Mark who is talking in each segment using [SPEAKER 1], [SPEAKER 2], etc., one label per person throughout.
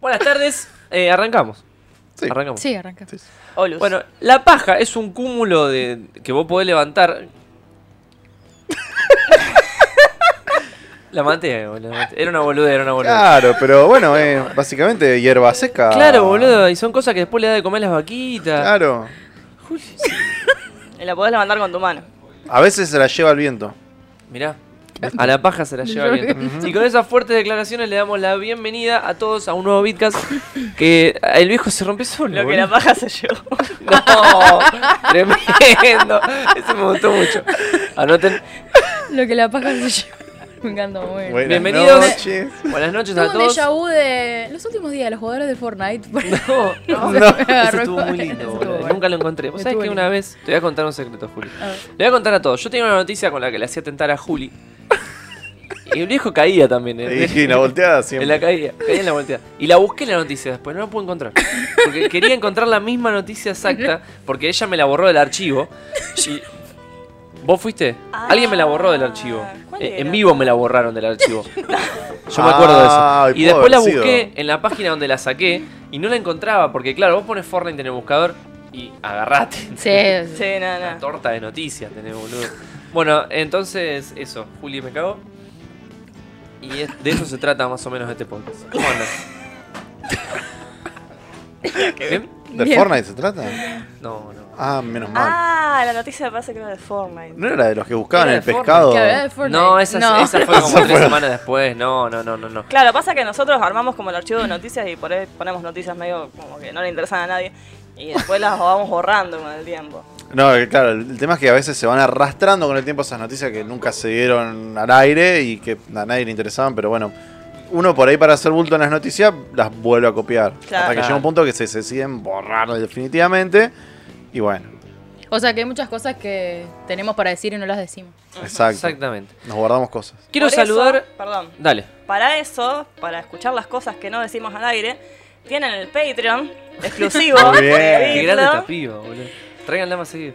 [SPEAKER 1] Buenas tardes, eh, arrancamos.
[SPEAKER 2] Sí.
[SPEAKER 1] Arrancamos.
[SPEAKER 3] Sí, arranca.
[SPEAKER 2] Sí.
[SPEAKER 4] Olus.
[SPEAKER 1] Bueno, la paja es un cúmulo de que vos podés levantar. la maté, eh, boludo. la maté. Era una boluda, era una boluda.
[SPEAKER 2] Claro, pero bueno, eh, básicamente hierba seca.
[SPEAKER 1] Claro, boludo, y son cosas que después le da de comer las vaquitas.
[SPEAKER 2] Claro.
[SPEAKER 4] Y la podés levantar con tu mano.
[SPEAKER 2] A veces se la lleva el viento.
[SPEAKER 1] Mirá, a la paja se la lleva
[SPEAKER 3] Yo
[SPEAKER 1] bien. Y con esas fuertes declaraciones le damos la bienvenida a todos a un nuevo Bitcast que el viejo se rompe solo.
[SPEAKER 4] Lo que la
[SPEAKER 1] boludo.
[SPEAKER 4] paja se llevó.
[SPEAKER 1] No, tremendo. Eso me gustó mucho. Anoten.
[SPEAKER 3] Lo que la paja se lleva. Me encanta, muy bien.
[SPEAKER 2] Buenas
[SPEAKER 1] Bienvenidos.
[SPEAKER 2] noches.
[SPEAKER 1] Buenas noches
[SPEAKER 3] Tuve
[SPEAKER 1] a
[SPEAKER 3] un
[SPEAKER 1] todos.
[SPEAKER 3] déjà vu de los últimos días de los jugadores de Fortnite.
[SPEAKER 1] No, no,
[SPEAKER 3] Se
[SPEAKER 2] no,
[SPEAKER 3] me
[SPEAKER 1] Ese
[SPEAKER 3] agarró
[SPEAKER 1] estuvo
[SPEAKER 3] con-
[SPEAKER 1] muy
[SPEAKER 3] ese
[SPEAKER 1] lindo,
[SPEAKER 3] estuvo
[SPEAKER 1] boludo.
[SPEAKER 3] bueno.
[SPEAKER 1] Nunca lo encontré. ¿Vos sabés
[SPEAKER 3] Estuvo
[SPEAKER 1] que
[SPEAKER 3] lindo.
[SPEAKER 1] una vez? Te voy a contar un secreto, Juli.
[SPEAKER 3] A ver.
[SPEAKER 1] Le voy a contar a todos. Yo tenía una noticia con la que le hacía tentar a Juli. Y el viejo caía también. ¿eh?
[SPEAKER 2] Y la volteada
[SPEAKER 1] En la
[SPEAKER 2] siempre.
[SPEAKER 1] caída, caí en la volteada. Y la busqué la noticia después, no la pude encontrar. Porque quería encontrar la misma noticia exacta, porque ella me la borró del archivo. Y- ¿Vos fuiste? Alguien me la borró del archivo.
[SPEAKER 4] Ah. ¿Cuál
[SPEAKER 1] Eh,
[SPEAKER 4] era?
[SPEAKER 1] en vivo me la borraron del archivo. Yo me acuerdo de
[SPEAKER 2] Ay,
[SPEAKER 1] eso. Y
[SPEAKER 2] pudo
[SPEAKER 1] después la
[SPEAKER 2] haber sido.
[SPEAKER 1] busqué en la página donde la saqué y no la encontraba, porque claro, vos pones Fortnite en el buscador y agarrate.
[SPEAKER 3] Sí, sí.
[SPEAKER 4] Sí,
[SPEAKER 1] Una
[SPEAKER 4] nada, nada.
[SPEAKER 1] torta de noticias tenemos, boludo. Bueno, entonces, eso. Juli me cagó. Y es- de eso se trata más o menos este podcast. ¿Cómo andas? ¿Bien?
[SPEAKER 2] ¿De
[SPEAKER 3] Bien.
[SPEAKER 2] Fortnite se trata?
[SPEAKER 1] No, no.
[SPEAKER 2] Ah, menos mal.
[SPEAKER 4] Ah, la noticia me parece que era de Fortnite.
[SPEAKER 2] ¿No era la de los que buscaban
[SPEAKER 1] Era
[SPEAKER 2] el
[SPEAKER 1] de
[SPEAKER 2] pescado?
[SPEAKER 3] Que hablaba de Fortnite.
[SPEAKER 1] No, esa,
[SPEAKER 3] No.
[SPEAKER 1] esa fue como
[SPEAKER 2] Esa
[SPEAKER 1] tres
[SPEAKER 2] fue-
[SPEAKER 1] semanas después. No, no, no, no, no.
[SPEAKER 4] Claro, pasa que nosotros armamos como el archivo de noticias y por ahí ponemos noticias medio como que no le interesan a nadie. Y después las vamos borrando con el tiempo.
[SPEAKER 2] No, que claro, el el tema es que a veces se van arrastrando con el tiempo esas noticias que nunca se dieron al aire y que a nadie le interesaban, pero bueno, uno por ahí para hacer bulto en las noticias las vuelve a copiar.
[SPEAKER 4] Claro.
[SPEAKER 2] Hasta que llega un punto que se se deciden borrar definitivamente. Y bueno,
[SPEAKER 3] O sea que hay muchas cosas que tenemos para decir y no las decimos.
[SPEAKER 2] exacto.
[SPEAKER 1] Exactamente.
[SPEAKER 2] Nos guardamos cosas.
[SPEAKER 1] Quiero
[SPEAKER 4] Por eso-
[SPEAKER 1] saludar.
[SPEAKER 4] perdón.
[SPEAKER 1] Dale.
[SPEAKER 4] Para eso, para escuchar las cosas que no decimos al aire, tienen el Patreon exclusivo.
[SPEAKER 2] Muy bien.
[SPEAKER 4] de
[SPEAKER 1] Qué
[SPEAKER 4] Bitlo.
[SPEAKER 1] grande esta piba, boludo. Tráiganla más seguido.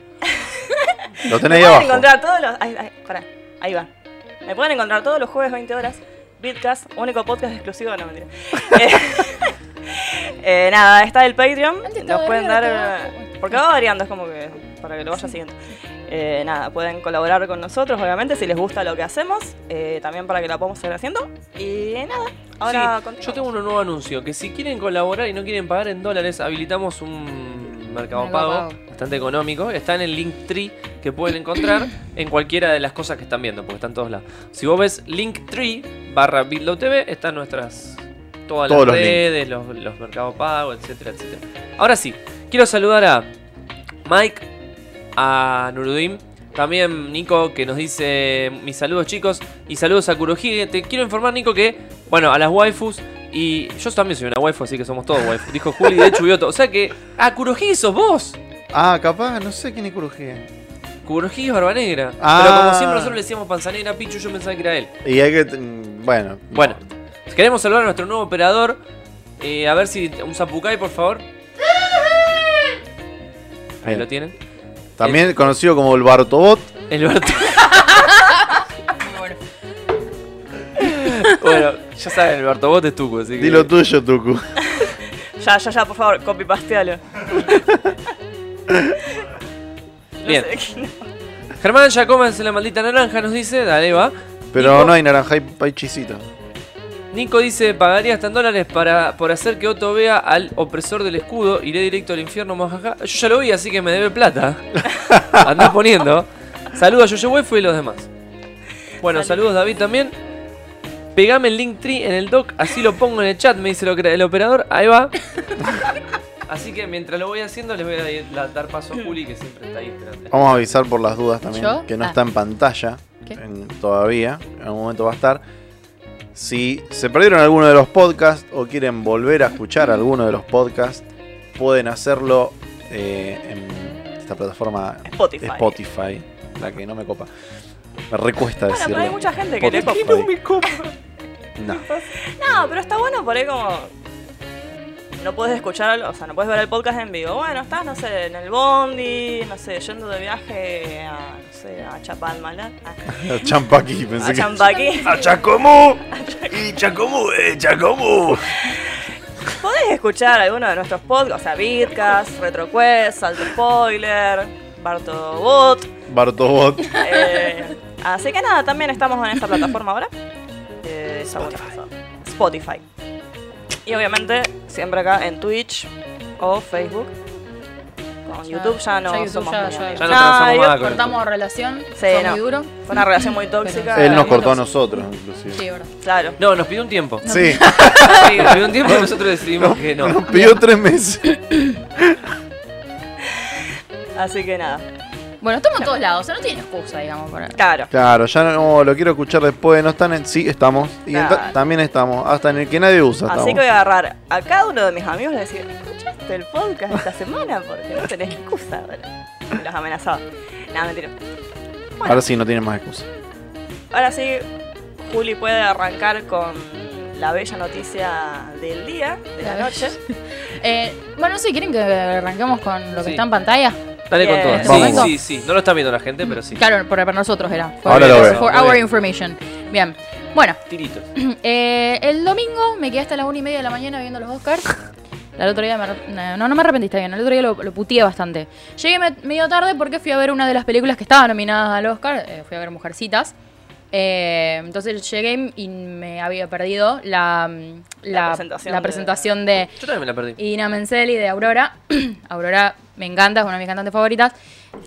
[SPEAKER 2] Lo tenéis
[SPEAKER 4] Me pueden
[SPEAKER 2] abajo.
[SPEAKER 4] encontrar todos los. Ahí, ahí, pará, ahí va. Me pueden encontrar todos los jueves 20 horas. Bitcast, único podcast exclusivo, no mentira. Eh, eh, nada, está el Patreon.
[SPEAKER 3] Antes
[SPEAKER 4] Nos
[SPEAKER 3] estaba
[SPEAKER 4] pueden
[SPEAKER 3] arriba,
[SPEAKER 4] dar.
[SPEAKER 3] ahora está
[SPEAKER 4] eh, Porque va variando, es como que. Para que lo vaya siguiendo. Eh, nada, pueden colaborar con nosotros, obviamente, si les gusta lo que hacemos. eh, también para que la podamos seguir haciendo. Y nada, ahora
[SPEAKER 1] Sí,
[SPEAKER 4] continuamos.
[SPEAKER 1] yo tengo un nuevo anuncio, que si quieren colaborar y no quieren pagar en dólares, habilitamos un mercado
[SPEAKER 3] Mercado
[SPEAKER 1] pago
[SPEAKER 3] Pago.
[SPEAKER 1] bastante económico. Está en el Linktree que pueden encontrar en cualquiera de las cosas que están viendo, porque están todos lados. Si vos ves Linktree barra Bitlow TV, están nuestras todas
[SPEAKER 2] Todos
[SPEAKER 1] las
[SPEAKER 2] los
[SPEAKER 1] redes, los, los mercados pago, etcétera, etcétera. Ahora sí, quiero saludar a Mike, a Nurudim, también Nico que nos dice mis saludos chicos y saludos a Kurohige. Te quiero informar Nico que, bueno, a las waifus y yo también soy una waifu, así que somos todos waifus. Dijo Juli de Chubioto. O sea que, ah, Kurohige sos vos.
[SPEAKER 2] Ah, capaz, no sé quién es Kurujía.
[SPEAKER 1] Kurohige es barba negra. Pero
[SPEAKER 2] Ah.
[SPEAKER 1] como siempre nosotros le decíamos panza negra, Pichu, yo pensaba que era él.
[SPEAKER 2] Y hay que. mm, Bueno.
[SPEAKER 1] Bueno, queremos saludar a nuestro nuevo operador. Eh, a ver si un Zapucay, por favor. Ahí
[SPEAKER 2] Bien.
[SPEAKER 1] lo tienen.
[SPEAKER 2] También conocido como el Bartobot.
[SPEAKER 1] El Berto. bueno, ya saben, el Berto Bot es tuco, así que.
[SPEAKER 2] Dilo tuyo, Tuku.
[SPEAKER 4] Ya, ya, ya, por favor, copy pastealo.
[SPEAKER 1] Bien. Germán, ya cómanse la maldita naranja, nos dice. Dale, va.
[SPEAKER 2] Pero
[SPEAKER 1] Nico-
[SPEAKER 2] no hay naranja, hay, hay chisito.
[SPEAKER 1] Nico dice: Pagaría hasta en dólares para, por hacer que Otto vea al opresor del escudo. Iré directo al infierno, mojaja. Yo ya lo vi, así que me debe plata. Andá poniendo. Saludos a Yoyo Waifu y los demás. Bueno, saludos David también. Pegame el link tree en el doc, así lo pongo en el chat, me dice lo que- el operador. Ahí va. Así que mientras lo voy haciendo, les voy a la- dar paso a Juli, que siempre está ahí esperando.
[SPEAKER 2] Vamos a avisar por las dudas también,
[SPEAKER 3] ¿Yo?
[SPEAKER 2] que no
[SPEAKER 3] Ah.
[SPEAKER 2] está en pantalla
[SPEAKER 3] ¿Qué?
[SPEAKER 2] en- todavía, en algún momento va a estar. Si se perdieron alguno de los podcasts o quieren volver a escuchar alguno de los podcasts, pueden hacerlo eh, en esta plataforma
[SPEAKER 4] Spotify.
[SPEAKER 2] Spotify, la que no me copa. Me recuesta
[SPEAKER 4] Bueno,
[SPEAKER 2] decirlo.
[SPEAKER 4] pero hay mucha gente que le copa.
[SPEAKER 2] Spotify. No.
[SPEAKER 4] No, pero está bueno por ahí como. No puedes escuchar, o sea, no puedes ver el podcast en vivo. Bueno, estás, no sé, en el bondi, no sé, yendo de viaje a, no sé, a Chapalmalá, a,
[SPEAKER 2] A Champaquí, pensé
[SPEAKER 4] a
[SPEAKER 2] que...
[SPEAKER 4] Champaquí.
[SPEAKER 2] ¡A Chacomú! ¡Y Chacomú, eh, Chacomú!
[SPEAKER 4] podés escuchar alguno de nuestros podcasts, o sea, Bitcast, RetroQuest, Salto Spoiler, BartoBot.
[SPEAKER 2] Bartobot.
[SPEAKER 4] eh, así que nada, también estamos en esta plataforma ahora. Eh, esa buena pasada. Spotify. Y obviamente, siempre acá en Twitch o Facebook. Con
[SPEAKER 3] Ya-
[SPEAKER 4] YouTube ya no
[SPEAKER 3] ya YouTube
[SPEAKER 4] somos
[SPEAKER 3] ya-
[SPEAKER 4] muy
[SPEAKER 3] ya-
[SPEAKER 4] amigos.
[SPEAKER 1] Ya no transamos
[SPEAKER 4] yo-
[SPEAKER 1] nada con
[SPEAKER 3] Cortamos relación,
[SPEAKER 4] Sí,
[SPEAKER 3] con
[SPEAKER 4] no.
[SPEAKER 3] mi duro.
[SPEAKER 4] Fue una relación muy tóxica.
[SPEAKER 2] Él nos
[SPEAKER 4] y-
[SPEAKER 2] cortó a nosotros, inclusive.
[SPEAKER 3] Sí, verdad.
[SPEAKER 4] Claro.
[SPEAKER 1] No, nos pidió un tiempo.
[SPEAKER 2] Sí,
[SPEAKER 1] Sí, nos pidió un tiempo y nosotros decidimos que no.
[SPEAKER 2] nos pidió tres meses.
[SPEAKER 4] Así que nada.
[SPEAKER 3] Bueno, estamos en todos lados, o sea, no tiene excusa, digamos, para...
[SPEAKER 4] Claro.
[SPEAKER 2] Claro, ya no lo quiero escuchar después. No están en. Sí, estamos. Y en ta-
[SPEAKER 4] Claro.
[SPEAKER 2] también estamos. Hasta en el que nadie usa.
[SPEAKER 4] Así que
[SPEAKER 2] estamos.
[SPEAKER 4] voy a agarrar a cada uno de mis amigos y decir, ¿escuchaste el podcast esta semana? Porque no tenés excusa. ¿verdad? Y Los amenazaba. Nada, mentira.
[SPEAKER 2] Ahora sí, no tienen más excusa.
[SPEAKER 4] Ahora sí, Juli puede arrancar con la bella noticia del día, de la,
[SPEAKER 3] La
[SPEAKER 4] noche.
[SPEAKER 3] Eh, bueno, no sé, ¿quieren que arranquemos con lo
[SPEAKER 1] Sí.
[SPEAKER 3] que está en pantalla?
[SPEAKER 1] Dale con
[SPEAKER 4] Bien.
[SPEAKER 1] todas. Sí,
[SPEAKER 2] Vamos.
[SPEAKER 1] sí, sí. No lo está viendo la gente, pero sí.
[SPEAKER 3] Claro, para, para nosotros era. For,
[SPEAKER 2] Ahora lo
[SPEAKER 3] for
[SPEAKER 2] veo.
[SPEAKER 1] Muy
[SPEAKER 3] our
[SPEAKER 1] bien.
[SPEAKER 3] information. Bien. Bueno,
[SPEAKER 1] Tiritos.
[SPEAKER 3] eh, el domingo me quedé hasta las una y media de la mañana viendo los Oscars. El otro día me arrep- no, no me arrepentí, está bien. El otro día lo, lo puteé bastante. Llegué me- medio tarde porque fui a ver una de las películas que estaban nominadas al Oscar. eh, fui a ver Mujercitas. Eh, entonces llegué y me había perdido la, mm, la-
[SPEAKER 4] presentación
[SPEAKER 3] la
[SPEAKER 4] de-
[SPEAKER 3] presentación de
[SPEAKER 1] Yo también me la perdí.
[SPEAKER 3] Ina Menzel y de Aurora. Aurora me encanta, es una de mis cantantes favoritas.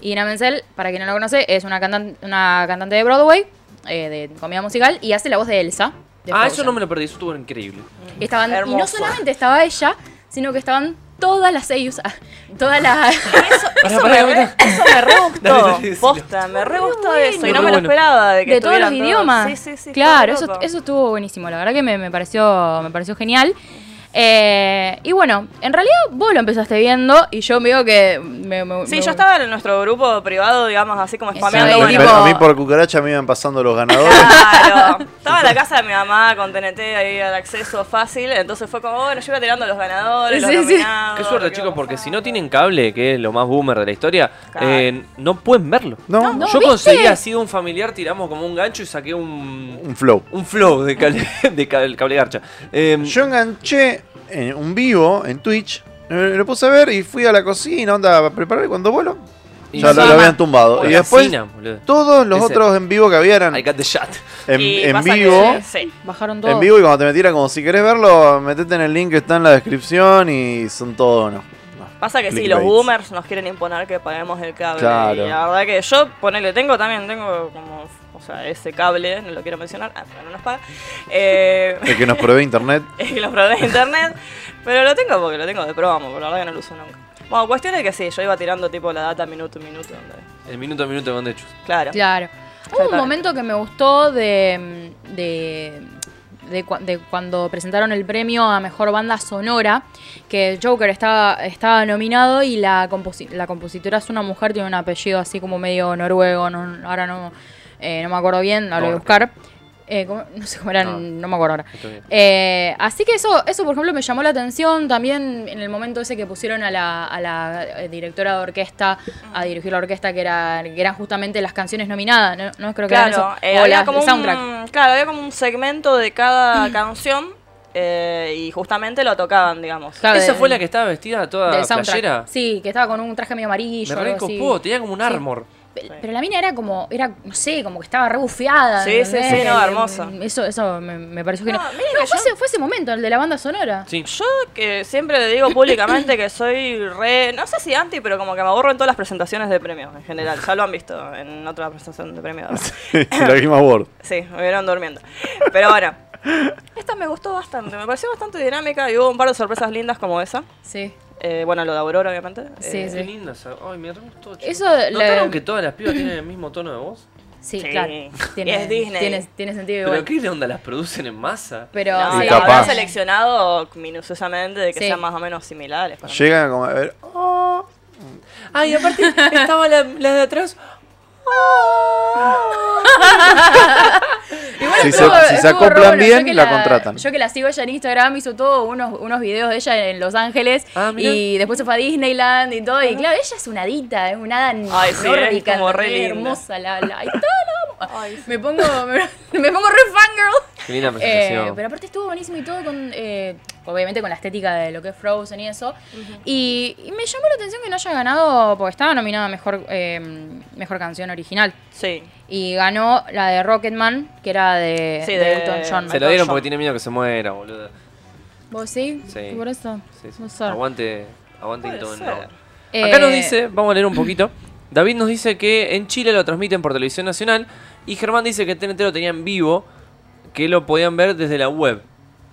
[SPEAKER 3] Ina Menzel, para quien no la conoce, es una, cantan- una cantante de Broadway, eh, de comedia musical, y hace la voz de Elsa. de
[SPEAKER 1] Ah, eso
[SPEAKER 3] Frozen.
[SPEAKER 1] no me lo perdí. Eso estuvo increíble.
[SPEAKER 3] Y estaban- y no
[SPEAKER 4] Hermoso.
[SPEAKER 3] solamente estaba ella, sino que estaban todas las ellos, ah, todas las...
[SPEAKER 1] Pará,
[SPEAKER 4] Eso
[SPEAKER 1] pará,
[SPEAKER 4] me,
[SPEAKER 1] pará.
[SPEAKER 4] re, eso me re gustó.
[SPEAKER 1] Dale, dale, decilo.
[SPEAKER 4] Posta, me re gustó eso. Y
[SPEAKER 1] Muy
[SPEAKER 4] no me lo
[SPEAKER 1] bueno.
[SPEAKER 4] esperaba. De, que
[SPEAKER 3] de todos los
[SPEAKER 4] estuvieran
[SPEAKER 3] idiomas.
[SPEAKER 4] Sí, sí, sí.
[SPEAKER 3] Claro,
[SPEAKER 4] fue re
[SPEAKER 3] eso,
[SPEAKER 4] loco.
[SPEAKER 3] eso estuvo buenísimo. La verdad que me, me pareció, me pareció genial. Eh, y bueno, en realidad vos lo empezaste viendo y yo veo que... me- me-
[SPEAKER 4] Sí,
[SPEAKER 3] me-
[SPEAKER 4] yo estaba en nuestro grupo privado, digamos, así como spameando.
[SPEAKER 3] ahí,
[SPEAKER 4] bueno,
[SPEAKER 3] tipo-
[SPEAKER 2] A mí por cucaracha me iban pasando los
[SPEAKER 4] Ah,
[SPEAKER 2] ganadores.
[SPEAKER 4] Claro. Estaba en la casa de mi mamá con TNT ahí al acceso fácil, entonces fue como, bueno, yo iba tirando los ganadores, los
[SPEAKER 3] Sí, sí.
[SPEAKER 4] nominados,
[SPEAKER 1] Qué
[SPEAKER 4] lo
[SPEAKER 1] suerte,
[SPEAKER 4] que
[SPEAKER 1] chicos,
[SPEAKER 4] iba
[SPEAKER 1] porque si
[SPEAKER 4] pasando.
[SPEAKER 1] no tienen cable, que es lo más boomer de la historia,
[SPEAKER 4] Claro.
[SPEAKER 1] eh, no pueden verlo.
[SPEAKER 2] No,
[SPEAKER 3] No,
[SPEAKER 1] Yo
[SPEAKER 3] ¿viste?
[SPEAKER 1] conseguí así de un familiar, tiramos como un gancho y saqué un,
[SPEAKER 2] un flow.
[SPEAKER 1] un flow de cable, de cable, cable garcha. Eh,
[SPEAKER 2] Yo enganché en un vivo en Twitch. eh, Lo puse a ver y fui a la cocina, onda, a preparar y cuando vuelo.
[SPEAKER 1] y
[SPEAKER 2] Ya lo,
[SPEAKER 1] sí,
[SPEAKER 2] lo
[SPEAKER 3] llama
[SPEAKER 2] habían tumbado.
[SPEAKER 1] por
[SPEAKER 2] Y
[SPEAKER 1] la
[SPEAKER 2] después,
[SPEAKER 1] cocina, boludo.
[SPEAKER 2] todos los
[SPEAKER 1] Ese.
[SPEAKER 2] otros en vivo que había eran
[SPEAKER 1] I
[SPEAKER 2] en,
[SPEAKER 1] got the shot.
[SPEAKER 4] Y
[SPEAKER 2] en
[SPEAKER 4] pasa que-
[SPEAKER 2] vivo.
[SPEAKER 4] sí.
[SPEAKER 3] Bajaron todo.
[SPEAKER 2] En vivo y cuando te metieras, como si querés verlo, metete en el link que está en la descripción y son todos, no. no,
[SPEAKER 4] Pasa que sí,
[SPEAKER 2] clickbaits.
[SPEAKER 4] los boomers nos quieren imponer que paguemos el cable.
[SPEAKER 2] Claro.
[SPEAKER 4] Y la verdad que yo, ponele, tengo también, tengo como, o sea, ese cable, no lo quiero mencionar, ah, pero no nos paga. Eh,
[SPEAKER 2] El que nos provee internet.
[SPEAKER 4] es que lo probé de internet, pero lo tengo porque lo tengo de promo, pero la verdad que no lo uso nunca. Bueno, cuestión es que sí, yo iba tirando tipo la data minuto a minuto. onda.
[SPEAKER 1] El minuto a minuto con Dechus.
[SPEAKER 4] Claro.
[SPEAKER 3] Claro. Hubo
[SPEAKER 4] Exactamente.
[SPEAKER 3] un momento que me gustó de, de, de cua- de cuando presentaron el premio a Mejor Banda Sonora, que Joker estaba, estaba nominado y la, composi- la compositora es una mujer, tiene un apellido así como medio noruego, no- ahora no, eh, no me acuerdo bien, ahora lo voy a
[SPEAKER 1] No,
[SPEAKER 3] buscar. Eh, ¿cómo? no sé cómo era,
[SPEAKER 1] No.
[SPEAKER 3] no, me acuerdo ahora.
[SPEAKER 1] Está bien.
[SPEAKER 3] Eh, así que eso, eso, por ejemplo, me llamó la atención. También en el momento ese que pusieron a la, a la, eh, directora de orquesta a dirigir la orquesta, que, era, que eran justamente las canciones nominadas, ¿no? No, creo que eran
[SPEAKER 4] Claro,
[SPEAKER 3] eso.
[SPEAKER 4] eh,
[SPEAKER 3] O
[SPEAKER 4] había
[SPEAKER 3] la-
[SPEAKER 4] como
[SPEAKER 3] el soundtrack.
[SPEAKER 4] Un, claro, había como un segmento de cada canción eh, y justamente lo tocaban, digamos.
[SPEAKER 3] Claro,
[SPEAKER 1] ¿Esa
[SPEAKER 3] de-
[SPEAKER 1] fue la que estaba vestida toda
[SPEAKER 3] del soundtrack.
[SPEAKER 1] playera?
[SPEAKER 3] Sí, que estaba con un traje medio amarillo.
[SPEAKER 1] Me
[SPEAKER 3] algo así.
[SPEAKER 1] recopó, tenía como un
[SPEAKER 3] Sí.
[SPEAKER 1] armor.
[SPEAKER 3] Pe- Pero la mina era como, era, no sé, como que estaba rebufeada.
[SPEAKER 4] Sí, sí, sí, no, hermosa.
[SPEAKER 3] Eso, eso me, me pareció
[SPEAKER 4] No,
[SPEAKER 3] genial.
[SPEAKER 4] miren
[SPEAKER 3] No,
[SPEAKER 4] que
[SPEAKER 3] fue,
[SPEAKER 4] yo-
[SPEAKER 3] ese, fue ese momento, el de la banda sonora.
[SPEAKER 1] Sí.
[SPEAKER 4] Yo que siempre le digo públicamente que soy re, no sé si anti, pero como que me aburro en todas las presentaciones de premios en general. Ya lo han visto en otra presentación de premios. ¿verdad?
[SPEAKER 2] la Game Award.
[SPEAKER 4] Sí, me vieron durmiendo. Pero bueno, esta me gustó bastante, me pareció bastante dinámica y hubo un par de sorpresas lindas como esa.
[SPEAKER 3] Sí.
[SPEAKER 4] Eh, bueno, lo de Aurora, obviamente.
[SPEAKER 3] Sí,
[SPEAKER 4] Eh,
[SPEAKER 1] Qué linda esa. Ay, me re gustó, che.
[SPEAKER 3] Eso,
[SPEAKER 1] ¿Notaron
[SPEAKER 3] la-
[SPEAKER 1] que todas las pibas tienen el mismo tono de voz?
[SPEAKER 3] Sí,
[SPEAKER 4] Sí.
[SPEAKER 3] claro. Tiene,
[SPEAKER 4] Y es Disney.
[SPEAKER 3] Tiene, tiene sentido
[SPEAKER 1] ¿Pero
[SPEAKER 3] igual.
[SPEAKER 1] qué onda? ¿Las producen en masa?
[SPEAKER 3] Pero
[SPEAKER 4] No,
[SPEAKER 2] Sí,
[SPEAKER 4] y
[SPEAKER 2] capaz.
[SPEAKER 4] habrán seleccionado minuciosamente de que
[SPEAKER 3] Sí.
[SPEAKER 4] sean más o menos similares. para mí.
[SPEAKER 2] Llegan como a ver. "Oh".
[SPEAKER 1] Ay, aparte estaba la, la de atrás.
[SPEAKER 3] Y bueno,
[SPEAKER 2] Si
[SPEAKER 3] estuvo-
[SPEAKER 2] se- si se
[SPEAKER 3] estuvo re
[SPEAKER 2] acoplan
[SPEAKER 3] bueno. Yo
[SPEAKER 2] bien,
[SPEAKER 3] que
[SPEAKER 2] la contratan.
[SPEAKER 3] Yo que la sigo ella en Instagram, hizo todos unos, unos videos de ella en Los Ángeles.
[SPEAKER 1] Ah, mirá.
[SPEAKER 3] y después se fue a Disneyland y
[SPEAKER 2] Ah.
[SPEAKER 3] todo. Y claro, ella es una hada, es una hada
[SPEAKER 4] Ay, sí, es
[SPEAKER 3] nórdica,
[SPEAKER 4] como re
[SPEAKER 3] ¿entendés?
[SPEAKER 4] linda.
[SPEAKER 3] hermosa. La, la, y todo, la amo. Me pongo, me, me pongo re fangirl.
[SPEAKER 1] Qué linda
[SPEAKER 2] Pues
[SPEAKER 3] Eh,
[SPEAKER 1] presentación.
[SPEAKER 3] pero aparte estuvo buenísimo y todo con, eh, obviamente con la estética de lo que es Frozen y eso. y, y me llamó la atención que no haya ganado, porque estaba nominada a mejor, eh, mejor canción original.
[SPEAKER 4] Sí.
[SPEAKER 3] Y ganó la de Rocketman, que era de,
[SPEAKER 4] Sí,
[SPEAKER 3] de
[SPEAKER 4] de-
[SPEAKER 3] Elton John.
[SPEAKER 1] Se lo dieron
[SPEAKER 4] John.
[SPEAKER 1] porque tiene miedo que se muera, boludo.
[SPEAKER 3] ¿Vos sí?
[SPEAKER 1] Sí.
[SPEAKER 3] ¿Por eso?
[SPEAKER 1] Sí, sí.
[SPEAKER 3] No sé.
[SPEAKER 1] Aguante, aguante
[SPEAKER 4] Puede
[SPEAKER 1] Hilton
[SPEAKER 4] ser.
[SPEAKER 1] Rock.
[SPEAKER 3] Eh,
[SPEAKER 1] Acá nos dice, vamos a leer un poquito. David nos dice que en Chile lo transmiten por televisión nacional y Germán dice que TNT lo tenía en vivo, que lo podían ver desde la web.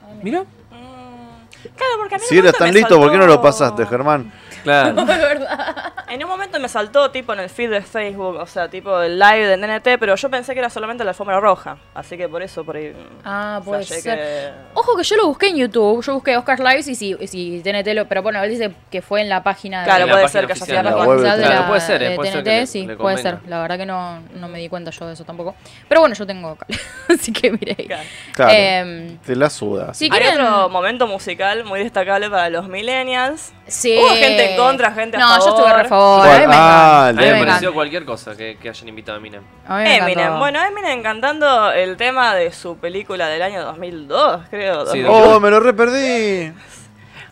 [SPEAKER 3] Ah,
[SPEAKER 1] Mira,
[SPEAKER 4] Mm, Claro, porque a mí en
[SPEAKER 2] Si
[SPEAKER 4] un
[SPEAKER 2] eres
[SPEAKER 4] momento
[SPEAKER 2] tan
[SPEAKER 4] me
[SPEAKER 2] listo, ¿por qué no lo
[SPEAKER 4] saltó-
[SPEAKER 2] pasaste, Germán?
[SPEAKER 1] claro.
[SPEAKER 3] de verdad.
[SPEAKER 4] En un momento me saltó tipo en el feed de Facebook, o sea, tipo el live de NNT, pero yo pensé que era solamente la alfombra roja. Así que por eso, por ahí. mm,
[SPEAKER 3] Ah, puede
[SPEAKER 4] flashé
[SPEAKER 3] ser.
[SPEAKER 4] que-
[SPEAKER 3] Ojo que yo lo busqué en YouTube, yo busqué Oscar Lives y si, y si TNT lo, pero bueno, él dice que fue en la página de
[SPEAKER 4] Claro,
[SPEAKER 1] En la
[SPEAKER 3] la
[SPEAKER 4] puede
[SPEAKER 1] página
[SPEAKER 4] ser que
[SPEAKER 1] oficial
[SPEAKER 2] haya
[SPEAKER 1] de la
[SPEAKER 2] sido
[SPEAKER 1] web,
[SPEAKER 2] organizada
[SPEAKER 3] de
[SPEAKER 1] claro,
[SPEAKER 3] la-
[SPEAKER 1] puede ser, eh,
[SPEAKER 3] de
[SPEAKER 1] puede ser
[SPEAKER 3] TNT,
[SPEAKER 1] que le-
[SPEAKER 3] sí,
[SPEAKER 1] le
[SPEAKER 3] puede
[SPEAKER 1] convenga.
[SPEAKER 3] ser. La verdad que no, no me di cuenta yo de eso tampoco. Pero bueno, yo tengo cable, así que miré.
[SPEAKER 4] Claro.
[SPEAKER 2] Claro.
[SPEAKER 3] Em,
[SPEAKER 2] Te la sudas.
[SPEAKER 3] si
[SPEAKER 4] Hay
[SPEAKER 3] quieren-
[SPEAKER 4] otro momento musical muy destacable para los millennials.
[SPEAKER 3] Sí.
[SPEAKER 4] Hubo gente en contra, gente a
[SPEAKER 3] no,
[SPEAKER 4] favor.
[SPEAKER 3] yo estuve re a favor.
[SPEAKER 2] ¿Cuál?
[SPEAKER 3] A mí me
[SPEAKER 2] Ah,
[SPEAKER 1] A
[SPEAKER 3] encanta,
[SPEAKER 1] mí
[SPEAKER 2] el
[SPEAKER 3] a
[SPEAKER 1] me
[SPEAKER 3] mí
[SPEAKER 2] de-
[SPEAKER 3] me
[SPEAKER 1] pareció
[SPEAKER 3] encanta.
[SPEAKER 1] cualquier cosa que, que hayan invitado a Eminem.
[SPEAKER 3] A mí me
[SPEAKER 4] Eminem,
[SPEAKER 3] encantó.
[SPEAKER 4] bueno, Eminem cantando el tema de su película del año 2002, creo.
[SPEAKER 1] Sí,
[SPEAKER 4] 2000.
[SPEAKER 2] Oh, me lo re perdí.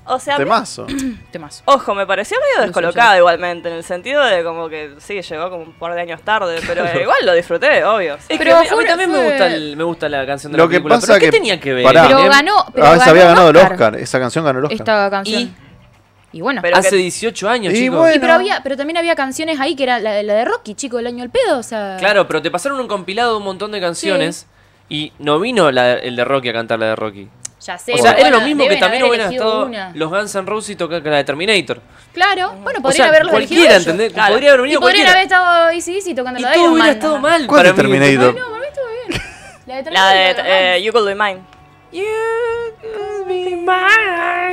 [SPEAKER 4] o sea,
[SPEAKER 2] Temazo.
[SPEAKER 3] Temazo.
[SPEAKER 4] Ojo, me pareció medio
[SPEAKER 3] sí,
[SPEAKER 4] descolocado igualmente, en el sentido de como que sí, llegó como un par de años tarde, pero eh, igual lo disfruté, obvio.
[SPEAKER 1] Es
[SPEAKER 3] Pero
[SPEAKER 1] que a mí- a
[SPEAKER 3] fue-
[SPEAKER 1] mí también
[SPEAKER 3] fue-
[SPEAKER 1] me, gusta el- me gusta la canción de
[SPEAKER 2] Lo
[SPEAKER 1] la
[SPEAKER 2] que
[SPEAKER 1] película,
[SPEAKER 2] pasa
[SPEAKER 1] pero Em, ¿qué
[SPEAKER 2] que-
[SPEAKER 1] tenía que ver?
[SPEAKER 2] Pará.
[SPEAKER 3] Pero
[SPEAKER 1] Eminem?
[SPEAKER 3] ganó, pero
[SPEAKER 2] A veces
[SPEAKER 3] ganó
[SPEAKER 2] había ganado el
[SPEAKER 3] Oscar,
[SPEAKER 2] Oscar. Esa canción ganó el Oscar.
[SPEAKER 3] Esta canción.
[SPEAKER 1] Y-
[SPEAKER 3] Y, bueno.
[SPEAKER 4] Pero
[SPEAKER 1] Hace
[SPEAKER 4] que-
[SPEAKER 1] 18 años,
[SPEAKER 2] Y
[SPEAKER 1] chicos.
[SPEAKER 2] bueno.
[SPEAKER 3] Y pero, había, pero también había canciones ahí que era la, la de Rocky, chico, el año al pedo, o sea...
[SPEAKER 1] Claro, pero te pasaron un compilado de un montón de canciones y no vino la- el de Rocky a cantar la de Rocky.
[SPEAKER 3] Ya sé.
[SPEAKER 1] o sea,
[SPEAKER 3] pero
[SPEAKER 1] era lo
[SPEAKER 3] bueno,
[SPEAKER 1] mismo que
[SPEAKER 3] deben
[SPEAKER 1] también
[SPEAKER 3] haber
[SPEAKER 1] hubieran
[SPEAKER 3] elegido
[SPEAKER 1] estado
[SPEAKER 3] una.
[SPEAKER 1] los Guns N' Roses y tocar la de Terminator.
[SPEAKER 3] Claro, bueno, podrían
[SPEAKER 1] O sea,
[SPEAKER 3] haberlo elegido
[SPEAKER 1] cualquiera,
[SPEAKER 3] ellos.
[SPEAKER 1] ¿entendés?
[SPEAKER 4] Claro.
[SPEAKER 1] Podría haber
[SPEAKER 3] Y
[SPEAKER 1] venido
[SPEAKER 3] podrían haber
[SPEAKER 1] cualquiera.
[SPEAKER 3] estado ahí sí, sí, tocando
[SPEAKER 1] Y
[SPEAKER 3] la de
[SPEAKER 1] todo
[SPEAKER 3] Iron
[SPEAKER 1] hubiera
[SPEAKER 3] Man.
[SPEAKER 1] estado
[SPEAKER 3] nomás.
[SPEAKER 1] mal
[SPEAKER 2] ¿Cuál
[SPEAKER 1] para
[SPEAKER 2] es
[SPEAKER 1] mí.
[SPEAKER 3] Ay,
[SPEAKER 2] Terminator?
[SPEAKER 3] no, para mí estuvo bien. La de
[SPEAKER 4] La
[SPEAKER 3] Terminator,
[SPEAKER 4] de
[SPEAKER 3] la de
[SPEAKER 4] eh, You Could Be Mine.
[SPEAKER 1] You could be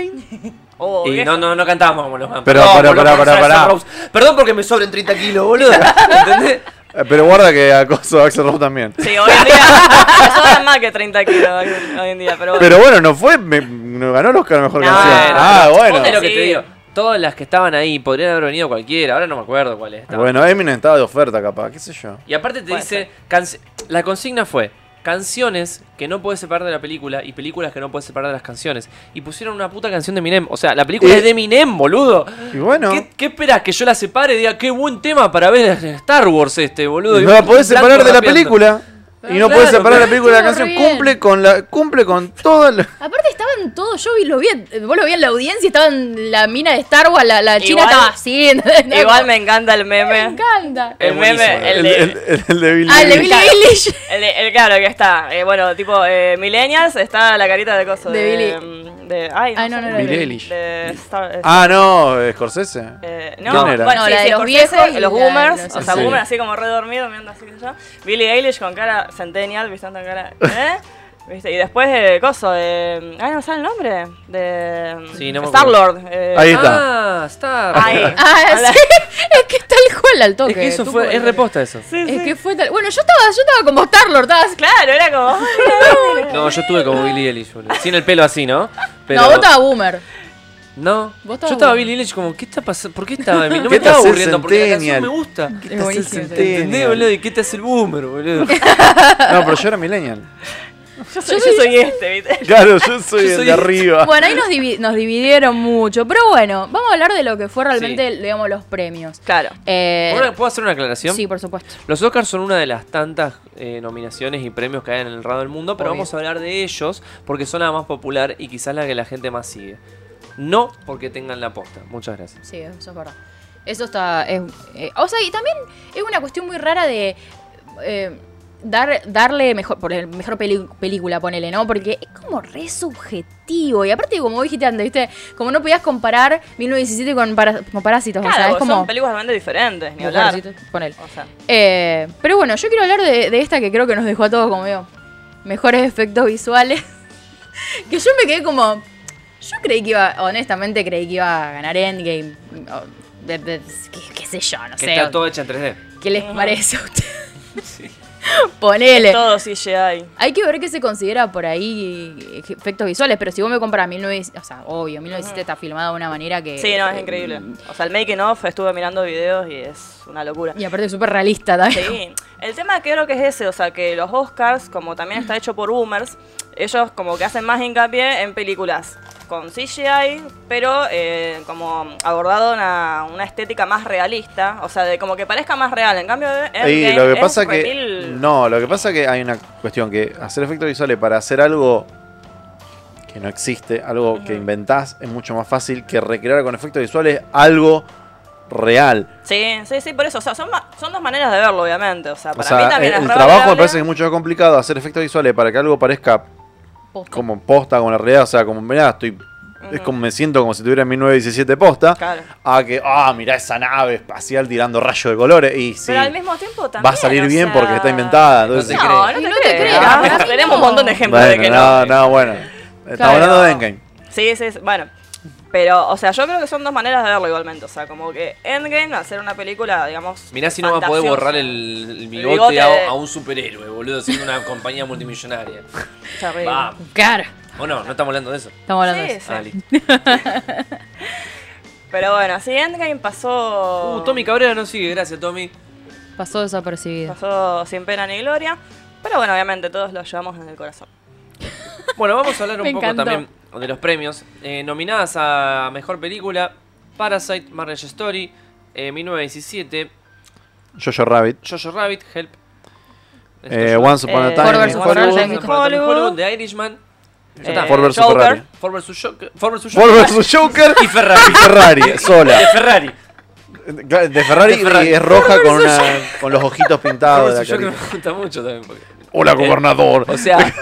[SPEAKER 1] mine.
[SPEAKER 4] Oh,
[SPEAKER 1] Y
[SPEAKER 4] vieja.
[SPEAKER 1] no, no, no cantábamos como los Guns.
[SPEAKER 2] Pero,
[SPEAKER 1] Perdón,
[SPEAKER 2] pará,
[SPEAKER 1] por los
[SPEAKER 2] pará,
[SPEAKER 1] Guns
[SPEAKER 2] pará,
[SPEAKER 1] N'
[SPEAKER 2] pará.
[SPEAKER 1] Roses. Perdón porque me sobren 30 kilos, boludo. ¿Entendés?
[SPEAKER 2] Eh, Pero guarda que acosó a Axel Rose también.
[SPEAKER 4] Sí, hoy en día me sobran más que 30 kilos hoy, hoy en día, pero bueno.
[SPEAKER 2] Pero bueno, no fue. me- no ganó el Oscar a mejor
[SPEAKER 4] No,
[SPEAKER 2] canción.
[SPEAKER 4] no,
[SPEAKER 2] ah,
[SPEAKER 4] no.
[SPEAKER 2] bueno.
[SPEAKER 4] Vos
[SPEAKER 1] Es lo que
[SPEAKER 4] Sí.
[SPEAKER 1] te digo. Todas las que estaban ahí podrían haber venido cualquiera. Ahora no me acuerdo cuál es. Estaba-
[SPEAKER 2] Bueno, Eminem estaba de oferta, capaz. ¿Qué sé yo?
[SPEAKER 1] Y aparte te
[SPEAKER 4] Puede
[SPEAKER 1] dice, canci- la consigna fue canciones que no puedes separar de la película y películas que no puedes separar de las canciones. Y pusieron una puta canción de Eminem. O sea, la película
[SPEAKER 2] Eh.
[SPEAKER 1] es de Eminem, boludo.
[SPEAKER 2] Y bueno.
[SPEAKER 1] ¿Qué, ¿Qué esperas? Que yo la separe y diga, qué buen tema para ver Star Wars este, boludo. Y
[SPEAKER 2] No la
[SPEAKER 1] un
[SPEAKER 2] podés
[SPEAKER 1] blanco
[SPEAKER 2] separar de la
[SPEAKER 1] rapeando.
[SPEAKER 2] película. Y no
[SPEAKER 1] Claro,
[SPEAKER 2] podés separar
[SPEAKER 1] pero
[SPEAKER 2] la película de la
[SPEAKER 3] estuvo
[SPEAKER 2] canción.
[SPEAKER 3] re bien.
[SPEAKER 2] Cumple con la. Cumple con toda la.
[SPEAKER 3] Aparte estaban todos, yo vi- lo vi, en- vos lo vi en la audiencia, estaban la mina de Star Wars, la, la china
[SPEAKER 4] Igual-
[SPEAKER 3] estaba así. ¿entendés?
[SPEAKER 4] Igual me encanta el
[SPEAKER 3] Me
[SPEAKER 4] meme.
[SPEAKER 3] encanta.
[SPEAKER 1] Es
[SPEAKER 4] El
[SPEAKER 1] buenísimo.
[SPEAKER 4] meme, el
[SPEAKER 2] El,
[SPEAKER 4] de,
[SPEAKER 2] el, el- el de Billy.
[SPEAKER 3] Ah, el de Billie
[SPEAKER 4] Claro.
[SPEAKER 3] Eilish.
[SPEAKER 4] El, de- el- claro que está, eh, bueno, tipo eh, Millennials está la carita de coso
[SPEAKER 3] De
[SPEAKER 4] de,
[SPEAKER 3] Billie.
[SPEAKER 4] mm, de- ay,
[SPEAKER 3] Ay, no,
[SPEAKER 4] sé.
[SPEAKER 3] no, no,
[SPEAKER 2] Billie no. Eilish.
[SPEAKER 4] De Star- eh,
[SPEAKER 2] Ah, no, eh, Scorsese.
[SPEAKER 4] eh,
[SPEAKER 2] ¿quién
[SPEAKER 4] no,
[SPEAKER 2] era?
[SPEAKER 4] bueno,
[SPEAKER 3] No,
[SPEAKER 4] sí,
[SPEAKER 3] la
[SPEAKER 4] sí,
[SPEAKER 3] de los
[SPEAKER 4] Scorsese,
[SPEAKER 3] viejos y
[SPEAKER 4] los
[SPEAKER 3] la de
[SPEAKER 4] boomers,
[SPEAKER 3] los-
[SPEAKER 4] o sea,
[SPEAKER 2] Sí.
[SPEAKER 4] boomer así como re dormido, mirando así que yo. Billie Eilish con cara centennial, viste, con cara, ¿eh? ¿Viste? Y después, eh, coso, eh, ay, no me sale el nombre, de
[SPEAKER 1] Sí, no me acuerdo.
[SPEAKER 4] Star-Lord. eh,
[SPEAKER 2] Ahí está.
[SPEAKER 1] Ah, Star.
[SPEAKER 4] Ay.
[SPEAKER 3] Ah,
[SPEAKER 4] Hola.
[SPEAKER 3] sí, es que tal cual al toque.
[SPEAKER 1] es que eso
[SPEAKER 3] tú,
[SPEAKER 1] fue, es
[SPEAKER 3] boludo.
[SPEAKER 1] reposta eso.
[SPEAKER 4] sí, sí.
[SPEAKER 3] Es que fue tal... Bueno, yo estaba, yo estaba como Star-Lord, estaba así.
[SPEAKER 4] Claro, era como.
[SPEAKER 1] No, yo estuve como Billy Eilish, boludo. Sin el pelo así, ¿no? Pero-
[SPEAKER 3] No, vos estabas boomer.
[SPEAKER 1] No,
[SPEAKER 3] Vos estabas
[SPEAKER 1] yo estaba
[SPEAKER 3] bueno.
[SPEAKER 1] Billie Eilish como, ¿qué está pasando? ¿Por qué estaba No me
[SPEAKER 2] ¿Qué te
[SPEAKER 1] estaba
[SPEAKER 2] hace
[SPEAKER 1] aburriendo porque la canción
[SPEAKER 2] Centennial?
[SPEAKER 1] me gusta.
[SPEAKER 3] Es buenísimo.
[SPEAKER 2] senté?
[SPEAKER 1] ¿Entendés, boludo? ¿Y qué te hace el boomer, boludo?
[SPEAKER 2] No, pero yo era Millennial.
[SPEAKER 4] Yo soy, yo soy este, ¿viste?
[SPEAKER 2] Claro, yo soy
[SPEAKER 1] Yo
[SPEAKER 2] el
[SPEAKER 1] soy este.
[SPEAKER 2] de arriba.
[SPEAKER 3] Bueno, ahí nos, divi- nos dividieron mucho. Pero bueno, vamos a hablar de lo que fue realmente,
[SPEAKER 1] Sí.
[SPEAKER 3] digamos, los premios.
[SPEAKER 4] Claro.
[SPEAKER 3] Eh,
[SPEAKER 1] Ahora, ¿Puedo hacer una aclaración?
[SPEAKER 3] sí, por supuesto.
[SPEAKER 1] Los Oscars son una de las tantas eh, nominaciones y premios que hay en el radio del mundo, pero
[SPEAKER 3] Obvio.
[SPEAKER 1] vamos a hablar de ellos porque son la más popular y quizás la que la gente más sigue. No porque tengan la posta. Muchas gracias.
[SPEAKER 3] Sí, eso es verdad. Eso está. es- eh, o sea, y también es una cuestión muy rara de. eh, dar, darle mejor, por el mejor peli- película, ponele, ¿no? Porque es como re subjetivo. Y aparte, como vos dijiste antes, ¿viste? Como no podías comparar 1917 con, para- con Parásitos.
[SPEAKER 4] Claro,
[SPEAKER 3] o sea, es
[SPEAKER 4] son
[SPEAKER 3] como.
[SPEAKER 4] películas realmente diferentes, ni
[SPEAKER 3] como
[SPEAKER 4] hablar.
[SPEAKER 3] Parásitos, ponele.
[SPEAKER 4] O sea,
[SPEAKER 3] Eh, pero bueno, yo quiero hablar de, de esta que creo que nos dejó a todos como digo, mejores efectos visuales. que yo me quedé como. Yo creí que iba, honestamente creí que iba a ganar Endgame. o de- de- qué, qué sé yo, no
[SPEAKER 1] Que
[SPEAKER 3] sé.
[SPEAKER 1] está todo hecha en 3D.
[SPEAKER 3] ¿Qué les parece a ustedes? Ponele.
[SPEAKER 4] todo CGI.
[SPEAKER 3] Hay que ver qué se considera por ahí eh, efectos visuales, pero si vos me compras 1917, o sea, obvio, 1917 está filmada de una manera que...
[SPEAKER 4] Sí, no, es
[SPEAKER 3] eh,
[SPEAKER 4] increíble. O sea, el making of, estuve mirando videos y es una locura.
[SPEAKER 3] Y aparte es súper realista también.
[SPEAKER 4] Sí, el tema creo que es ese, o sea, que los Oscars, como también está hecho por boomers, ellos como que hacen más hincapié en películas con CGI, pero eh, como abordado una, una estética más realista, o sea, de como que parezca más real. En cambio, de
[SPEAKER 2] Y
[SPEAKER 4] Endgame
[SPEAKER 2] lo que
[SPEAKER 4] es
[SPEAKER 2] pasa que.
[SPEAKER 4] remil-
[SPEAKER 2] No, lo que pasa que hay una cuestión que hacer efectos visuales para hacer algo que no existe, algo que
[SPEAKER 4] Ujú.
[SPEAKER 2] inventás, es mucho más fácil que recrear con efectos visuales algo real.
[SPEAKER 4] Sí, sí, sí, por eso. O sea, son, ma- son dos maneras de verlo, obviamente. O sea,
[SPEAKER 2] O
[SPEAKER 4] para mí
[SPEAKER 2] sea, el,
[SPEAKER 4] también es
[SPEAKER 2] el
[SPEAKER 4] re
[SPEAKER 2] trabajo me
[SPEAKER 4] valorable.
[SPEAKER 2] parece que es mucho más complicado hacer efectos visuales para que algo parezca
[SPEAKER 3] Posta.
[SPEAKER 2] como posta con la realidad. O sea, como mirá, estoy. Es
[SPEAKER 4] Ujú.
[SPEAKER 2] como me siento como si tuviera en 1917 posta.
[SPEAKER 4] Claro.
[SPEAKER 2] A que, ah, mirá esa nave espacial tirando rayos de colores. Y sí,
[SPEAKER 4] Pero al mismo tiempo también.
[SPEAKER 2] va a salir
[SPEAKER 4] o
[SPEAKER 2] bien
[SPEAKER 4] sea-
[SPEAKER 2] porque está inventada. Entonces,
[SPEAKER 1] te
[SPEAKER 4] No,
[SPEAKER 1] crees.
[SPEAKER 4] no te,
[SPEAKER 3] Y
[SPEAKER 4] crees.
[SPEAKER 2] Ah,
[SPEAKER 3] para mí
[SPEAKER 4] Tenemos un
[SPEAKER 3] no.
[SPEAKER 4] montón de ejemplos de
[SPEAKER 2] Bueno,
[SPEAKER 4] que
[SPEAKER 2] no, no, bueno. Estamos
[SPEAKER 3] Claro.
[SPEAKER 2] hablando de Endgame.
[SPEAKER 4] Sí, sí, sí, bueno. Pero, o sea, yo creo que son dos maneras de verlo igualmente. O sea, como que Endgame, hacer una película, digamos.
[SPEAKER 1] Mirá si no va a poder
[SPEAKER 4] fantasiosa.
[SPEAKER 1] borrar el, el bigote,
[SPEAKER 4] bigote
[SPEAKER 1] a,
[SPEAKER 4] de-
[SPEAKER 1] a un superhéroe, boludo, siendo una compañía multimillonaria.
[SPEAKER 4] Terrible.
[SPEAKER 1] Vamos.
[SPEAKER 3] Claro.
[SPEAKER 1] O no, no estamos hablando de eso.
[SPEAKER 3] Estamos hablando de
[SPEAKER 4] Sí,
[SPEAKER 3] eso.
[SPEAKER 4] sí.
[SPEAKER 1] Ah, listo.
[SPEAKER 4] Pero bueno, sí, Endgame pasó.
[SPEAKER 1] Uh, Tommy Cabrera no sigue, gracias Tommy.
[SPEAKER 3] Pasó desapercibido.
[SPEAKER 4] Pasó sin pena ni gloria. Pero bueno, obviamente todos lo llevamos en el corazón.
[SPEAKER 1] Bueno, vamos a hablar un
[SPEAKER 3] Me
[SPEAKER 1] poco
[SPEAKER 3] encantó.
[SPEAKER 1] también de los premios. Eh, nominadas a Mejor Película, Parasite, Marriage Story, eh, 1917,
[SPEAKER 2] Jojo Rabbit.
[SPEAKER 1] Jojo Rabbit, Help.
[SPEAKER 2] Eh, Once Upon a
[SPEAKER 4] Eh,
[SPEAKER 2] Time.
[SPEAKER 3] Forward
[SPEAKER 2] in
[SPEAKER 3] Once Upon a
[SPEAKER 2] Hollywood.
[SPEAKER 3] Time in
[SPEAKER 4] Hollywood.
[SPEAKER 1] Hollywood, The Irishman,
[SPEAKER 2] Ya está,
[SPEAKER 4] Eh,
[SPEAKER 2] Ford vs
[SPEAKER 4] Joker.
[SPEAKER 2] Ferrari.
[SPEAKER 1] Ford vs. Joker, Ford vs.
[SPEAKER 2] Ford
[SPEAKER 1] Joker
[SPEAKER 2] vs Joker
[SPEAKER 1] y Ferrari.
[SPEAKER 2] y Ferrari,
[SPEAKER 1] De
[SPEAKER 2] sola.
[SPEAKER 1] Ferrari.
[SPEAKER 2] De Ferrari,
[SPEAKER 1] De Ferrari.
[SPEAKER 2] y es roja con, una, con los ojitos pintados de
[SPEAKER 1] Ford
[SPEAKER 2] la
[SPEAKER 1] vs. Joker
[SPEAKER 2] carita.
[SPEAKER 1] me gusta mucho también. porque-
[SPEAKER 2] Hola, gobernador.
[SPEAKER 1] O sea,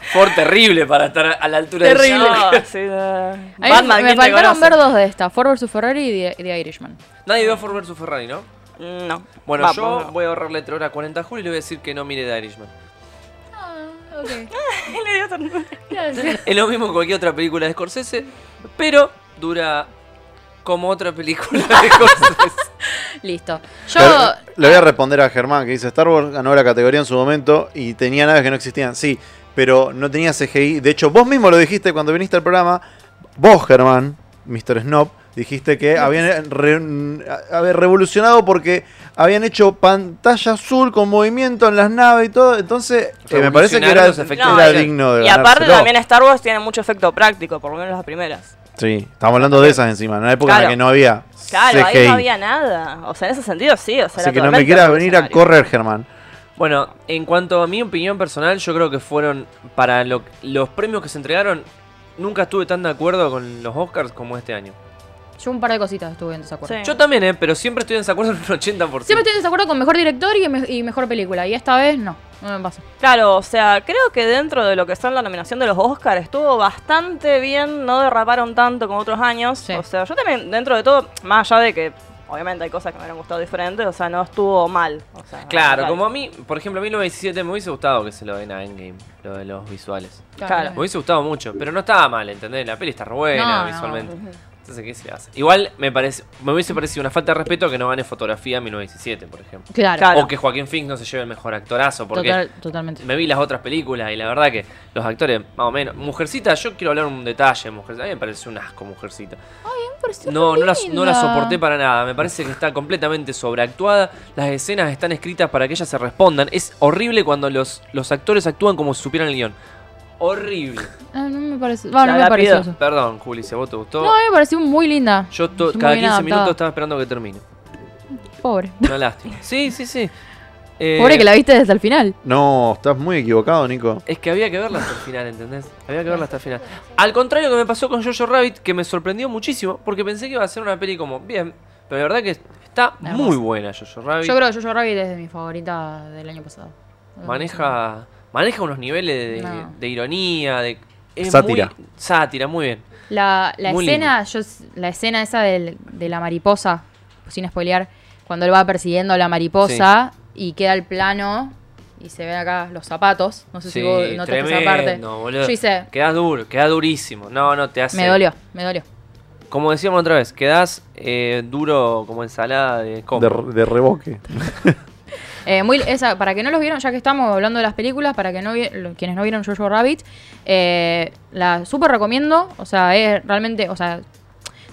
[SPEAKER 1] Ford terrible para estar a la altura de
[SPEAKER 4] No,
[SPEAKER 1] Joker.
[SPEAKER 4] sí, eh,
[SPEAKER 3] A mí
[SPEAKER 4] Batman,
[SPEAKER 3] me
[SPEAKER 4] ¿quién te
[SPEAKER 3] faltaron
[SPEAKER 4] conoce?
[SPEAKER 3] ver dos de esta, Ford vs Ferrari y The, The Irishman.
[SPEAKER 1] Nadie vio Ford vs. Ferrari, ¿no?
[SPEAKER 4] No.
[SPEAKER 1] Bueno,
[SPEAKER 4] Vamos,
[SPEAKER 1] yo
[SPEAKER 4] no.
[SPEAKER 1] voy a ahorrarle 3 horas 40 a Julio y le voy a decir que no mire The Irishman.
[SPEAKER 4] Le dio ternura.
[SPEAKER 3] Gracias.
[SPEAKER 1] Es lo mismo que cualquier otra película de Scorsese, pero dura como otra película de Scorsese.
[SPEAKER 3] Listo. Yo,
[SPEAKER 2] Le, le voy a responder a Germán que dice Star Wars ganó la categoría en su momento y tenía naves que no existían. Sí, pero no tenía CGI. De hecho, vos mismo lo dijiste cuando viniste al programa. Vos, Germán, Mr. Snob, dijiste que habían eh, re- a- haber revolucionado porque habían hecho pantalla azul con movimiento en las naves y todo. Entonces, eh, me parece que era,
[SPEAKER 1] Revolucionaron los efectos
[SPEAKER 2] era
[SPEAKER 1] visuales.
[SPEAKER 2] digno de
[SPEAKER 4] Y aparte
[SPEAKER 2] ganárselo.
[SPEAKER 4] también Star Wars tiene mucho efecto práctico, por lo menos las primeras.
[SPEAKER 2] Sí, estamos hablando de esas encima, en una época en la
[SPEAKER 4] Claro.
[SPEAKER 2] que no había
[SPEAKER 4] Claro,
[SPEAKER 2] CGI.
[SPEAKER 4] ahí no había nada. O sea, en ese sentido sí. O
[SPEAKER 2] Así
[SPEAKER 4] sea, era
[SPEAKER 2] que no me
[SPEAKER 4] totalmente
[SPEAKER 2] quieras venir a
[SPEAKER 4] revolucionario.
[SPEAKER 2] correr, Germán.
[SPEAKER 1] Bueno, en cuanto a mi opinión personal, yo creo que fueron para lo- los premios que se entregaron. Nunca estuve tan de acuerdo con los Oscars como este año.
[SPEAKER 3] yo un par de cositas estuve en desacuerdo.
[SPEAKER 4] Sí.
[SPEAKER 1] Yo también, ¿eh? pero siempre estoy en desacuerdo en un 80%.
[SPEAKER 3] Siempre estoy en desacuerdo con mejor director y, me- y mejor película. Y esta vez no, no me pasa.
[SPEAKER 4] Claro, o sea, creo que dentro de lo que son la nominación de los Oscars estuvo bastante bien, no derraparon tanto como otros años.
[SPEAKER 3] Sí.
[SPEAKER 4] O sea, yo también, dentro de todo, más allá de que obviamente hay cosas que me hubieran gustado diferentes, o sea, no estuvo mal. O sea,
[SPEAKER 1] Claro,
[SPEAKER 4] total.
[SPEAKER 1] como a mí, por ejemplo, a mí 1917 me hubiese gustado que se lo den a Endgame, lo de los visuales.
[SPEAKER 4] Claro.
[SPEAKER 1] Me hubiese gustado mucho, pero no estaba mal, ¿entendés? La peli está re buena
[SPEAKER 3] No, no.
[SPEAKER 1] visualmente. Entonces, ¿qué se le hace? Igual me parece, me hubiese parecido una falta de respeto que no gane fotografía en 1917, por ejemplo.
[SPEAKER 3] Claro,
[SPEAKER 4] Claro.
[SPEAKER 1] O que Joaquín Phoenix no se lleve el mejor actorazo, porque
[SPEAKER 3] total- totalmente.
[SPEAKER 1] me vi las otras películas y la verdad que los actores, más o menos. Mujercita, yo quiero hablar un detalle, Mujercita. A mí me parece un asco, Mujercita. No, no la, no la soporté para nada. Me parece que está completamente sobreactuada. Las escenas están escritas para que ellas se respondan. Es horrible cuando los, los actores actúan como si supieran el guión. Horrible.
[SPEAKER 3] Ah, no me parece. Bueno, no
[SPEAKER 4] la
[SPEAKER 3] me pareció
[SPEAKER 4] pido.
[SPEAKER 3] eso.
[SPEAKER 1] Perdón, Juli, si a vos te gustó.
[SPEAKER 3] No, a mí me pareció muy linda.
[SPEAKER 1] Yo to-
[SPEAKER 3] Muy
[SPEAKER 1] cada
[SPEAKER 3] bien
[SPEAKER 1] 15 minutos
[SPEAKER 3] adaptada.
[SPEAKER 1] estaba esperando que termine.
[SPEAKER 3] Pobre.
[SPEAKER 1] Una lástima. Sí, sí, sí. Eh,
[SPEAKER 3] Pobre que la viste desde el final.
[SPEAKER 2] No, estás muy equivocado, Nico.
[SPEAKER 1] Es que había que verla hasta el final, ¿entendés? Había que verla hasta el final. Al contrario que me pasó con Jojo Rabbit, que me sorprendió muchísimo, porque pensé que iba a ser una peli como, bien, pero la verdad que está
[SPEAKER 3] Hermosa.
[SPEAKER 1] muy buena Jojo Rabbit.
[SPEAKER 3] Yo creo que Jojo Rabbit es de mi favorita del año pasado.
[SPEAKER 1] Maneja, maneja unos niveles de,
[SPEAKER 3] No.
[SPEAKER 1] de ironía, de... es
[SPEAKER 2] Sátira.
[SPEAKER 1] muy- sátira, muy bien.
[SPEAKER 3] La, la
[SPEAKER 1] Muy
[SPEAKER 3] escena, yo, la escena esa del- de la mariposa, sin spoilear, cuando él va persiguiendo a la mariposa y queda el plano y se ven acá los zapatos. No sé si vos notaste esa parte.
[SPEAKER 1] tremendo, boludo.
[SPEAKER 3] Yo hice,
[SPEAKER 1] Queda duro, queda durísimo. No, no, te hace...
[SPEAKER 3] me dolió, me dolió.
[SPEAKER 1] Como decíamos otra vez, quedás eh, duro como ensalada de
[SPEAKER 2] De,
[SPEAKER 1] combo.
[SPEAKER 2] de reboque.
[SPEAKER 3] Eh, muy, esa, para que no los vieron, ya que estamos hablando de las películas, para que no vi- lo- quienes no vieron Jojo Rabbit, eh, la súper recomiendo. O sea, es realmente, o sea,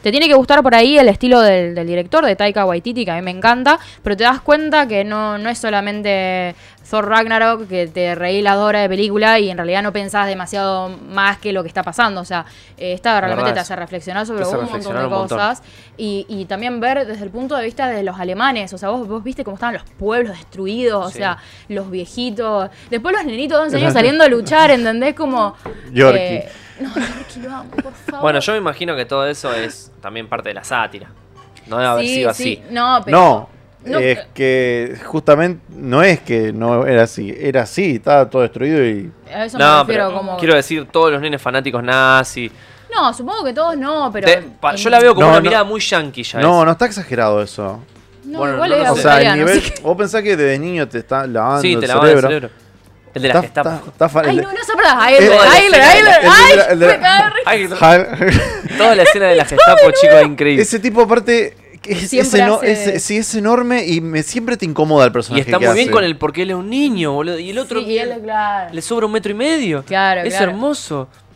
[SPEAKER 3] te tiene que gustar por ahí el estilo del, del director, de Taika Waititi, que a mí me encanta, pero te das cuenta que no, no es solamente Thor Ragnarok, que te reí la hora de película y en realidad no pensás demasiado más que lo que está pasando. O sea, eh, esta realmente
[SPEAKER 1] verdad
[SPEAKER 3] te
[SPEAKER 1] es-
[SPEAKER 3] hace reflexionar sobre
[SPEAKER 1] te hace
[SPEAKER 3] un montón de
[SPEAKER 1] reflexionar un montón.
[SPEAKER 3] cosas. Y, y también ver desde el punto de vista de los alemanes. O sea, vos, vos viste cómo estaban los pueblos destruidos, o
[SPEAKER 1] Sí.
[SPEAKER 3] sea, los viejitos. Después los nenitos de 11 años saliendo a luchar, ¿entendés? Como. eh,
[SPEAKER 2] Yorkie.
[SPEAKER 3] no, Yorkie lo amo, por favor.
[SPEAKER 1] Bueno, yo me imagino que todo eso es también parte de la sátira. No debe haber
[SPEAKER 3] Sí,
[SPEAKER 1] sido
[SPEAKER 3] sí,
[SPEAKER 1] así.
[SPEAKER 3] No, pero.
[SPEAKER 2] No,
[SPEAKER 3] no,
[SPEAKER 2] es
[SPEAKER 3] eh,
[SPEAKER 2] que justamente no es que no era así, era así, estaba todo destruido y
[SPEAKER 3] A eso me
[SPEAKER 1] No,
[SPEAKER 3] refiero
[SPEAKER 1] pero
[SPEAKER 3] como.
[SPEAKER 1] quiero decir, todos los nenes fanáticos nazi.
[SPEAKER 3] No, supongo que todos no, pero.
[SPEAKER 1] Te- pa- yo la veo como
[SPEAKER 2] No,
[SPEAKER 1] una
[SPEAKER 2] no.
[SPEAKER 1] mirada muy yankee ya.
[SPEAKER 2] No,
[SPEAKER 1] eso.
[SPEAKER 2] no está exagerado eso.
[SPEAKER 3] No,
[SPEAKER 1] Bueno,
[SPEAKER 3] igual
[SPEAKER 1] no
[SPEAKER 3] es
[SPEAKER 1] lo
[SPEAKER 2] O
[SPEAKER 1] sé.
[SPEAKER 2] sea, el
[SPEAKER 3] australiano.
[SPEAKER 2] nivel.
[SPEAKER 3] así que-
[SPEAKER 2] Vos pensás que desde niño te está lavando
[SPEAKER 1] Sí,
[SPEAKER 2] el,
[SPEAKER 1] te lavaban
[SPEAKER 2] cerebro.
[SPEAKER 1] el cerebro. El de la
[SPEAKER 2] Está-
[SPEAKER 1] Gestapo.
[SPEAKER 2] está- está fa- el
[SPEAKER 3] Ay,
[SPEAKER 2] de-
[SPEAKER 3] no, no se acuerda. Ayler,
[SPEAKER 2] Eh,
[SPEAKER 3] Ayler,
[SPEAKER 1] el-
[SPEAKER 3] Ayler.
[SPEAKER 2] el de la-
[SPEAKER 3] Ay,
[SPEAKER 2] el de la-
[SPEAKER 3] me cago de risa.
[SPEAKER 1] Ay,
[SPEAKER 2] Ja-
[SPEAKER 1] toda la escena de la Gestapo, chico, es increíble.
[SPEAKER 2] ese tipo aparte es, es
[SPEAKER 3] Siempre
[SPEAKER 2] eno-
[SPEAKER 3] hace-
[SPEAKER 2] es- sí, es enorme y me, siempre te incomoda el
[SPEAKER 1] Y
[SPEAKER 2] personaje.
[SPEAKER 1] está
[SPEAKER 2] que
[SPEAKER 1] muy bien
[SPEAKER 2] hace.
[SPEAKER 1] con él porque él es un niño, boludo. Y el otro
[SPEAKER 3] Sí, y él, claro.
[SPEAKER 1] le sobra un metro y medio.
[SPEAKER 3] Claro,
[SPEAKER 1] Es
[SPEAKER 3] claro.
[SPEAKER 1] hermoso.
[SPEAKER 3] Ay,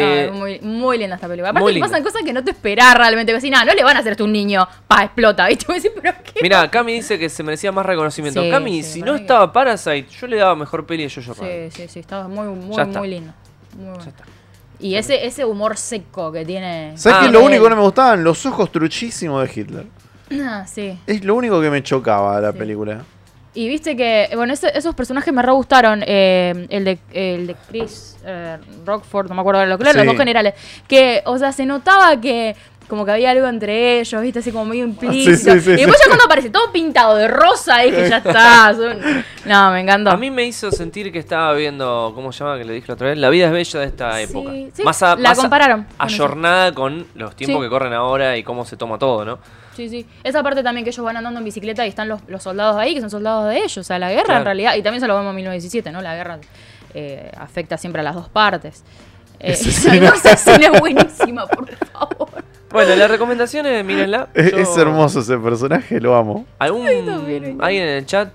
[SPEAKER 1] Eh,
[SPEAKER 3] Ah, muy, muy linda esta película.
[SPEAKER 1] muy
[SPEAKER 3] Aparte que
[SPEAKER 1] linda.
[SPEAKER 3] pasan cosas que no te esperás realmente. Vos decís, nada, no le van a hacer esto a un niño. Pa, explota, ¿viste? Vos decís, pero qué.
[SPEAKER 1] Mira, Cami dice que se merecía más reconocimiento.
[SPEAKER 3] Sí,
[SPEAKER 1] Cami,
[SPEAKER 3] sí,
[SPEAKER 1] si
[SPEAKER 3] para
[SPEAKER 1] no
[SPEAKER 3] mí que-
[SPEAKER 1] estaba Parasite, yo le daba mejor peli a Jojo Rabbit.
[SPEAKER 3] Sí, sí, sí, estaba muy, muy,
[SPEAKER 1] Ya está.
[SPEAKER 3] muy lindo. Muy bueno.
[SPEAKER 1] está.
[SPEAKER 3] Y ese, ese humor seco que tiene.
[SPEAKER 2] ¿Sabes
[SPEAKER 1] Ah,
[SPEAKER 2] qué es lo
[SPEAKER 3] él.
[SPEAKER 2] único que no me gustaban? Los ojos truchísimos de Hitler.
[SPEAKER 3] Ah, sí.
[SPEAKER 2] Es lo único que me chocaba de la película.
[SPEAKER 3] Y viste que, bueno, ese- esos personajes me re gustaron. eh, el, de, el de Chris eh, Rockford, no me acuerdo de lo que
[SPEAKER 2] Sí.
[SPEAKER 3] los dos generales. Que, o sea, se notaba que como que había algo entre ellos, viste, así como medio implícito.
[SPEAKER 2] sí, sí,
[SPEAKER 3] y después
[SPEAKER 2] sí.
[SPEAKER 3] ya cuando aparece todo pintado de rosa, dije, ya está. son- No, me encantó.
[SPEAKER 1] A mí me hizo sentir que estaba viendo, ¿cómo se llama? Que le dije la otra vez. La vida es bella de esta
[SPEAKER 3] Sí,
[SPEAKER 1] época.
[SPEAKER 3] sí, la compararon con eso.
[SPEAKER 1] Ayornada con los tiempos
[SPEAKER 3] Sí.
[SPEAKER 1] que corren ahora y cómo se toma todo, ¿no?
[SPEAKER 3] Sí, sí. Esa parte también que ellos van andando en bicicleta y están los, los soldados ahí, que son soldados de ellos. O sea, la guerra
[SPEAKER 1] Claro.
[SPEAKER 3] en realidad, y también se lo vemos en 1917, ¿no? La guerra eh, afecta siempre a las dos partes. Eh,
[SPEAKER 2] Esa
[SPEAKER 3] esa
[SPEAKER 2] escena.
[SPEAKER 3] escena es buenísima, por favor.
[SPEAKER 1] Bueno, la recomendación es, mírenla.
[SPEAKER 2] Es,
[SPEAKER 1] Yo-
[SPEAKER 2] es hermoso ese personaje, lo amo.
[SPEAKER 1] ¿Algún,
[SPEAKER 3] no, miren.
[SPEAKER 1] ¿Alguien en el chat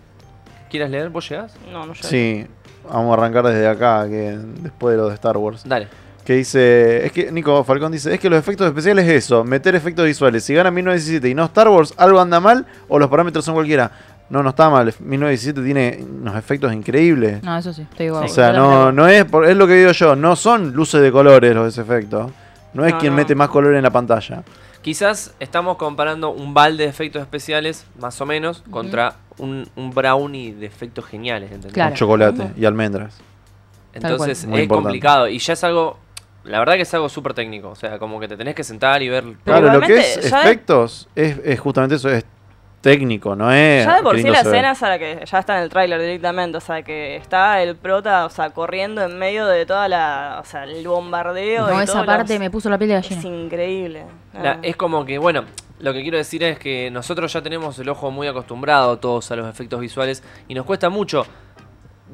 [SPEAKER 1] quieras leer? ¿Vos llegás?
[SPEAKER 4] No, no llegué.
[SPEAKER 2] Sí, vamos a arrancar desde acá, que después de lo de Star Wars.
[SPEAKER 1] Dale.
[SPEAKER 2] Que dice, es que Nico Falcón dice, es que los efectos especiales es eso, meter efectos visuales. Si gana 1917 y no Star Wars, algo anda mal o los parámetros son cualquiera. No, no está mal. 1917 tiene unos efectos increíbles.
[SPEAKER 3] No, eso sí, estoy igual.
[SPEAKER 2] o sea, no, no es, por- es lo que digo yo, no son luces de colores los efectos. No es
[SPEAKER 4] No,
[SPEAKER 2] quien
[SPEAKER 4] no.
[SPEAKER 2] mete más color en la pantalla.
[SPEAKER 1] Quizás estamos comparando un balde de efectos especiales, más o menos, contra un, un brownie de efectos geniales, ¿entendés?
[SPEAKER 3] Claro.
[SPEAKER 2] Un chocolate y almendras.
[SPEAKER 3] Tal cual.
[SPEAKER 1] Entonces
[SPEAKER 2] Muy
[SPEAKER 1] es
[SPEAKER 2] importante.
[SPEAKER 1] complicado y ya es algo, la verdad que es algo súper técnico, o sea, como que te tenés que sentar y ver...
[SPEAKER 4] Pero
[SPEAKER 2] claro, lo que
[SPEAKER 4] igualmente,
[SPEAKER 2] es
[SPEAKER 4] ya-
[SPEAKER 2] efectos es, es justamente eso, es técnico, no es...
[SPEAKER 4] Ya de por
[SPEAKER 2] qué
[SPEAKER 4] sí
[SPEAKER 2] lindo
[SPEAKER 4] la
[SPEAKER 2] se ve.
[SPEAKER 4] escena es a la que ya está en el tráiler directamente, o sea que está el prota, o sea, corriendo en medio de toda la, o sea, el bombardeo
[SPEAKER 3] No,
[SPEAKER 4] y
[SPEAKER 3] esa
[SPEAKER 4] todos
[SPEAKER 3] parte
[SPEAKER 4] los-
[SPEAKER 3] me puso la piel de
[SPEAKER 4] es
[SPEAKER 3] gallina.
[SPEAKER 4] increíble. Ah.
[SPEAKER 1] La- es como que, bueno, lo que quiero decir es que nosotros ya tenemos el ojo muy acostumbrado todos a los efectos visuales y nos cuesta mucho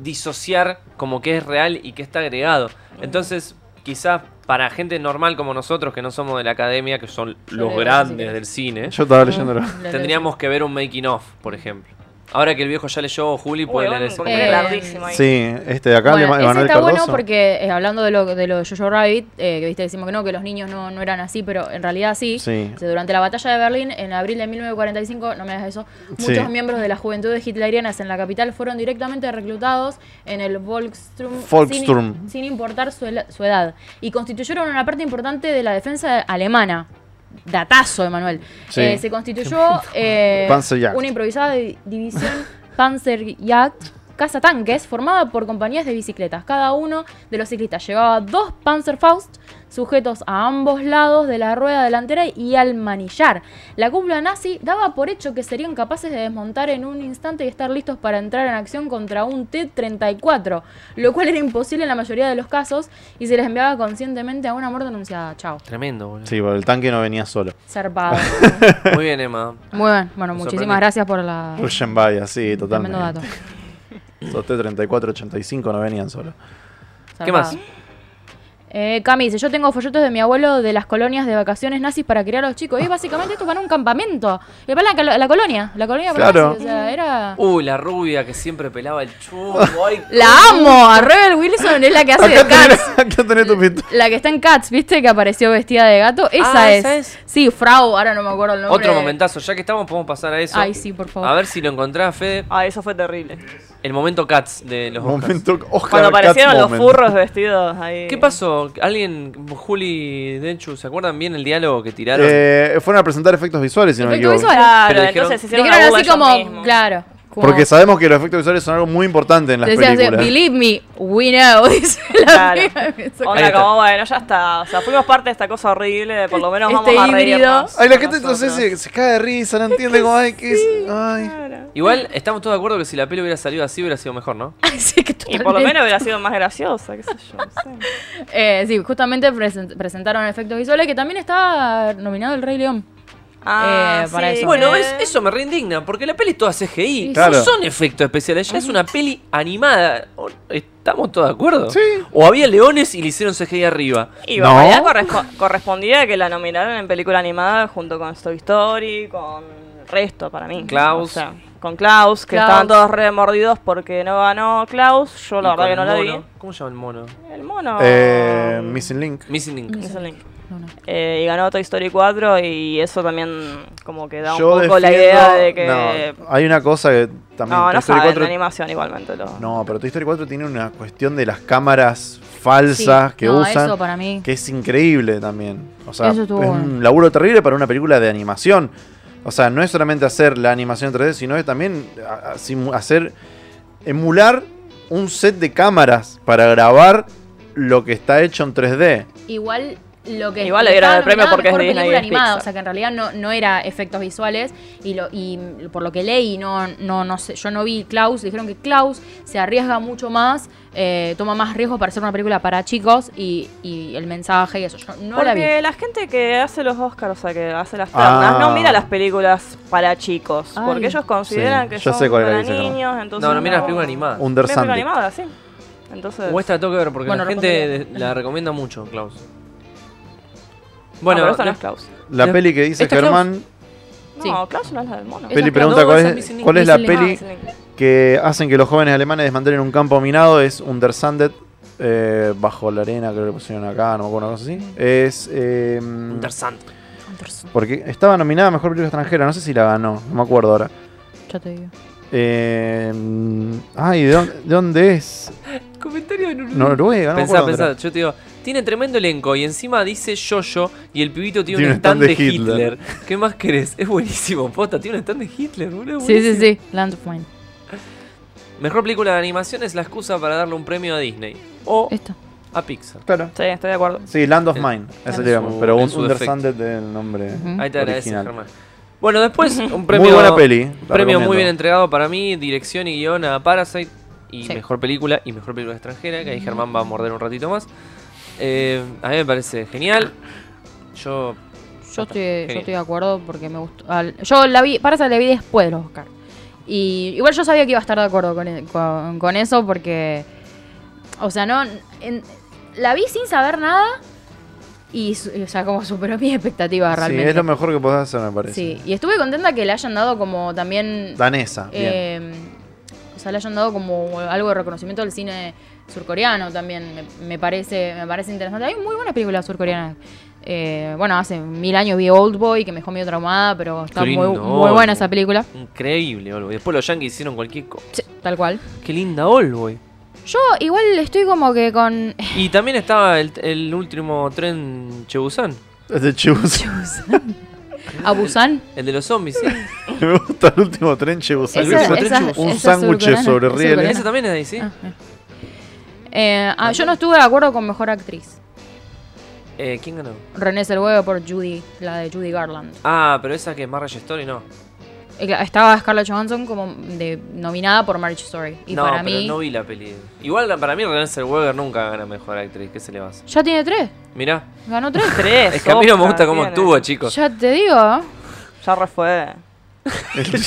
[SPEAKER 1] disociar como que es real y que está agregado. Entonces, quizás para gente normal como nosotros que no somos de la academia, que son los
[SPEAKER 3] digo, así
[SPEAKER 1] grandes
[SPEAKER 3] que-
[SPEAKER 1] del cine,
[SPEAKER 2] Yo estaba leyéndolo.
[SPEAKER 4] Mm.
[SPEAKER 1] tendríamos que ver un making of, por ejemplo. Ahora que el viejo ya leyó Juli,
[SPEAKER 4] Uy,
[SPEAKER 1] puede
[SPEAKER 4] un
[SPEAKER 1] leer ese
[SPEAKER 3] Eh,
[SPEAKER 4] comentario
[SPEAKER 1] comentario.
[SPEAKER 4] larguísimo ahí.
[SPEAKER 2] Sí, este de acá,
[SPEAKER 3] Bueno,
[SPEAKER 2] Ema-
[SPEAKER 3] ese
[SPEAKER 2] Emanuel
[SPEAKER 3] está bueno
[SPEAKER 2] Cardoso.
[SPEAKER 3] porque eh, hablando de lo, de lo de Jojo Rabbit, eh, que viste decimos que no, que los niños no, no eran así, pero en realidad sí.
[SPEAKER 2] Sí.
[SPEAKER 3] O sea, durante la batalla de Berlín, en abril de 1945, no me hagas eso,
[SPEAKER 2] Sí.
[SPEAKER 3] muchos miembros de las juventudes hitlerianas en la capital fueron directamente reclutados en el Volkssturm, sin-
[SPEAKER 2] Volkssturm.
[SPEAKER 3] Sin, importar su, el- su edad, y constituyeron una parte importante de la defensa alemana. Datazo, Emanuel.
[SPEAKER 2] Sí.
[SPEAKER 3] Eh, se constituyó eh,
[SPEAKER 2] Panzerjagd.
[SPEAKER 3] una improvisada di- división Panzerjagd Casa Tanques, formada por compañías de bicicletas. Cada uno de los ciclistas llevaba dos Panzerfaust sujetos a ambos lados de la rueda delantera y al manillar. La cúpula nazi daba por hecho que serían capaces de desmontar en un instante y estar listos para entrar en acción contra un T-34, lo cual era imposible en la mayoría de los casos y se les enviaba conscientemente a una muerte anunciada. Chao.
[SPEAKER 1] Tremendo, boludo.
[SPEAKER 2] Sí, porque el tanque no venía solo.
[SPEAKER 3] Zarpado.
[SPEAKER 1] Muy bien, Emma.
[SPEAKER 3] Muy bien. Bueno,
[SPEAKER 1] Me
[SPEAKER 3] muchísimas
[SPEAKER 1] sorprendí.
[SPEAKER 3] gracias por la...
[SPEAKER 2] Russian Vaya, sí,
[SPEAKER 3] Ah. Tremendo
[SPEAKER 2] totalmente.
[SPEAKER 3] dato.
[SPEAKER 2] Los T-34, 85 no venían solo.
[SPEAKER 1] ¿Qué más?
[SPEAKER 3] Zarpado. Eh, Cami dice, yo tengo folletos de mi abuelo de las colonias de vacaciones nazis para criar a los chicos. Y básicamente esto para un campamento. Y para la, colo- la colonia, la colonia para
[SPEAKER 2] Claro.
[SPEAKER 3] nazis, o sea, era...
[SPEAKER 1] Uy, la rubia que siempre pelaba el chumbo. ay,
[SPEAKER 3] Uh. La amo, a Rebel Wilson es la que hace de
[SPEAKER 2] Acá tenés,
[SPEAKER 3] Cats.
[SPEAKER 2] acá tenés tu pintura.
[SPEAKER 3] La que está en Cats, ¿viste? Que apareció vestida de gato. Esa,
[SPEAKER 1] Ah,
[SPEAKER 3] es.
[SPEAKER 1] ¿esa es?
[SPEAKER 3] Sí, Frau, ahora no me acuerdo el nombre.
[SPEAKER 1] Otro momentazo, ya que estamos, podemos pasar a eso.
[SPEAKER 3] Ay, sí, por favor.
[SPEAKER 1] A ver si lo encontrás, Fede.
[SPEAKER 4] Ah, eso fue terrible.
[SPEAKER 1] El momento Cats de los Oscars.
[SPEAKER 2] Momento Oscar
[SPEAKER 4] Cuando
[SPEAKER 2] Katz
[SPEAKER 4] aparecieron los
[SPEAKER 2] moment.
[SPEAKER 4] furros vestidos ahí.
[SPEAKER 1] ¿Qué pasó? ¿Alguien, Juli, Denchu, se acuerdan bien el diálogo que tiraron?
[SPEAKER 2] Eh, fueron a presentar efectos visuales, si no me
[SPEAKER 3] Efectos
[SPEAKER 2] equivoco.
[SPEAKER 3] visuales.
[SPEAKER 4] Claro,
[SPEAKER 1] Pero
[SPEAKER 4] entonces
[SPEAKER 1] dijeron-
[SPEAKER 4] hicieron
[SPEAKER 3] Dijeron
[SPEAKER 4] una burla
[SPEAKER 3] así
[SPEAKER 4] ellos
[SPEAKER 3] como,
[SPEAKER 4] mismos.
[SPEAKER 3] claro. como-
[SPEAKER 2] Porque sabemos que los efectos visuales son algo muy importante en las
[SPEAKER 3] Decía,
[SPEAKER 2] películas.
[SPEAKER 3] believe me, we know, dice la
[SPEAKER 4] Claro.
[SPEAKER 3] amiga de Mezzo.
[SPEAKER 1] Ahí
[SPEAKER 4] Onda,
[SPEAKER 1] está.
[SPEAKER 4] como bueno, ya está. O sea, fuimos parte de esta cosa horrible. Por lo menos
[SPEAKER 3] Este
[SPEAKER 4] vamos a
[SPEAKER 3] híbrido.
[SPEAKER 4] reírnos
[SPEAKER 2] Ay, la gente
[SPEAKER 4] nosotros.
[SPEAKER 2] entonces se, se cae de risa, no entiende cómo ay, que es. Ay.
[SPEAKER 4] Claro.
[SPEAKER 1] Igual estamos todos de acuerdo que si la peli hubiera salido así hubiera sido mejor, ¿no?
[SPEAKER 3] Así que
[SPEAKER 4] Y por lo
[SPEAKER 3] totalmente.
[SPEAKER 4] menos hubiera sido más graciosa, qué sé yo. no sé.
[SPEAKER 3] Eh, sí, justamente presen- presentaron efectos visuales que también está nominado el Rey León.
[SPEAKER 4] Ah,
[SPEAKER 3] Eh, para
[SPEAKER 4] sí.
[SPEAKER 3] eso.
[SPEAKER 1] Bueno, es- eso me reindigna, porque la peli es toda CGI.
[SPEAKER 3] Sí,
[SPEAKER 2] Claro.
[SPEAKER 1] No son efectos especiales, ya es una peli animada. O- ¿Estamos todos de acuerdo?
[SPEAKER 2] Sí.
[SPEAKER 1] O había leones y le hicieron CGI arriba.
[SPEAKER 4] Y
[SPEAKER 2] No.
[SPEAKER 4] bueno, en realidad correspo- correspondía que la nominaron en película animada junto con Toy Story, con el resto para mí.
[SPEAKER 1] Klaus.
[SPEAKER 4] O sea, con Klaus, que
[SPEAKER 3] Klaus.
[SPEAKER 4] estaban todos remordidos porque no ganó Klaus. Yo la
[SPEAKER 1] Y con
[SPEAKER 4] verdad que no
[SPEAKER 1] el
[SPEAKER 4] la
[SPEAKER 1] mono.
[SPEAKER 4] vi.
[SPEAKER 1] ¿Cómo se llama el mono?
[SPEAKER 4] El mono.
[SPEAKER 2] Eh, Missing Link.
[SPEAKER 1] Missing Link.
[SPEAKER 4] Es el link.
[SPEAKER 3] No, no.
[SPEAKER 4] Eh, y ganó Toy Story 4 y eso también como que da un
[SPEAKER 2] Yo
[SPEAKER 4] poco la
[SPEAKER 2] defiendo-
[SPEAKER 4] idea de que...
[SPEAKER 2] No, hay una cosa que también.
[SPEAKER 4] No, no,
[SPEAKER 2] Toy Story
[SPEAKER 4] saben
[SPEAKER 2] 4
[SPEAKER 4] de animación igualmente. Lo...
[SPEAKER 2] No, pero Toy Story 4 tiene una cuestión de las cámaras falsas
[SPEAKER 3] Sí.
[SPEAKER 2] que
[SPEAKER 3] No,
[SPEAKER 2] usan.
[SPEAKER 3] Eso para mí.
[SPEAKER 2] que es increíble también. O sea, es
[SPEAKER 3] Eso estuvo
[SPEAKER 2] un
[SPEAKER 3] bueno.
[SPEAKER 2] laburo terrible para una película de animación. O sea, no es solamente hacer la animación 3D, sino es también a- a- simu- hacer emular un set de cámaras para grabar lo que está hecho en 3D.
[SPEAKER 3] Igual lo que
[SPEAKER 4] Igual
[SPEAKER 3] lo que
[SPEAKER 4] le dieron
[SPEAKER 3] estaba
[SPEAKER 4] el premio
[SPEAKER 3] nominado
[SPEAKER 4] porque es
[SPEAKER 3] mejor
[SPEAKER 4] de Disney
[SPEAKER 3] película
[SPEAKER 4] y es
[SPEAKER 3] animada,
[SPEAKER 4] Pixar.
[SPEAKER 3] o sea que en realidad no, no era efectos visuales y lo y por lo que leí no no no sé, yo no vi Klaus, dijeron que Klaus se arriesga mucho más, eh, toma más riesgos para hacer una película para chicos y, y el mensaje y eso. Yo no la vi.
[SPEAKER 4] Porque la gente que hace los Oscars, o sea, que hace las
[SPEAKER 2] Ah.
[SPEAKER 4] ternas, no mira las películas para chicos.
[SPEAKER 3] Ay.
[SPEAKER 4] Porque ellos consideran
[SPEAKER 2] Sí,
[SPEAKER 4] que
[SPEAKER 2] ya
[SPEAKER 4] son
[SPEAKER 2] sé cuál era
[SPEAKER 4] para
[SPEAKER 2] que dice, ¿no?
[SPEAKER 4] niños, entonces...
[SPEAKER 1] No, no mira las películas animadas.
[SPEAKER 2] Un
[SPEAKER 4] Mira películas
[SPEAKER 2] Dersante.
[SPEAKER 4] animadas, sí. Entonces...
[SPEAKER 1] O esta la tengo que ver porque
[SPEAKER 3] Bueno,
[SPEAKER 1] la gente
[SPEAKER 3] responde
[SPEAKER 1] de- la recomienda mucho, Klaus.
[SPEAKER 4] Bueno,
[SPEAKER 1] Bueno, eh,
[SPEAKER 4] esta no
[SPEAKER 1] la-
[SPEAKER 4] es Klaus.
[SPEAKER 2] La
[SPEAKER 1] Ya.
[SPEAKER 2] peli que dice
[SPEAKER 1] ¿Esta es
[SPEAKER 2] Germán,
[SPEAKER 3] Sí.
[SPEAKER 4] No, Klaus no es la del mono.
[SPEAKER 3] Esa
[SPEAKER 2] peli
[SPEAKER 3] es
[SPEAKER 2] Eh, pregunta
[SPEAKER 1] Klaus.
[SPEAKER 2] cuál
[SPEAKER 1] No, esa
[SPEAKER 2] es,
[SPEAKER 1] es Missing
[SPEAKER 2] cuál es la
[SPEAKER 3] Link.
[SPEAKER 4] Ah,
[SPEAKER 2] peli
[SPEAKER 4] es el link.
[SPEAKER 2] que hacen que los jóvenes alemanes desmantelen un campo minado, es Undersanded eh, bajo la arena, creo que pusieron acá, no me acuerdo, una cosa así. Es... eh,
[SPEAKER 1] Interesante.
[SPEAKER 2] porque estaba nominada a Mejor Película Extranjera, no sé si la ganó, no me acuerdo ahora.
[SPEAKER 3] Ya te digo.
[SPEAKER 2] Eh, ay, ¿de dónde, de dónde es?
[SPEAKER 1] Comentario de Nuru.
[SPEAKER 2] Noruega, no me
[SPEAKER 1] Pensá,
[SPEAKER 2] acuerdo dónde
[SPEAKER 1] pensá,
[SPEAKER 2] era.
[SPEAKER 1] yo te digo, tiene tremendo elenco y encima dice yo-yo y el pibito tiene, un stand, de Hitler. ¿Qué más querés? Es buenísimo, posta, tiene un stand de Hitler, boludo. es
[SPEAKER 3] Sí, sí,
[SPEAKER 1] buenísimo.
[SPEAKER 3] sí, Land of Mine.
[SPEAKER 1] Mejor película de animación es la excusa para darle un premio a Disney o
[SPEAKER 3] Esto.
[SPEAKER 1] a Pixar.
[SPEAKER 2] Claro.
[SPEAKER 4] Sí, estoy de acuerdo.
[SPEAKER 2] Sí, Land of
[SPEAKER 1] En-
[SPEAKER 2] Mine, eso
[SPEAKER 1] en
[SPEAKER 2] le llaman,
[SPEAKER 1] su-
[SPEAKER 2] pero
[SPEAKER 1] en
[SPEAKER 2] un
[SPEAKER 1] su
[SPEAKER 2] Undersanded del nombre.
[SPEAKER 3] Ujú.
[SPEAKER 1] Ahí te agradece,
[SPEAKER 2] Original.
[SPEAKER 1] Germán. Bueno, después un premio
[SPEAKER 2] Muy buena peli. la
[SPEAKER 1] Premio
[SPEAKER 2] recomiendo.
[SPEAKER 1] muy bien entregado para mí, dirección y guión a Parasite y
[SPEAKER 3] Sí.
[SPEAKER 1] mejor película y mejor película extranjera, que ahí Germán va a morder un ratito más. Eh, a mí me parece genial. Yo
[SPEAKER 3] Yo estoy,
[SPEAKER 1] Genial.
[SPEAKER 3] yo estoy de acuerdo porque me gustó. al- yo la vi, para esa la vi después de los Oscar. Y igual yo sabía que iba a estar de acuerdo con, e- con- con eso porque. O sea, no. en- la vi sin saber nada y, su- o sea, como superó mis expectativas realmente.
[SPEAKER 2] Sí, es lo mejor que podés hacer, me parece.
[SPEAKER 3] Sí, y estuve contenta que le hayan dado como también.
[SPEAKER 2] Danesa, bien.
[SPEAKER 3] eh, o sea, le hayan dado como algo de reconocimiento del cine surcoreano también. Me, me parece, me parece interesante. Hay muy buenas películas surcoreanas. Eh, bueno, hace mil años vi Old Boy, que me dejó medio traumada, pero está
[SPEAKER 1] Qué
[SPEAKER 3] muy,
[SPEAKER 1] lindo,
[SPEAKER 3] muy buena
[SPEAKER 1] Oldboy.
[SPEAKER 3] esa película.
[SPEAKER 1] increíble, Olboy. Después los Yankees hicieron cualquier cosa.
[SPEAKER 3] Sí, tal cual.
[SPEAKER 1] Qué linda Olboy.
[SPEAKER 3] Yo igual estoy como que con.
[SPEAKER 1] Y también estaba el, el último tren Chebusan,
[SPEAKER 2] Es de Chibus.
[SPEAKER 3] ¿A Busan?
[SPEAKER 1] el de los zombies, ¿sí?
[SPEAKER 2] me gusta el último tren Chibus.
[SPEAKER 1] Esa-
[SPEAKER 2] El
[SPEAKER 1] esa-
[SPEAKER 2] último tren Chibus.
[SPEAKER 1] esa
[SPEAKER 2] Un
[SPEAKER 3] es
[SPEAKER 2] sándwich
[SPEAKER 3] surcoreana,
[SPEAKER 2] sobre
[SPEAKER 3] es
[SPEAKER 2] rieles.
[SPEAKER 1] Ese también es de ahí, ¿sí?
[SPEAKER 3] Ah, eh. Eh, ah, yo no estuve de acuerdo con mejor actriz.
[SPEAKER 1] Eh, ¿Quién ganó?
[SPEAKER 3] René Zellweger por Judy, la de Judy Garland.
[SPEAKER 1] Ah, pero esa que es Marriage Story, no.
[SPEAKER 3] Eh, claro, Estaba Scarlett Johansson como de, nominada por Marriage Story. Y
[SPEAKER 1] no, pero
[SPEAKER 3] para mí.
[SPEAKER 1] no vi la peli. Igual para mí Renée Zellweger nunca gana Mejor Actriz, ¿qué se le va a hacer?
[SPEAKER 3] Ya tiene tres.
[SPEAKER 1] Mirá,
[SPEAKER 3] Ganó tres.
[SPEAKER 4] Tres.
[SPEAKER 1] es que a mí no me
[SPEAKER 4] Oscar
[SPEAKER 1] gusta cómo
[SPEAKER 4] tiene.
[SPEAKER 1] actúa, chicos.
[SPEAKER 3] ya te digo. ¿eh?
[SPEAKER 4] Ya refue.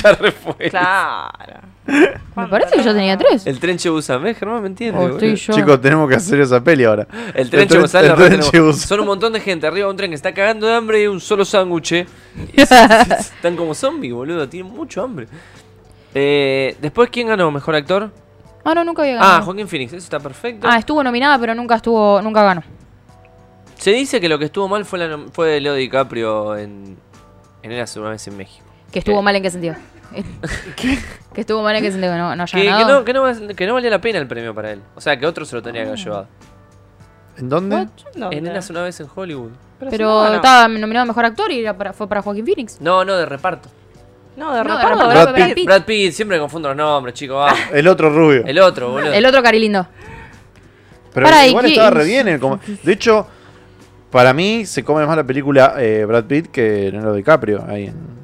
[SPEAKER 1] ya re fue.
[SPEAKER 4] Claro.
[SPEAKER 3] Me parece que yo tenía tres.
[SPEAKER 1] El tren Chebusán, ¿ves, Germán? ¿Me entiendes?
[SPEAKER 3] O
[SPEAKER 1] boludo?
[SPEAKER 3] Oh, estoy yo.
[SPEAKER 2] Chicos, tenemos que hacer esa peli ahora.
[SPEAKER 1] El tren
[SPEAKER 2] El tren-
[SPEAKER 1] Chebusán,
[SPEAKER 2] el
[SPEAKER 1] la re
[SPEAKER 2] tren
[SPEAKER 1] tenemos.
[SPEAKER 2] Chebusán.
[SPEAKER 1] Son un montón de gente arriba de un tren que está cagando de hambre y un solo sándwich. Y Están como zombies, boludo. Tienen mucho hambre. Eh, Después, ¿quién ganó? ¿Mejor actor?
[SPEAKER 3] Ah, no, nunca había ganado.
[SPEAKER 1] Ah, Joaquín Phoenix. Eso está perfecto.
[SPEAKER 3] Ah, estuvo nominada, pero nunca estuvo, nunca ganó.
[SPEAKER 1] Se dice que lo que estuvo mal fue, la nom- fue Leo DiCaprio en... En Érase una vez en México. Eh.
[SPEAKER 3] Que estuvo mal en qué sentido. Que estuvo mal en qué sentido que no, no haya
[SPEAKER 1] Que, que
[SPEAKER 3] ganado.
[SPEAKER 1] no, que, no, val- que no valía la pena el premio para él. O sea, que otro se lo tenía que
[SPEAKER 3] Ah,
[SPEAKER 1] haber llevado.
[SPEAKER 2] ¿En dónde?
[SPEAKER 4] ¿Dónde?
[SPEAKER 1] En Érase una vez en Hollywood.
[SPEAKER 3] pero
[SPEAKER 4] ganó.
[SPEAKER 3] estaba nominado a mejor actor y era para- fue para Joaquín Phoenix.
[SPEAKER 1] No, no, de reparto.
[SPEAKER 4] No,
[SPEAKER 3] No,
[SPEAKER 4] de reparto.
[SPEAKER 3] de
[SPEAKER 2] Brad
[SPEAKER 3] reparto, Brad Pitt.
[SPEAKER 1] Brad Pitt, siempre me confundo los nombres, chicos. vamos.
[SPEAKER 2] El otro rubio.
[SPEAKER 1] El otro, boludo.
[SPEAKER 3] El otro cari lindo.
[SPEAKER 2] Pero
[SPEAKER 3] Para, ¿y
[SPEAKER 2] igual
[SPEAKER 3] qué-
[SPEAKER 2] estaba re bien. el como- De hecho, para mí se come más la película eh, Brad Pitt que Leonardo DiCaprio. Ahí en-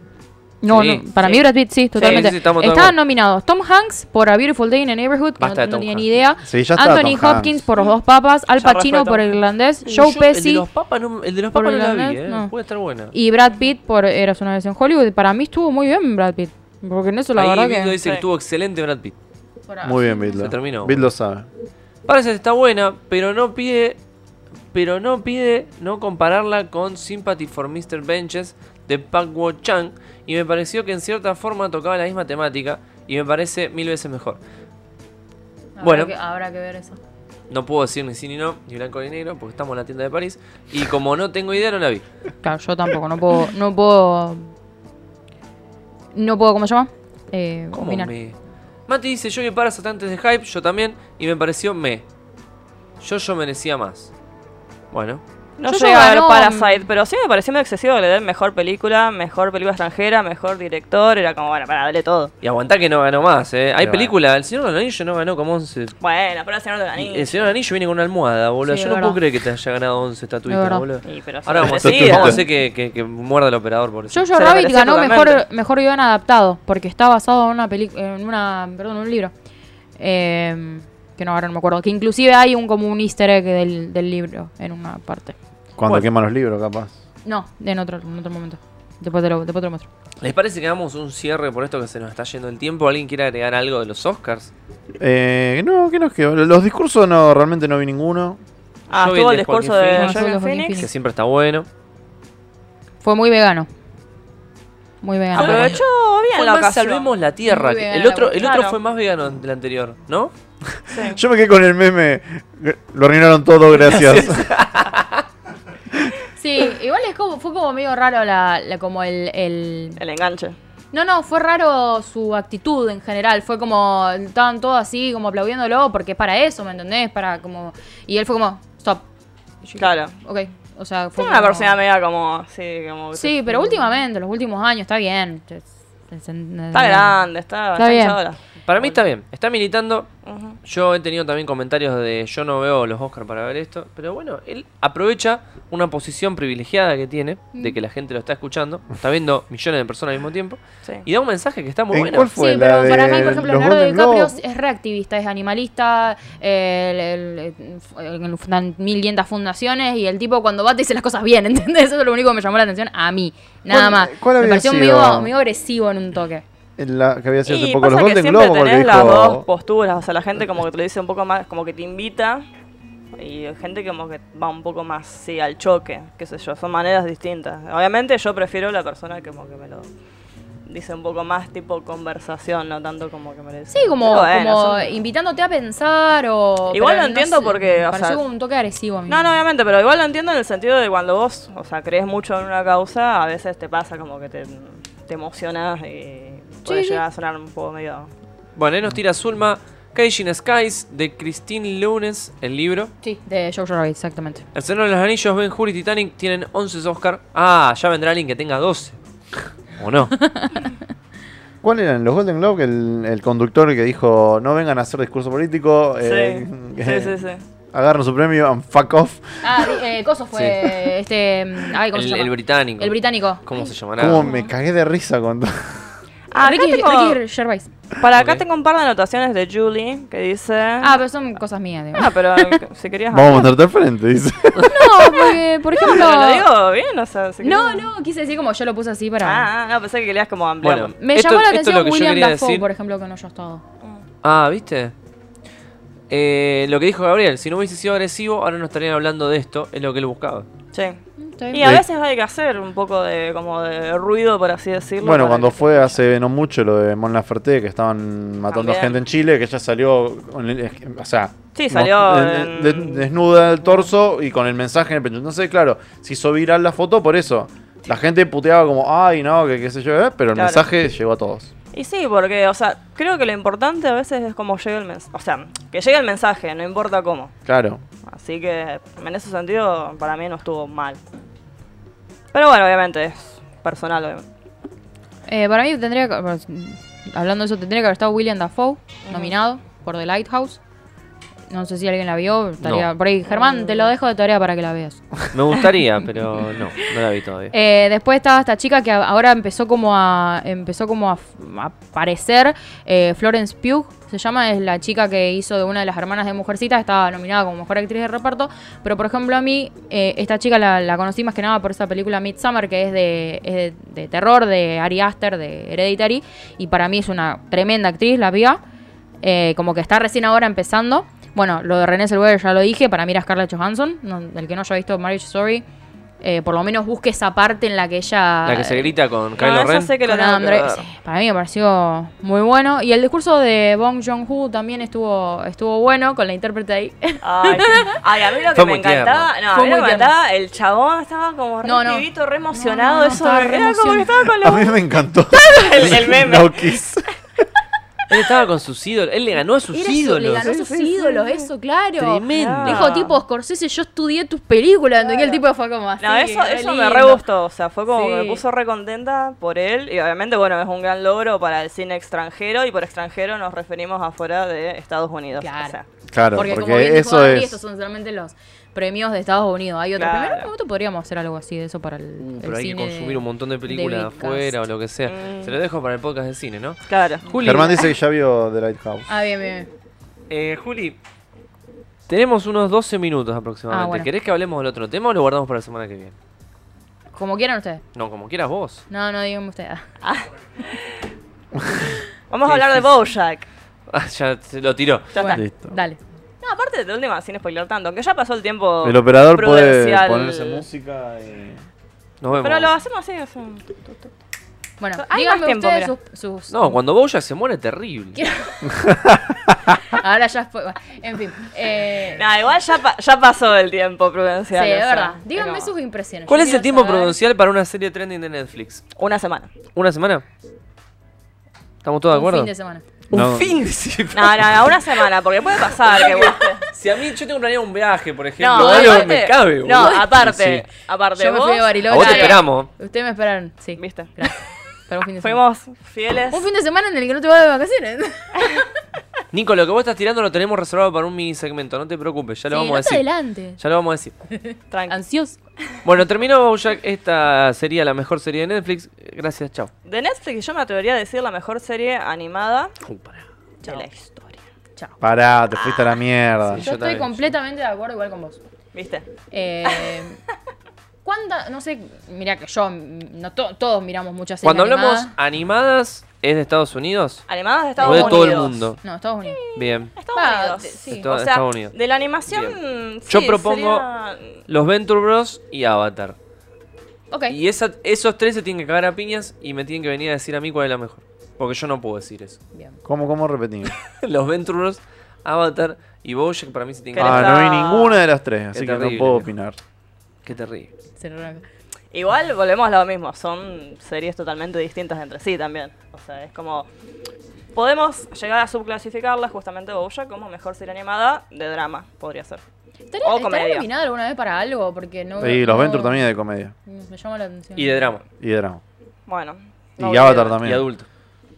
[SPEAKER 3] No,
[SPEAKER 1] Sí,
[SPEAKER 3] no, para
[SPEAKER 1] sí.
[SPEAKER 3] mí Brad Pitt, sí, totalmente.
[SPEAKER 1] sí, sí, estamos todos de
[SPEAKER 3] Estaban
[SPEAKER 1] acuerdo.
[SPEAKER 3] nominados Tom Hanks por A Beautiful Day in a Neighborhood, que
[SPEAKER 1] Basta de
[SPEAKER 3] no,
[SPEAKER 1] Tom
[SPEAKER 3] no tenía
[SPEAKER 1] Hanks.
[SPEAKER 3] ni idea.
[SPEAKER 2] Sí, ya está
[SPEAKER 3] Anthony
[SPEAKER 2] Tom
[SPEAKER 3] Hopkins
[SPEAKER 2] Hanks.
[SPEAKER 3] por Los Dos Papas, Al
[SPEAKER 4] Ya
[SPEAKER 3] Pacino
[SPEAKER 4] respeto.
[SPEAKER 3] por El Irlandés,
[SPEAKER 1] Uh,
[SPEAKER 3] Joe
[SPEAKER 1] yo El
[SPEAKER 3] Pesci
[SPEAKER 1] de los papas no, el de los
[SPEAKER 3] por
[SPEAKER 1] papas no la
[SPEAKER 3] Irlandés,
[SPEAKER 1] vi, eh.
[SPEAKER 3] no.
[SPEAKER 1] Puede estar buena.
[SPEAKER 3] y Brad Pitt por Eras una vez en Hollywood. Para mí estuvo muy bien Brad Pitt, porque en eso la
[SPEAKER 1] Ahí
[SPEAKER 3] verdad
[SPEAKER 1] Bildo
[SPEAKER 3] que...
[SPEAKER 1] dice que
[SPEAKER 4] Sí.
[SPEAKER 1] estuvo excelente Brad Pitt.
[SPEAKER 2] Muy bien, Bill.
[SPEAKER 1] Ah, Se terminó.
[SPEAKER 2] Bill lo sabe.
[SPEAKER 1] Parece que está buena, pero no pide. Pero no pide no compararla con Sympathy for Mr. Benches de Park Wo Chang. Y me pareció que en cierta forma tocaba la misma temática. Y me parece mil veces mejor. bueno. que-
[SPEAKER 3] habrá que ver eso.
[SPEAKER 1] No puedo decir ni sí ni no, ni blanco ni negro, porque estamos en la tienda de París. Y como no tengo idea, no la vi.
[SPEAKER 3] Claro, yo tampoco, no puedo, no puedo, no puedo, ¿cómo se llama? Eh,
[SPEAKER 1] ¿Cómo
[SPEAKER 3] opinar.
[SPEAKER 1] me? Mati dice, yo vi paras antes de hype, yo también, y me pareció me. Yo yo merecía más. Bueno,
[SPEAKER 4] No
[SPEAKER 3] Yo
[SPEAKER 4] llegué a ver
[SPEAKER 3] ganó-
[SPEAKER 4] Parasite, pero sí me pareció muy excesivo que le den mejor película, mejor película extranjera, mejor director. Era como, bueno, para, dale todo.
[SPEAKER 1] y aguantá que no ganó más, ¿eh? Hay
[SPEAKER 2] Pero
[SPEAKER 1] películas, El Señor de los Anillos no ganó como 11.
[SPEAKER 4] Bueno, pero el señor de la
[SPEAKER 1] Y El Señor de los Anillos viene con una almohada, boludo.
[SPEAKER 3] Sí,
[SPEAKER 1] yo
[SPEAKER 3] es
[SPEAKER 1] no puedo
[SPEAKER 3] verdad.
[SPEAKER 1] creer que te haya ganado 11 estatuitas,
[SPEAKER 3] verdad.
[SPEAKER 1] boludo.
[SPEAKER 4] Y, pero sí ah,
[SPEAKER 1] Ahora vamos a hacer,
[SPEAKER 4] merecida.
[SPEAKER 1] vamos a hacer que, que- que muerda el operador, por eso.
[SPEAKER 3] Jojo
[SPEAKER 4] Se le
[SPEAKER 3] Rabbit
[SPEAKER 4] merecía
[SPEAKER 3] ganó mejor,
[SPEAKER 4] totalmente.
[SPEAKER 3] mejor guión adaptado, porque está basado en una película, en una, perdón, en un libro. Eh, que no, ahora no me acuerdo. Que inclusive hay un como un easter egg del, del libro en una parte.
[SPEAKER 2] Cuando
[SPEAKER 1] Bueno.
[SPEAKER 2] queman los libros, capaz.
[SPEAKER 3] No, en otro, en otro momento. Después te lo, después te lo muestro.
[SPEAKER 1] ¿Les parece que hagamos un cierre por esto que se nos está yendo el tiempo? ¿Alguien quiere agregar algo de los Oscars?
[SPEAKER 2] Eh, no, ¿qué nos quedó? Los discursos no, realmente no vi ninguno.
[SPEAKER 4] Ah,
[SPEAKER 1] Yo vi
[SPEAKER 4] estuvo
[SPEAKER 1] el
[SPEAKER 4] el
[SPEAKER 1] de Joaquin
[SPEAKER 4] discurso de
[SPEAKER 1] Phoenix.
[SPEAKER 3] Ah,
[SPEAKER 4] Joaquin
[SPEAKER 3] estuvo el de Joaquin
[SPEAKER 4] Phoenix.
[SPEAKER 1] Que siempre está bueno.
[SPEAKER 3] Fue muy vegano. Muy vegano.
[SPEAKER 1] Ah, pero
[SPEAKER 4] Aprovechó bien
[SPEAKER 1] Fue
[SPEAKER 4] la
[SPEAKER 1] más
[SPEAKER 4] ocasión.
[SPEAKER 1] Salvemos la Tierra.
[SPEAKER 3] Muy vegana
[SPEAKER 1] El
[SPEAKER 3] la
[SPEAKER 1] otro, el
[SPEAKER 4] cuestión.
[SPEAKER 1] otro
[SPEAKER 4] Claro.
[SPEAKER 1] fue más vegano del anterior, ¿no?
[SPEAKER 4] Sí.
[SPEAKER 2] Yo me quedé con el meme. Lo arruinaron todo, gracias.
[SPEAKER 3] Sí, igual es como, fue como medio raro la, la- como el, el
[SPEAKER 4] El enganche.
[SPEAKER 3] No, no, fue raro su actitud en general. Fue como, estaban todos así, como aplaudiéndolo, porque es para eso, ¿me entendés? Para como. Y él fue como, stop. Y yo,
[SPEAKER 4] Claro.
[SPEAKER 3] Ok. O sea, fue.
[SPEAKER 4] Fue una
[SPEAKER 3] como-
[SPEAKER 4] persona media como, sí, como...
[SPEAKER 3] Sí, pero últimamente, los últimos años, está bien. Está
[SPEAKER 4] Está grande, está, está
[SPEAKER 3] bien.
[SPEAKER 4] hinchadora.
[SPEAKER 1] Para mí está bien. Está militando.
[SPEAKER 4] Ujú.
[SPEAKER 1] Yo he tenido también comentarios de yo no veo los Oscar para ver esto. Pero bueno, él aprovecha una posición privilegiada que tiene, de que la gente lo está escuchando, lo está viendo millones de personas al mismo tiempo,
[SPEAKER 4] Sí.
[SPEAKER 1] y da un mensaje que está muy
[SPEAKER 2] ¿En
[SPEAKER 1] bueno.
[SPEAKER 2] cuál
[SPEAKER 3] Sí,
[SPEAKER 2] fue la
[SPEAKER 3] pero
[SPEAKER 2] de
[SPEAKER 3] para mí, por ejemplo,
[SPEAKER 2] los
[SPEAKER 3] Leonardo
[SPEAKER 2] Golden
[SPEAKER 3] DiCaprio
[SPEAKER 2] Globes?
[SPEAKER 3] es reactivista, es animalista, eh, el- el- el- en fundan- 1500 fundaciones y el tipo cuando va te dice las cosas bien, ¿entendés? Eso es lo único que me llamó la atención a mí, nada
[SPEAKER 2] ¿Cuál-
[SPEAKER 3] más.
[SPEAKER 2] cuál
[SPEAKER 3] me
[SPEAKER 2] había
[SPEAKER 3] pareció
[SPEAKER 2] sido?
[SPEAKER 3] medio, medio agresivo en un toque.
[SPEAKER 2] En la que había sido hace
[SPEAKER 4] Y
[SPEAKER 2] poco los
[SPEAKER 4] pasa
[SPEAKER 2] Golden
[SPEAKER 4] que siempre
[SPEAKER 2] Globes porque
[SPEAKER 4] tenés las dos
[SPEAKER 2] dijo.
[SPEAKER 4] posturas, o sea, la gente como que te lo dice un poco más, como que te invita y gente como que va un poco más, sí, al choque, qué sé yo, son maneras distintas. Obviamente yo prefiero la persona que como que me lo dice un poco más tipo conversación, no tanto como que me lo dice.
[SPEAKER 3] Sí, como,
[SPEAKER 4] Pero bueno,
[SPEAKER 3] como
[SPEAKER 4] son-
[SPEAKER 3] invitándote a pensar o...
[SPEAKER 4] Igual
[SPEAKER 3] pero
[SPEAKER 4] lo entiendo porque,
[SPEAKER 3] me
[SPEAKER 4] o
[SPEAKER 3] pareció
[SPEAKER 4] sea-
[SPEAKER 3] como un toque agresivo a mí.
[SPEAKER 4] No, no, obviamente, pero igual lo entiendo en el sentido de cuando vos, o sea, crees mucho en una causa, a veces te pasa como que te, te emocionas y puede
[SPEAKER 3] sí.
[SPEAKER 4] llegar a sonar un poco medio...
[SPEAKER 1] Bueno, él nos tira Zulma, Caging Skies, de Christine Lunes, el libro.
[SPEAKER 3] Sí, de Jojo Rabbit, exactamente.
[SPEAKER 1] El Señor de los Anillos, Ben Hur y Titanic tienen 11 Oscar. Ah, ya vendrá alguien que tenga 12. ¿O no?
[SPEAKER 2] ¿Cuál eran? Los Golden Globes, el, el conductor que dijo: No vengan a hacer discurso político. eh,
[SPEAKER 4] Sí, sí, sí, sí.
[SPEAKER 2] Agarren su premio and fuck off.
[SPEAKER 3] Ah, di- eh, Coso fue este... mm, Ay, ¿cómo se
[SPEAKER 1] El,
[SPEAKER 3] llama?
[SPEAKER 1] el británico.
[SPEAKER 3] El británico.
[SPEAKER 1] ¿Cómo se llamará?
[SPEAKER 2] Como me cagué de risa con.
[SPEAKER 4] Acá
[SPEAKER 3] Ricky,
[SPEAKER 4] tengo-
[SPEAKER 3] Ricky Gervais.
[SPEAKER 4] Para acá
[SPEAKER 1] Ok.
[SPEAKER 4] tengo un par de anotaciones de Julie que dice.
[SPEAKER 3] Ah, pero son cosas mías, digo.
[SPEAKER 4] Ah, pero si querías.
[SPEAKER 2] Vamos a
[SPEAKER 4] hablar.
[SPEAKER 2] mostrarte al frente, dice.
[SPEAKER 3] No, porque, por ejemplo.
[SPEAKER 4] Pero lo digo bien, o sea, si
[SPEAKER 3] No,
[SPEAKER 4] querías-
[SPEAKER 3] no, quise decir como yo lo puse así para.
[SPEAKER 4] Ah, ah, no, pensé que querías como ampliar.
[SPEAKER 1] Bueno.
[SPEAKER 3] me
[SPEAKER 1] esto-
[SPEAKER 3] llamó la
[SPEAKER 1] esto es
[SPEAKER 3] atención
[SPEAKER 1] lo que yo
[SPEAKER 3] William
[SPEAKER 1] quería
[SPEAKER 3] Dafoe,
[SPEAKER 1] decir.
[SPEAKER 3] por ejemplo, que no haya estado.
[SPEAKER 1] Ah, ¿viste? Eh, lo que dijo Gabriel, si no hubiese sido agresivo, ahora no estarían hablando de esto, es lo que él buscaba.
[SPEAKER 4] Sí.
[SPEAKER 3] Mm, Está
[SPEAKER 4] Y a
[SPEAKER 3] bien.
[SPEAKER 1] Eh.
[SPEAKER 2] De-
[SPEAKER 4] veces hay que hacer un poco de como de ruido, por así decirlo.
[SPEAKER 2] Bueno,
[SPEAKER 4] para
[SPEAKER 2] cuando
[SPEAKER 4] que-
[SPEAKER 2] fue hace no mucho lo de Mon Laferte, que estaban matando
[SPEAKER 4] También.
[SPEAKER 2] gente en Chile, que ella salió, con el- o sea,
[SPEAKER 4] Sí, salió
[SPEAKER 2] mo- de-
[SPEAKER 4] en-
[SPEAKER 2] de- desnuda del torso y con el mensaje en el pecho. Entonces, claro, se hizo viral la foto por eso. La gente puteaba como, ay, no, que qué sé yo, eh, pero el
[SPEAKER 4] Claro.
[SPEAKER 2] mensaje llegó a todos.
[SPEAKER 4] Y sí, porque, o sea, creo que lo importante a veces es cómo llega el mensaje. O sea, que llegue el mensaje, no importa cómo.
[SPEAKER 2] Claro.
[SPEAKER 4] Así que, en ese sentido, para mí no estuvo mal. Pero bueno, obviamente, es personal, obviamente.
[SPEAKER 3] Eh, para mí tendría que. Hablando de eso, tendría que haber estado William Dafoe, nominado por The Lighthouse. No sé si alguien la vio. Estaría
[SPEAKER 1] No.
[SPEAKER 3] por ahí. Germán, te lo dejo de tarea para que la veas.
[SPEAKER 1] Me gustaría, pero no, no la vi todavía.
[SPEAKER 3] Eh, después estaba esta chica que a- ahora empezó como a empezó como a, f- a aparecer, eh, Florence Pugh se llama, es la chica que hizo de una de las hermanas de Mujercitas, estaba nominada como mejor actriz de reparto, pero por ejemplo a mí eh, esta chica la, la conocí más que nada por esa película Midsummer que es de, es de- de terror de Ari Aster de Hereditary y para mí es una tremenda actriz la piba, eh, como que está recién ahora empezando. Bueno, lo de René Zellweger ya lo dije, para mí era Scarlett Johansson, no- el que no haya visto Marriage Story, eh, por lo menos busque esa parte en la que ella... eh,
[SPEAKER 1] La que se grita con
[SPEAKER 4] No,
[SPEAKER 1] Kylo
[SPEAKER 4] eso
[SPEAKER 1] Ren.
[SPEAKER 4] sé que lo
[SPEAKER 3] Con
[SPEAKER 4] tengo que
[SPEAKER 3] André-
[SPEAKER 4] ver.
[SPEAKER 3] sí, para mí me pareció muy bueno. Y el discurso de Bong Joon-ho también estuvo, estuvo bueno con la intérprete ahí.
[SPEAKER 4] Ay, sí. Ay, a mí lo que
[SPEAKER 1] Fue
[SPEAKER 4] me
[SPEAKER 1] muy tierno.
[SPEAKER 4] encantaba, no, a
[SPEAKER 3] Fue
[SPEAKER 4] mí lo que
[SPEAKER 3] muy
[SPEAKER 4] me encantaba, el chabón estaba como re
[SPEAKER 3] No, no.
[SPEAKER 4] pibito, re
[SPEAKER 3] No,
[SPEAKER 4] emocionado,
[SPEAKER 3] no, no,
[SPEAKER 4] eso
[SPEAKER 3] estaba
[SPEAKER 4] era
[SPEAKER 3] re
[SPEAKER 4] como que estaba con
[SPEAKER 2] A
[SPEAKER 4] la
[SPEAKER 2] mí me encantó.
[SPEAKER 4] el, el meme.
[SPEAKER 2] No Kiss.
[SPEAKER 1] Él estaba con sus ídolos, él le ganó a sus
[SPEAKER 3] Era su- le
[SPEAKER 1] ídolos.
[SPEAKER 3] ganó sus ídolos, eso, claro.
[SPEAKER 1] Tremendo.
[SPEAKER 3] Dijo tipo Scorsese, yo estudié tus películas. ¿entendés? El tipo fue como así.
[SPEAKER 4] No, eso,
[SPEAKER 3] re
[SPEAKER 4] eso me
[SPEAKER 3] lindo.
[SPEAKER 4] re gustó, o sea, fue como que
[SPEAKER 3] Sí.
[SPEAKER 4] me puso re contenta por él y obviamente, bueno, es un gran logro para el cine extranjero y por extranjero nos referimos afuera de Estados Unidos.
[SPEAKER 3] Claro.
[SPEAKER 4] O sea,
[SPEAKER 2] Claro,
[SPEAKER 3] Porque,
[SPEAKER 2] porque,
[SPEAKER 3] como bien dijo
[SPEAKER 2] eso
[SPEAKER 3] Adri,
[SPEAKER 2] es.
[SPEAKER 3] esos son solamente los premios de Estados Unidos. Hay otros.
[SPEAKER 4] Claro.
[SPEAKER 3] Primero, en algún momento podríamos hacer algo así de eso para el,
[SPEAKER 1] Uh,
[SPEAKER 3] el
[SPEAKER 1] pero hay que
[SPEAKER 3] cine
[SPEAKER 1] consumir un montón de películas
[SPEAKER 3] Big
[SPEAKER 1] afuera o
[SPEAKER 3] Cast.
[SPEAKER 1] lo que sea.
[SPEAKER 4] Mm.
[SPEAKER 1] Se lo dejo para el podcast de cine, ¿no?
[SPEAKER 4] claro.
[SPEAKER 1] Juli,
[SPEAKER 2] Germán dice que ya vio The Lighthouse.
[SPEAKER 3] Ah, bien, bien.
[SPEAKER 1] eh, Juli, tenemos unos 12 minutos aproximadamente.
[SPEAKER 3] Ah, bueno.
[SPEAKER 1] ¿Querés que hablemos del otro tema o lo guardamos para la semana que viene?
[SPEAKER 3] Como quieran ustedes.
[SPEAKER 1] No, como quieras vos.
[SPEAKER 3] No, no, díganme ustedes.
[SPEAKER 4] Vamos a hablar de Bojack.
[SPEAKER 1] Ah, ya se lo tiró.
[SPEAKER 4] Ya
[SPEAKER 3] Bueno,
[SPEAKER 4] está.
[SPEAKER 2] Listo.
[SPEAKER 3] Dale.
[SPEAKER 4] No, aparte de última, sin spoiler tanto, aunque ya pasó el tiempo.
[SPEAKER 2] El operador puede
[SPEAKER 4] prudencial.
[SPEAKER 2] ponerse música y.
[SPEAKER 1] Nos vemos.
[SPEAKER 4] Pero lo hacemos así, o sea, tu, tu, tu.
[SPEAKER 3] Bueno,
[SPEAKER 4] Hay
[SPEAKER 3] díganme
[SPEAKER 4] más tiempo,
[SPEAKER 3] ustedes sus, sus-
[SPEAKER 1] No, cuando Boya se muere es terrible.
[SPEAKER 3] Ahora ya fue. bueno, En fin. Eh,
[SPEAKER 4] Nah, igual ya, pa- ya pasó el tiempo
[SPEAKER 3] sí,
[SPEAKER 4] prudencial. o
[SPEAKER 3] es
[SPEAKER 4] sea,
[SPEAKER 3] verdad. Díganme
[SPEAKER 4] como
[SPEAKER 3] sus impresiones.
[SPEAKER 1] ¿Cuál
[SPEAKER 3] Yo
[SPEAKER 1] es el
[SPEAKER 3] quiero
[SPEAKER 1] tiempo
[SPEAKER 3] saber-
[SPEAKER 1] prudencial para una serie trending de Netflix?
[SPEAKER 4] Una semana.
[SPEAKER 1] ¿Una semana? ¿Estamos todos de
[SPEAKER 3] Un
[SPEAKER 1] acuerdo?
[SPEAKER 3] fin de semana.
[SPEAKER 1] Un
[SPEAKER 2] No.
[SPEAKER 1] fin de semana.
[SPEAKER 4] No, no, no, una semana, porque puede pasar que vos te-
[SPEAKER 1] Si a mí yo tengo planeado un viaje, por ejemplo,
[SPEAKER 4] No,
[SPEAKER 1] algo
[SPEAKER 4] aparte-
[SPEAKER 1] me cabe,
[SPEAKER 4] No,
[SPEAKER 1] boludo.
[SPEAKER 4] aparte, aparte
[SPEAKER 3] Yo me
[SPEAKER 4] vos,
[SPEAKER 3] fui de
[SPEAKER 1] A
[SPEAKER 3] Bariloche.
[SPEAKER 1] vos te
[SPEAKER 3] Claro.
[SPEAKER 1] esperamos.
[SPEAKER 3] Ustedes me esperaron, sí.
[SPEAKER 4] ¿Viste?
[SPEAKER 3] Gracias. Pero un fin de semana.
[SPEAKER 4] Fuimos fieles.
[SPEAKER 3] Un fin de semana en el que no te vas de vacaciones.
[SPEAKER 1] Nico, lo que vos estás tirando lo tenemos reservado para un mini segmento, no te preocupes, ya lo
[SPEAKER 3] Sí,
[SPEAKER 1] vamos
[SPEAKER 3] no
[SPEAKER 1] a
[SPEAKER 3] te
[SPEAKER 1] decir.
[SPEAKER 3] adelante.
[SPEAKER 1] Ya lo vamos a decir.
[SPEAKER 4] Tranqui.
[SPEAKER 3] Ansioso.
[SPEAKER 1] Bueno, terminó Bojack, esta sería la mejor serie de Netflix. Gracias, chao.
[SPEAKER 4] De Netflix yo me atrevería a decir la mejor serie animada
[SPEAKER 1] Uh, pará.
[SPEAKER 4] de la historia.
[SPEAKER 3] Chao.
[SPEAKER 2] Pará, te fuiste a la mierda.
[SPEAKER 1] Sí,
[SPEAKER 3] Yo
[SPEAKER 1] yo
[SPEAKER 3] estoy
[SPEAKER 1] también.
[SPEAKER 3] completamente de acuerdo igual con vos.
[SPEAKER 4] ¿Viste?
[SPEAKER 3] Eh, ¿Cuánta? No sé, mira que yo, mm, no to- todos miramos muchas series
[SPEAKER 1] Cuando hablamos
[SPEAKER 3] animadas.
[SPEAKER 1] animadas, ¿es de Estados Unidos
[SPEAKER 4] Animadas de
[SPEAKER 1] o
[SPEAKER 4] Estados
[SPEAKER 1] de
[SPEAKER 4] Unidos.
[SPEAKER 1] todo el mundo.
[SPEAKER 3] No, Estados Unidos.
[SPEAKER 1] Bien.
[SPEAKER 4] Estados
[SPEAKER 3] Ah,
[SPEAKER 4] Unidos.
[SPEAKER 3] de- sí.
[SPEAKER 1] De to-
[SPEAKER 4] o
[SPEAKER 1] de
[SPEAKER 4] sea,
[SPEAKER 1] Estados Unidos.
[SPEAKER 4] de la animación. sí,
[SPEAKER 1] Yo propongo
[SPEAKER 4] sería-
[SPEAKER 1] Los Venture Bros y Avatar.
[SPEAKER 3] Ok.
[SPEAKER 1] Y esa- esos tres se tienen que cagar a piñas y me tienen que venir a decir a mí cuál es la mejor. Porque yo no puedo decir eso.
[SPEAKER 3] Bien.
[SPEAKER 2] ¿Cómo, cómo repetimos?
[SPEAKER 1] Los Venture Bros, Avatar y Bojack para mí se tienen que
[SPEAKER 4] Pero
[SPEAKER 2] Ah,
[SPEAKER 1] cagar.
[SPEAKER 2] no vi
[SPEAKER 4] está-
[SPEAKER 2] ninguna de las tres, así que
[SPEAKER 1] terrible,
[SPEAKER 2] no puedo
[SPEAKER 1] viejo.
[SPEAKER 2] opinar.
[SPEAKER 1] Qué terrible.
[SPEAKER 3] Se lo arranca.
[SPEAKER 4] Igual volvemos a lo mismo, son series totalmente distintas entre sí también. O sea, es como. Podemos llegar a subclasificarlas justamente Bojack como mejor serie animada de drama, podría ser.
[SPEAKER 3] ¿Estaría,
[SPEAKER 4] O
[SPEAKER 3] estaría
[SPEAKER 4] comedia.
[SPEAKER 3] nominada alguna vez para algo? Porque no.
[SPEAKER 2] Y
[SPEAKER 3] no-
[SPEAKER 2] los Venture también es de comedia.
[SPEAKER 3] Me llama la atención.
[SPEAKER 1] Y de drama.
[SPEAKER 2] Y de drama.
[SPEAKER 4] Bueno. no
[SPEAKER 2] Y
[SPEAKER 4] olvidemos.
[SPEAKER 2] Avatar
[SPEAKER 1] Y
[SPEAKER 2] también.
[SPEAKER 1] adulto.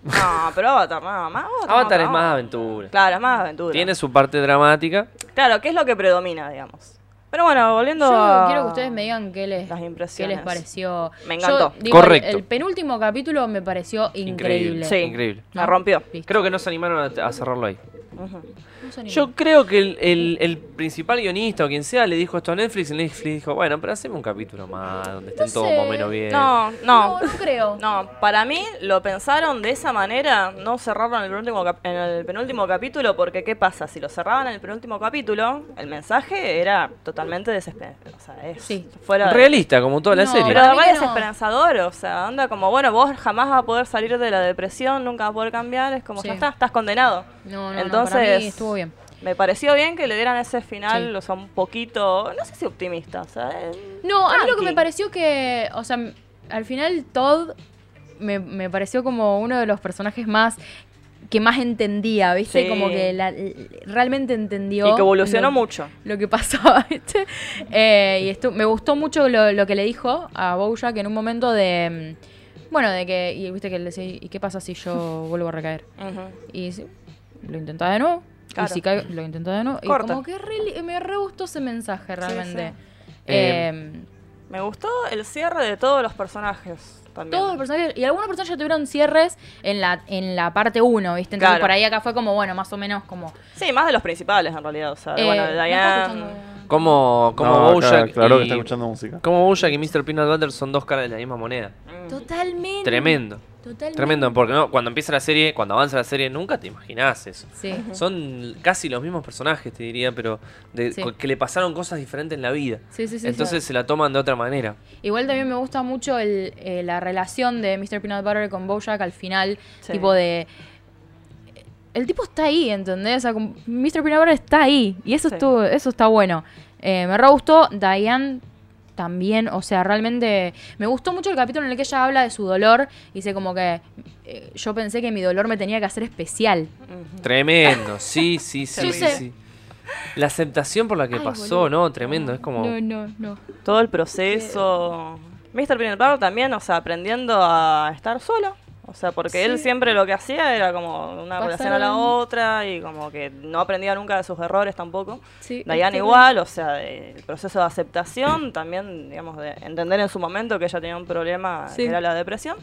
[SPEAKER 4] No, pero Avatar, no, más Avatar.
[SPEAKER 1] Avatar
[SPEAKER 4] no,
[SPEAKER 1] es más aventura.
[SPEAKER 4] Claro, es más aventura.
[SPEAKER 1] Tiene su parte dramática.
[SPEAKER 4] Claro, ¿qué es lo que predomina, digamos? Pero bueno, volviendo
[SPEAKER 3] Yo
[SPEAKER 4] a
[SPEAKER 3] quiero que ustedes me digan qué les,
[SPEAKER 4] las
[SPEAKER 3] qué
[SPEAKER 4] impresiones.
[SPEAKER 3] les pareció.
[SPEAKER 4] Me
[SPEAKER 3] Yo
[SPEAKER 4] encantó.
[SPEAKER 3] digo, el-
[SPEAKER 1] Correcto.
[SPEAKER 3] El, penúltimo capítulo me pareció increíble.
[SPEAKER 4] Sí.
[SPEAKER 1] Increíble.
[SPEAKER 4] La rompió.
[SPEAKER 3] Listo.
[SPEAKER 1] Creo que no se animaron a, a cerrarlo ahí.
[SPEAKER 4] Ujú.
[SPEAKER 3] No se animó.
[SPEAKER 1] Yo creo que el, el- el principal guionista o quien sea le dijo esto a Netflix y Netflix dijo, bueno, pero haceme un capítulo más donde estén
[SPEAKER 3] No
[SPEAKER 1] todos
[SPEAKER 3] sé.
[SPEAKER 1] más o menos bien.
[SPEAKER 4] No,
[SPEAKER 3] no,
[SPEAKER 4] no.
[SPEAKER 3] no creo.
[SPEAKER 4] No, para mí lo pensaron de esa manera, no cerraron el penúltimo, cap- en el penúltimo capítulo, porque ¿qué pasa? Si lo cerraban en el penúltimo capítulo, el mensaje era totalmente desesperado. O sea, es
[SPEAKER 3] Sí.
[SPEAKER 4] fuera de-
[SPEAKER 1] Realista, como toda la
[SPEAKER 3] No,
[SPEAKER 1] serie.
[SPEAKER 4] Pero
[SPEAKER 3] Para
[SPEAKER 4] de
[SPEAKER 3] mí
[SPEAKER 4] verdad
[SPEAKER 3] que no.
[SPEAKER 4] desesperanzador, o sea, anda como, bueno, vos jamás vas a poder salir de la depresión, nunca vas a poder cambiar, es como,
[SPEAKER 3] Sí.
[SPEAKER 4] ya está, estás condenado.
[SPEAKER 3] No, no, no,
[SPEAKER 4] Entonces,
[SPEAKER 3] para mí estuvo bien.
[SPEAKER 4] Me pareció bien que le dieran ese final,
[SPEAKER 3] Sí.
[SPEAKER 4] o sea, un poquito, no sé si optimista, o sea, eh,
[SPEAKER 3] No, a mí lo que
[SPEAKER 4] tranqui.
[SPEAKER 3] me pareció que, o sea, m- al final Todd me, me pareció como uno de los personajes más que más entendía, ¿viste?
[SPEAKER 4] Sí.
[SPEAKER 3] Como que la- l- realmente entendió.
[SPEAKER 4] Y que evolucionó
[SPEAKER 3] lo-
[SPEAKER 4] mucho.
[SPEAKER 3] Lo que pasaba, ¿viste? Eh, y estu- me gustó mucho lo, lo que le dijo a Bojack en un momento de. mm, Bueno, de que. Y viste que le decía, ¿y qué pasa si yo vuelvo a recaer?
[SPEAKER 4] Ujú.
[SPEAKER 3] Y dice, lo intentaba de nuevo.
[SPEAKER 4] Claro.
[SPEAKER 3] Y si caigo, lo intentaba de nuevo.
[SPEAKER 4] Corta.
[SPEAKER 3] Y como que re- me re gustó ese mensaje realmente.
[SPEAKER 1] Eh,
[SPEAKER 3] Eh,
[SPEAKER 4] Me gustó el cierre de todos los personajes también.
[SPEAKER 3] todos los personajes, y algunos personajes tuvieron cierres en la, en la parte 1, ¿viste? Entonces
[SPEAKER 4] Claro.
[SPEAKER 3] por ahí acá fue como, bueno, más o menos como.
[SPEAKER 4] Sí, más de los principales en realidad, o sea,
[SPEAKER 3] eh,
[SPEAKER 4] bueno, de
[SPEAKER 3] ¿no estás
[SPEAKER 4] Diane.
[SPEAKER 3] escuchando?
[SPEAKER 1] Como, como
[SPEAKER 2] No, acá,
[SPEAKER 1] Bojack
[SPEAKER 2] Claro
[SPEAKER 1] y-
[SPEAKER 2] que está escuchando música.
[SPEAKER 1] Como Bojack y Mr. Peanut Butter son dos caras de la misma moneda.
[SPEAKER 4] Mm.
[SPEAKER 3] Totalmente.
[SPEAKER 1] Tremendo.
[SPEAKER 3] Totalmente.
[SPEAKER 1] Tremendo, porque no, cuando empieza la serie, cuando avanza la serie, nunca te imaginás eso.
[SPEAKER 3] Sí.
[SPEAKER 1] Son casi los mismos personajes, te diría, pero de-
[SPEAKER 3] Sí.
[SPEAKER 1] co- que le pasaron cosas diferentes en la vida.
[SPEAKER 3] Sí, sí, sí,
[SPEAKER 1] Entonces se la toman de otra manera.
[SPEAKER 3] Igual también me gusta mucho el, eh, la relación de Mr. Peanut Butter con Bojack al final,
[SPEAKER 4] Sí.
[SPEAKER 3] tipo de... eh, El tipo está ahí, ¿entendés? O sea, como Mr. Peanut Butter está ahí y eso,
[SPEAKER 4] Sí.
[SPEAKER 3] estuvo- eso está bueno. Eh, me re gustó Diane también, o sea, realmente me gustó mucho el capítulo en el que ella habla de su dolor y dice como que eh, yo pensé que mi dolor me tenía que hacer especial.
[SPEAKER 4] Ujú.
[SPEAKER 1] Tremendo, sí, sí, sí,
[SPEAKER 3] Yo
[SPEAKER 1] sí,
[SPEAKER 3] sé.
[SPEAKER 1] sí. La aceptación por la que
[SPEAKER 3] Ay,
[SPEAKER 1] pasó,
[SPEAKER 3] boludo.
[SPEAKER 1] ¿no? Tremendo, es como...
[SPEAKER 3] No, no, no.
[SPEAKER 4] Todo el proceso. Mr. Peanut Butter también, o sea, aprendiendo a estar solo. O sea, porque él siempre lo que hacía era como una
[SPEAKER 3] Pasar
[SPEAKER 4] relación a la
[SPEAKER 3] al-
[SPEAKER 4] otra y como que no aprendía nunca de sus errores tampoco.
[SPEAKER 3] Sí,
[SPEAKER 4] Diane
[SPEAKER 3] este-
[SPEAKER 4] igual, o sea, de- el proceso de aceptación, también, digamos, de entender en su momento que ella tenía un problema
[SPEAKER 3] Sí.
[SPEAKER 4] que era la depresión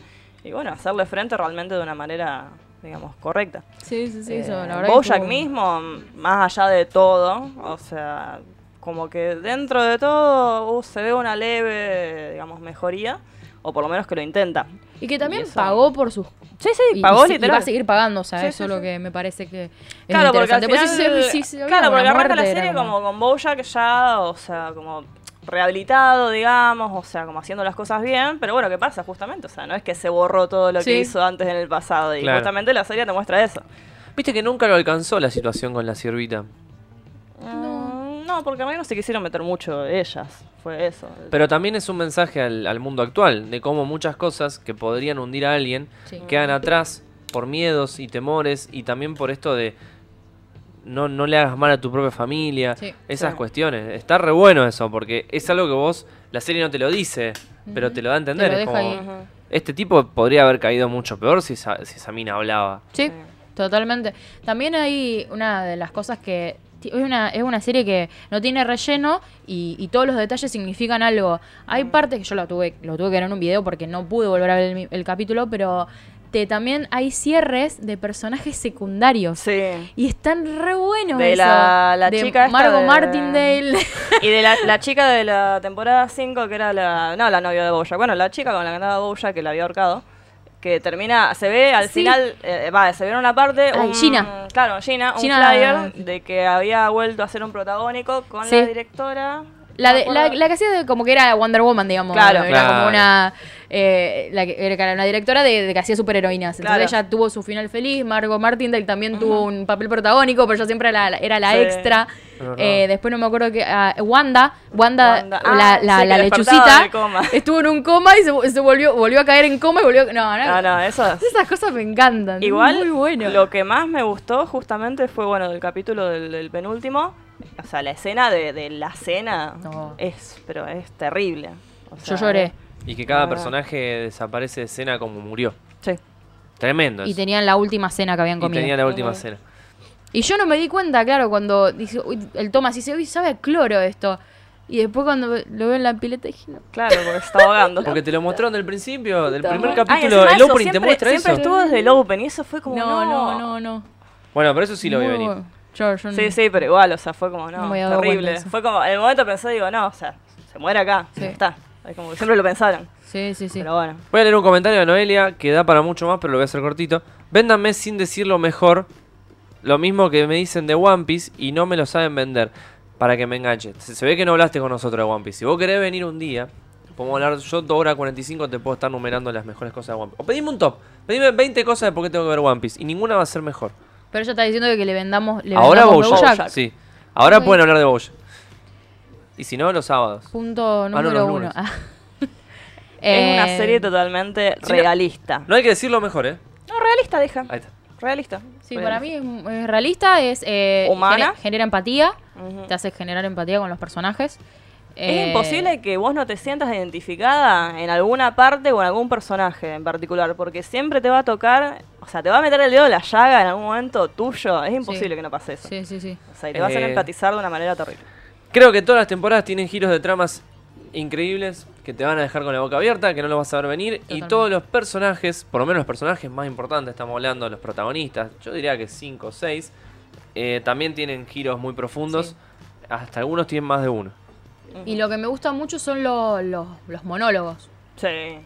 [SPEAKER 4] y bueno, hacerle frente realmente de una manera, digamos, correcta.
[SPEAKER 3] Sí, sí, sí,
[SPEAKER 4] Eh,
[SPEAKER 3] eso, la verdad. que
[SPEAKER 4] Bojack
[SPEAKER 3] estuvo-
[SPEAKER 4] mismo, m- más allá de todo, o sea, como que dentro de todo uh, se ve una leve, digamos, mejoría, o por lo menos que lo intenta.
[SPEAKER 3] Y que también
[SPEAKER 4] eso.
[SPEAKER 3] pagó por sus
[SPEAKER 4] Sí, sí,
[SPEAKER 3] y,
[SPEAKER 4] pagó
[SPEAKER 3] y si- y
[SPEAKER 4] literal.
[SPEAKER 3] va a seguir pagando, o sea,
[SPEAKER 4] Sí,
[SPEAKER 3] eso
[SPEAKER 4] sí,
[SPEAKER 3] es lo
[SPEAKER 4] sí.
[SPEAKER 3] que me parece que es
[SPEAKER 4] Claro, porque al
[SPEAKER 3] interesante. Pues sí,
[SPEAKER 4] final-
[SPEAKER 3] sí, sí, sí,
[SPEAKER 4] claro,
[SPEAKER 3] había
[SPEAKER 4] porque
[SPEAKER 3] una
[SPEAKER 4] arranca la
[SPEAKER 3] muerte, era
[SPEAKER 4] serie como con Bojack ya, o sea, como rehabilitado, digamos, o sea, como haciendo las cosas bien, pero bueno, ¿qué pasa justamente? O sea, no es que se borró todo lo
[SPEAKER 3] Sí.
[SPEAKER 4] que hizo antes en el pasado, y
[SPEAKER 1] Claro.
[SPEAKER 4] justamente la serie te muestra eso.
[SPEAKER 1] Viste que nunca lo alcanzó la situación con la siervita.
[SPEAKER 4] No, no porque a mí no se quisieron meter mucho ellas, fue eso.
[SPEAKER 1] Pero también es un mensaje al, al mundo actual, de cómo muchas cosas que podrían hundir a alguien
[SPEAKER 3] Sí.
[SPEAKER 1] quedan atrás por miedos y temores y también por esto de no, no le hagas mal a tu propia familia,
[SPEAKER 3] Sí.
[SPEAKER 1] esas
[SPEAKER 4] Sí.
[SPEAKER 1] cuestiones. Está re bueno eso, porque es algo que vos, la serie no te lo dice, pero te lo da a entender.
[SPEAKER 3] Te lo
[SPEAKER 1] es
[SPEAKER 3] deja
[SPEAKER 1] como,
[SPEAKER 3] ahí.
[SPEAKER 4] Ujú.
[SPEAKER 1] Este tipo podría haber caído mucho peor si esa, si esa mina hablaba.
[SPEAKER 3] Sí, totalmente. También hay una de las cosas que ti- es una, es una serie que no tiene relleno y, y todos los detalles significan algo.
[SPEAKER 4] Mm.
[SPEAKER 3] Hay partes que yo lo tuve, lo tuve que ver en un video porque no pude volver a ver el, mi- el capítulo, pero te, también hay cierres de personajes secundarios.
[SPEAKER 4] Sí.
[SPEAKER 3] Y están re buenos.
[SPEAKER 4] De
[SPEAKER 3] eso.
[SPEAKER 4] la- la
[SPEAKER 3] De
[SPEAKER 4] chica esta
[SPEAKER 3] Margot
[SPEAKER 4] de-
[SPEAKER 3] Martindale.
[SPEAKER 4] Y de la, la chica de la temporada 5, que era la. No, la novia de Bojack. Bueno, la chica con la que andaba Bojack, que la había ahorcado. Que termina. Se ve al
[SPEAKER 3] Sí.
[SPEAKER 4] final. eh, va, se ve en una parte.
[SPEAKER 3] Ay,
[SPEAKER 4] un-
[SPEAKER 3] Gina.
[SPEAKER 4] Claro, Gina. Un
[SPEAKER 3] Gina-
[SPEAKER 4] flyer de que había vuelto a ser un protagónico con
[SPEAKER 3] Sí.
[SPEAKER 4] la directora.
[SPEAKER 3] La, de-
[SPEAKER 4] No me
[SPEAKER 3] la,
[SPEAKER 4] acuerdo.
[SPEAKER 3] la que hacía de- como que era Wonder Woman, digamos.
[SPEAKER 4] Claro.
[SPEAKER 3] Era
[SPEAKER 1] Claro.
[SPEAKER 3] como una. eh, la que era una directora de, de que hacía superheroínas. Entonces
[SPEAKER 4] Claro.
[SPEAKER 3] ella tuvo su final feliz. Margot Martindale también tuvo un papel protagónico, pero yo siempre era la, era la
[SPEAKER 4] Sí.
[SPEAKER 3] extra.
[SPEAKER 1] Es verdad.
[SPEAKER 3] Eh, después no me acuerdo que. ah, Wanda, Wanda,
[SPEAKER 4] Wanda. Ah,
[SPEAKER 3] la, la-
[SPEAKER 4] sí,
[SPEAKER 3] la
[SPEAKER 4] que despertaba
[SPEAKER 3] lechucita,
[SPEAKER 4] del coma.
[SPEAKER 3] estuvo en un coma y se, se volvió, volvió a caer en coma y volvió. No, no.
[SPEAKER 4] No, Ah, no, eso. es-
[SPEAKER 3] Esas cosas me encantan.
[SPEAKER 4] Igual,
[SPEAKER 3] Muy bueno.
[SPEAKER 4] lo que más me gustó justamente fue, bueno, del capítulo del, del penúltimo. O sea, la escena de, de la cena
[SPEAKER 3] No.
[SPEAKER 4] es, pero es terrible. O
[SPEAKER 3] yo
[SPEAKER 4] sea,
[SPEAKER 3] lloré.
[SPEAKER 1] Y que cada
[SPEAKER 4] Ah.
[SPEAKER 1] personaje desaparece de escena como murió.
[SPEAKER 4] Sí.
[SPEAKER 1] Tremendo.
[SPEAKER 3] Y
[SPEAKER 1] eso.
[SPEAKER 3] tenían la última cena que habían
[SPEAKER 1] Y
[SPEAKER 3] comido.
[SPEAKER 1] tenía la última escena.
[SPEAKER 3] Y yo no me di cuenta, claro, cuando dice, uy, el Thomas dice, uy, sabe a cloro esto. Y después cuando lo veo en la pileta dije, no.
[SPEAKER 4] Claro, porque se está ahogando.
[SPEAKER 1] Porque te lo mostraron del principio, del
[SPEAKER 3] Puta
[SPEAKER 1] primer
[SPEAKER 3] madre.
[SPEAKER 4] Ay,
[SPEAKER 1] capítulo,
[SPEAKER 4] Ah, encima
[SPEAKER 1] el
[SPEAKER 4] eso,
[SPEAKER 1] opening te
[SPEAKER 4] siempre-
[SPEAKER 1] muestra eso.
[SPEAKER 4] Siempre estuvo desde el open y eso fue como.
[SPEAKER 3] No, no, no, no.
[SPEAKER 1] Bueno, pero eso sí lo voy a
[SPEAKER 3] Muy
[SPEAKER 1] venir.
[SPEAKER 3] bueno. Yo, yo no.
[SPEAKER 4] Sí, sí, pero igual, o sea, fue como,
[SPEAKER 3] No
[SPEAKER 4] no,
[SPEAKER 3] me había dado cuenta de
[SPEAKER 4] terrible.
[SPEAKER 3] eso.
[SPEAKER 4] Fue como, en el momento pensé, digo, no, o sea, se muere acá,
[SPEAKER 3] Sí.
[SPEAKER 4] ya está. Es como que siempre lo pensaron.
[SPEAKER 3] Sí, sí, sí.
[SPEAKER 4] Pero bueno.
[SPEAKER 1] Voy a leer un comentario de Noelia que da para mucho más, pero lo voy a hacer cortito. Véndanme sin decirlo mejor. Lo mismo que me dicen de One Piece y no me lo saben vender para que me enganche. Se, se ve que no hablaste con nosotros de One Piece. Si vos querés venir un día, podemos hablar yo 2 horas 45 te puedo estar numerando las mejores cosas de One Piece. O pedime un top. Pedime 20 cosas de por qué tengo que ver One Piece y ninguna va a ser mejor.
[SPEAKER 3] Pero ella está diciendo que le vendamos. Le
[SPEAKER 1] Ahora
[SPEAKER 3] vendamos
[SPEAKER 1] Bojack.
[SPEAKER 3] Bojack.
[SPEAKER 1] Sí. Ahora
[SPEAKER 3] Ok.
[SPEAKER 1] pueden hablar de Bojack. Y si no, los sábados.
[SPEAKER 3] Punto
[SPEAKER 1] no,
[SPEAKER 3] número
[SPEAKER 1] los
[SPEAKER 3] uno.
[SPEAKER 1] lunes.
[SPEAKER 3] Ah.
[SPEAKER 4] Es una
[SPEAKER 3] Eh,
[SPEAKER 4] serie totalmente
[SPEAKER 1] Sí, no-
[SPEAKER 4] realista.
[SPEAKER 1] No hay que decirlo mejor, ¿eh?
[SPEAKER 4] No, realista, deja.
[SPEAKER 1] Ahí está.
[SPEAKER 4] Realista.
[SPEAKER 3] Sí, para mí es, es realista, es. eh,
[SPEAKER 4] Humana.
[SPEAKER 3] gene- genera empatía.
[SPEAKER 4] Ujú.
[SPEAKER 3] Te hace generar empatía con los personajes.
[SPEAKER 4] Es
[SPEAKER 3] Eh,
[SPEAKER 4] imposible que vos no te sientas identificada en alguna parte o en algún personaje en particular, porque siempre te va a tocar, o sea, te va a meter el dedo en la llaga en algún momento tuyo. Es imposible que no pase eso.
[SPEAKER 3] Sí, sí, sí.
[SPEAKER 4] O sea, y te va a hacer
[SPEAKER 1] Eh.
[SPEAKER 4] empatizar de una manera terrible.
[SPEAKER 1] Creo que todas las temporadas tienen giros de tramas increíbles que te van a dejar con la boca abierta, que no lo vas a ver venir.
[SPEAKER 3] Totalmente.
[SPEAKER 1] Y todos los personajes, por lo menos los personajes más importantes, estamos hablando, los protagonistas, yo diría que 5 o 6, también tienen giros muy profundos.
[SPEAKER 3] Sí.
[SPEAKER 1] Hasta algunos tienen más de uno.
[SPEAKER 3] Y lo que me gusta mucho son lo- los, los monólogos.
[SPEAKER 4] Sí.
[SPEAKER 1] Hay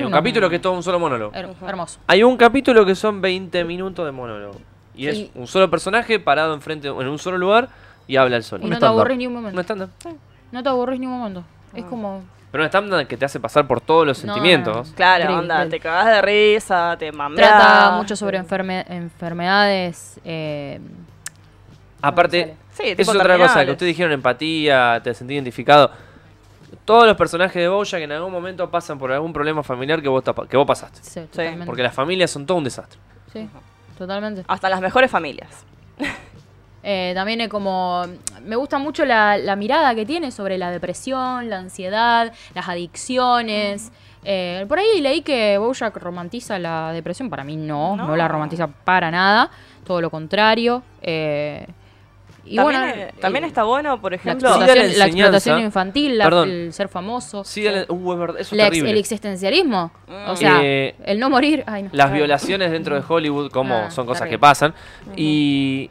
[SPEAKER 1] un
[SPEAKER 3] unos-
[SPEAKER 1] capítulo que es todo un solo monólogo.
[SPEAKER 3] Her- hermoso.
[SPEAKER 1] Hay un capítulo que son 20 minutos de monólogo. Y es
[SPEAKER 3] Sí.
[SPEAKER 1] un solo personaje parado enfrente en un solo lugar y habla el solo.
[SPEAKER 3] Y
[SPEAKER 2] Un
[SPEAKER 3] no te
[SPEAKER 2] estándar.
[SPEAKER 3] aburrís ni un
[SPEAKER 1] Un
[SPEAKER 3] momento.
[SPEAKER 1] estándar.
[SPEAKER 3] No te aburrís ni un momento. Es como.
[SPEAKER 4] Ah.
[SPEAKER 1] Pero un estándar que te hace pasar por todos los
[SPEAKER 3] No,
[SPEAKER 1] sentimientos.
[SPEAKER 4] Claro,
[SPEAKER 3] Increíble,
[SPEAKER 4] onda,
[SPEAKER 3] increíble.
[SPEAKER 4] te cagás de risa, te mameás.
[SPEAKER 3] Trata mucho sobre enferme- enfermedades. eh,
[SPEAKER 1] Aparte,
[SPEAKER 4] Sí,
[SPEAKER 1] eso es
[SPEAKER 4] tipo
[SPEAKER 1] otra cosa, que
[SPEAKER 4] terminales.
[SPEAKER 1] ustedes dijeron empatía, te sentí identificado. Todos los personajes de Boya que en algún momento pasan por algún problema familiar que vos, tapa- que vos pasaste.
[SPEAKER 3] sí, totalmente.
[SPEAKER 1] Porque las familias son todo un desastre.
[SPEAKER 3] Sí, totalmente.
[SPEAKER 4] Hasta las mejores familias.
[SPEAKER 3] Eh, también es como. Me gusta mucho la, la mirada que tiene sobre la depresión, la ansiedad, las adicciones. Eh, por ahí leí que Bojack romantiza la depresión. Para mí no, no,
[SPEAKER 4] No.
[SPEAKER 3] la romantiza para nada. Todo lo contrario. Eh, y
[SPEAKER 4] también,
[SPEAKER 3] bueno,
[SPEAKER 4] eh, también
[SPEAKER 3] eh,
[SPEAKER 4] está bueno, por
[SPEAKER 3] la
[SPEAKER 4] ejemplo,
[SPEAKER 1] Sí,
[SPEAKER 3] explotación,
[SPEAKER 1] dale
[SPEAKER 3] la
[SPEAKER 1] enseñanza.
[SPEAKER 3] explotación infantil, la-
[SPEAKER 1] Perdón.
[SPEAKER 3] el ser famoso,
[SPEAKER 1] Sí, dale- uh, es verdad, eso es
[SPEAKER 3] la ex-
[SPEAKER 1] terrible.
[SPEAKER 3] el existencialismo. O
[SPEAKER 4] Mm.
[SPEAKER 3] sea,
[SPEAKER 1] Eh,
[SPEAKER 3] el no morir. Ay, no.
[SPEAKER 1] las violaciones dentro de Hollywood, como
[SPEAKER 3] Ah,
[SPEAKER 1] son cosas
[SPEAKER 3] terrible.
[SPEAKER 1] que pasan. Y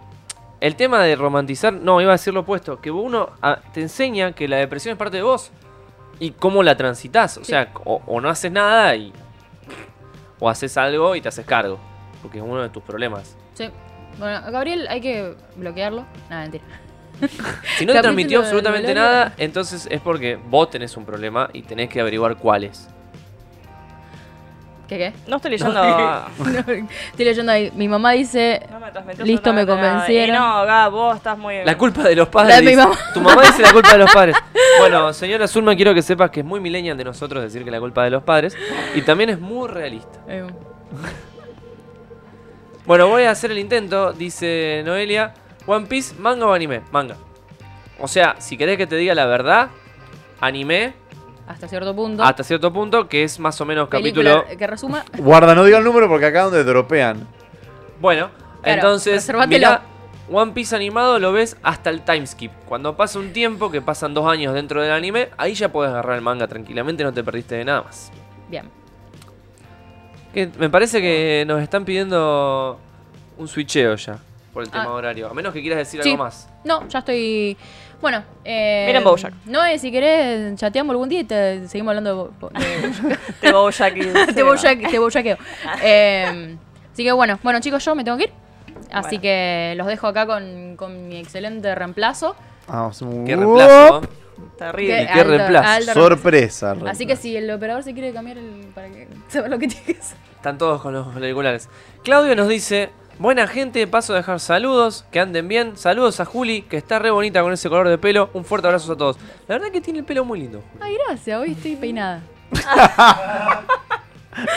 [SPEAKER 1] el tema de romantizar, no, iba a decir lo opuesto, que uno ah, te enseña que la depresión es parte de vos y cómo la transitas. O sea, o, o no haces nada y. O haces algo y te haces cargo, porque es uno de tus problemas.
[SPEAKER 3] Sí. Bueno, a Gabriel hay que bloquearlo. Nada, mentira.
[SPEAKER 1] Si no te
[SPEAKER 3] Capítulo
[SPEAKER 1] transmitió
[SPEAKER 3] de
[SPEAKER 1] absolutamente
[SPEAKER 3] Lola.
[SPEAKER 1] nada, entonces es porque vos tenés un problema y tenés que averiguar cuál es.
[SPEAKER 3] ¿Qué qué?
[SPEAKER 4] no estoy leyendo.
[SPEAKER 3] No, estoy leyendo ahí. Mi mamá dice.
[SPEAKER 4] no me transmitió
[SPEAKER 3] Listo, me
[SPEAKER 4] absolutamente nada.
[SPEAKER 3] convencieron.
[SPEAKER 4] Y no, Gab, vos estás muy.
[SPEAKER 1] La culpa de los padres.
[SPEAKER 3] La de mi
[SPEAKER 1] dice.
[SPEAKER 3] mamá.
[SPEAKER 1] Tu mamá dice la culpa de los padres. Bueno, señora Zulma, quiero que sepas que es muy millennial de nosotros decir que la culpa de los padres. Y también es muy realista.
[SPEAKER 3] eh,
[SPEAKER 1] Bueno, voy a hacer el intento, dice Noelia. One Piece, manga o anime. Manga. O sea, si querés que te diga la verdad, anime
[SPEAKER 3] hasta cierto punto.
[SPEAKER 1] hasta cierto punto, que es más o menos
[SPEAKER 3] Película
[SPEAKER 1] capítulo.
[SPEAKER 3] Que resuma.
[SPEAKER 2] Guarda, no diga el número porque acá donde dropean.
[SPEAKER 1] Bueno,
[SPEAKER 3] Claro,
[SPEAKER 1] entonces.
[SPEAKER 3] reservátelo.
[SPEAKER 1] mirá, One Piece animado lo ves hasta el timeskip. Cuando pasa un tiempo, que pasan dos años dentro del anime, ahí ya podés agarrar el manga tranquilamente, no te perdiste de nada más.
[SPEAKER 3] Bien.
[SPEAKER 1] Que me parece que nos están pidiendo un switcheo ya por el tema
[SPEAKER 3] Ah.
[SPEAKER 1] horario. A menos que quieras decir
[SPEAKER 3] Sí.
[SPEAKER 1] algo más.
[SPEAKER 3] No, ya estoy. Bueno, eh.
[SPEAKER 4] Miren Bojack.
[SPEAKER 3] No, eh, si querés, chateamos algún día y te seguimos hablando de, Bo- de Bojack.
[SPEAKER 4] Te voy ya aquí.
[SPEAKER 3] te, Bojack- te Bojackeo. Eh, así que bueno, bueno, chicos, yo me tengo que ir. Así
[SPEAKER 4] Bueno.
[SPEAKER 3] que los dejo acá con, con mi excelente reemplazo.
[SPEAKER 2] Vamos, un-
[SPEAKER 1] Qué reemplazo. ¿no?
[SPEAKER 4] Terrible.
[SPEAKER 1] qué reemplazo.
[SPEAKER 2] Sorpresa.
[SPEAKER 3] Así que si el operador se quiere cambiar el, para que sepa lo que tiene que hacer.
[SPEAKER 1] Están todos con los auriculares. Claudio nos dice: Buena gente, paso a dejar saludos, que anden bien. Saludos a Juli, que está re bonita con ese color de pelo. Un fuerte abrazo a todos. La verdad que tiene el pelo muy lindo. Juli.
[SPEAKER 3] Ay, gracias, hoy estoy peinada.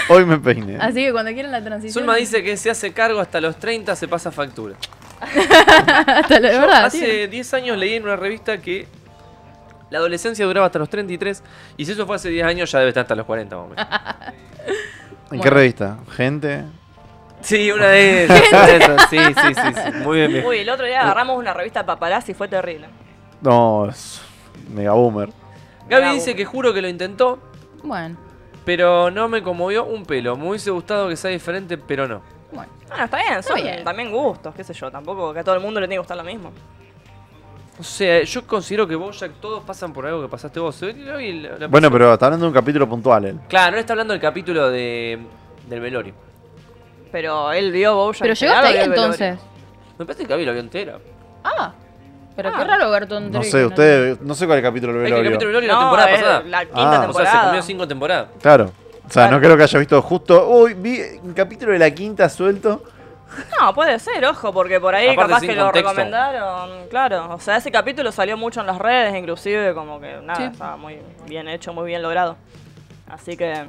[SPEAKER 2] Hoy me peiné.
[SPEAKER 3] Así que cuando quieran la transición.
[SPEAKER 1] Zulma dice que se hace cargo hasta los 30, se pasa factura.
[SPEAKER 3] Hasta la verdad.
[SPEAKER 1] Hace 10 años leí en una revista que la adolescencia duraba hasta los 33, y si eso fue hace 10 años, ya debe estar hasta los 40, más o menos.
[SPEAKER 2] ¿En qué
[SPEAKER 3] Bueno.
[SPEAKER 2] revista? Gente.
[SPEAKER 1] Sí, una de esas. una de esas, Sí, sí, sí, sí. Muy bien, bien.
[SPEAKER 4] Uy, el otro día agarramos una revista paparazzi y fue terrible.
[SPEAKER 2] No, es- Mega Boomer.
[SPEAKER 1] Gaby
[SPEAKER 4] Bravo.
[SPEAKER 1] dice que juro que lo intentó,
[SPEAKER 3] Bueno,
[SPEAKER 1] pero no me conmovió un pelo. Me hubiese gustado que sea diferente, pero no.
[SPEAKER 3] bueno.
[SPEAKER 4] Bueno, está bien, son
[SPEAKER 3] bien.
[SPEAKER 4] también gustos, qué sé yo. Tampoco que a todo el mundo le tiene que gustar lo mismo.
[SPEAKER 1] O sea, yo considero que Bojack todos pasan por algo que pasaste vos. Y la- y la- la-
[SPEAKER 2] Bueno, pero está hablando de un capítulo puntual él.
[SPEAKER 1] Claro, no está hablando del capítulo de, del velorio.
[SPEAKER 4] Pero él vio Bojack.
[SPEAKER 3] Pero llegó
[SPEAKER 4] Horseman,
[SPEAKER 3] hasta ahí
[SPEAKER 4] vio el velorio.
[SPEAKER 3] entonces.
[SPEAKER 1] Me parece que Gaby lo vio entero.
[SPEAKER 3] Ah, pero qué raro ver Tom
[SPEAKER 2] No
[SPEAKER 3] Drake
[SPEAKER 2] sé,
[SPEAKER 3] en
[SPEAKER 2] ustedes, no sé cuál es el capítulo del
[SPEAKER 1] Es que el capítulo del velorio
[SPEAKER 2] velorio.
[SPEAKER 1] la
[SPEAKER 4] No,
[SPEAKER 1] temporada
[SPEAKER 4] es
[SPEAKER 1] pasada.
[SPEAKER 4] La quinta
[SPEAKER 2] Ah.
[SPEAKER 1] O sea, se
[SPEAKER 4] temporada.
[SPEAKER 1] comió cinco temporadas.
[SPEAKER 2] Claro. O sea, no
[SPEAKER 4] Claro.
[SPEAKER 2] creo que haya visto justo. Uy, vi un capítulo de la quinta suelto.
[SPEAKER 4] No, puede ser, ojo, porque por ahí
[SPEAKER 1] Aparte
[SPEAKER 4] capaz
[SPEAKER 1] sin
[SPEAKER 4] que
[SPEAKER 1] contexto.
[SPEAKER 4] lo recomendaron, claro. O sea, ese capítulo salió mucho en las redes, inclusive, como que nada,
[SPEAKER 3] Sí.
[SPEAKER 4] estaba muy bien hecho, muy bien logrado. Así que.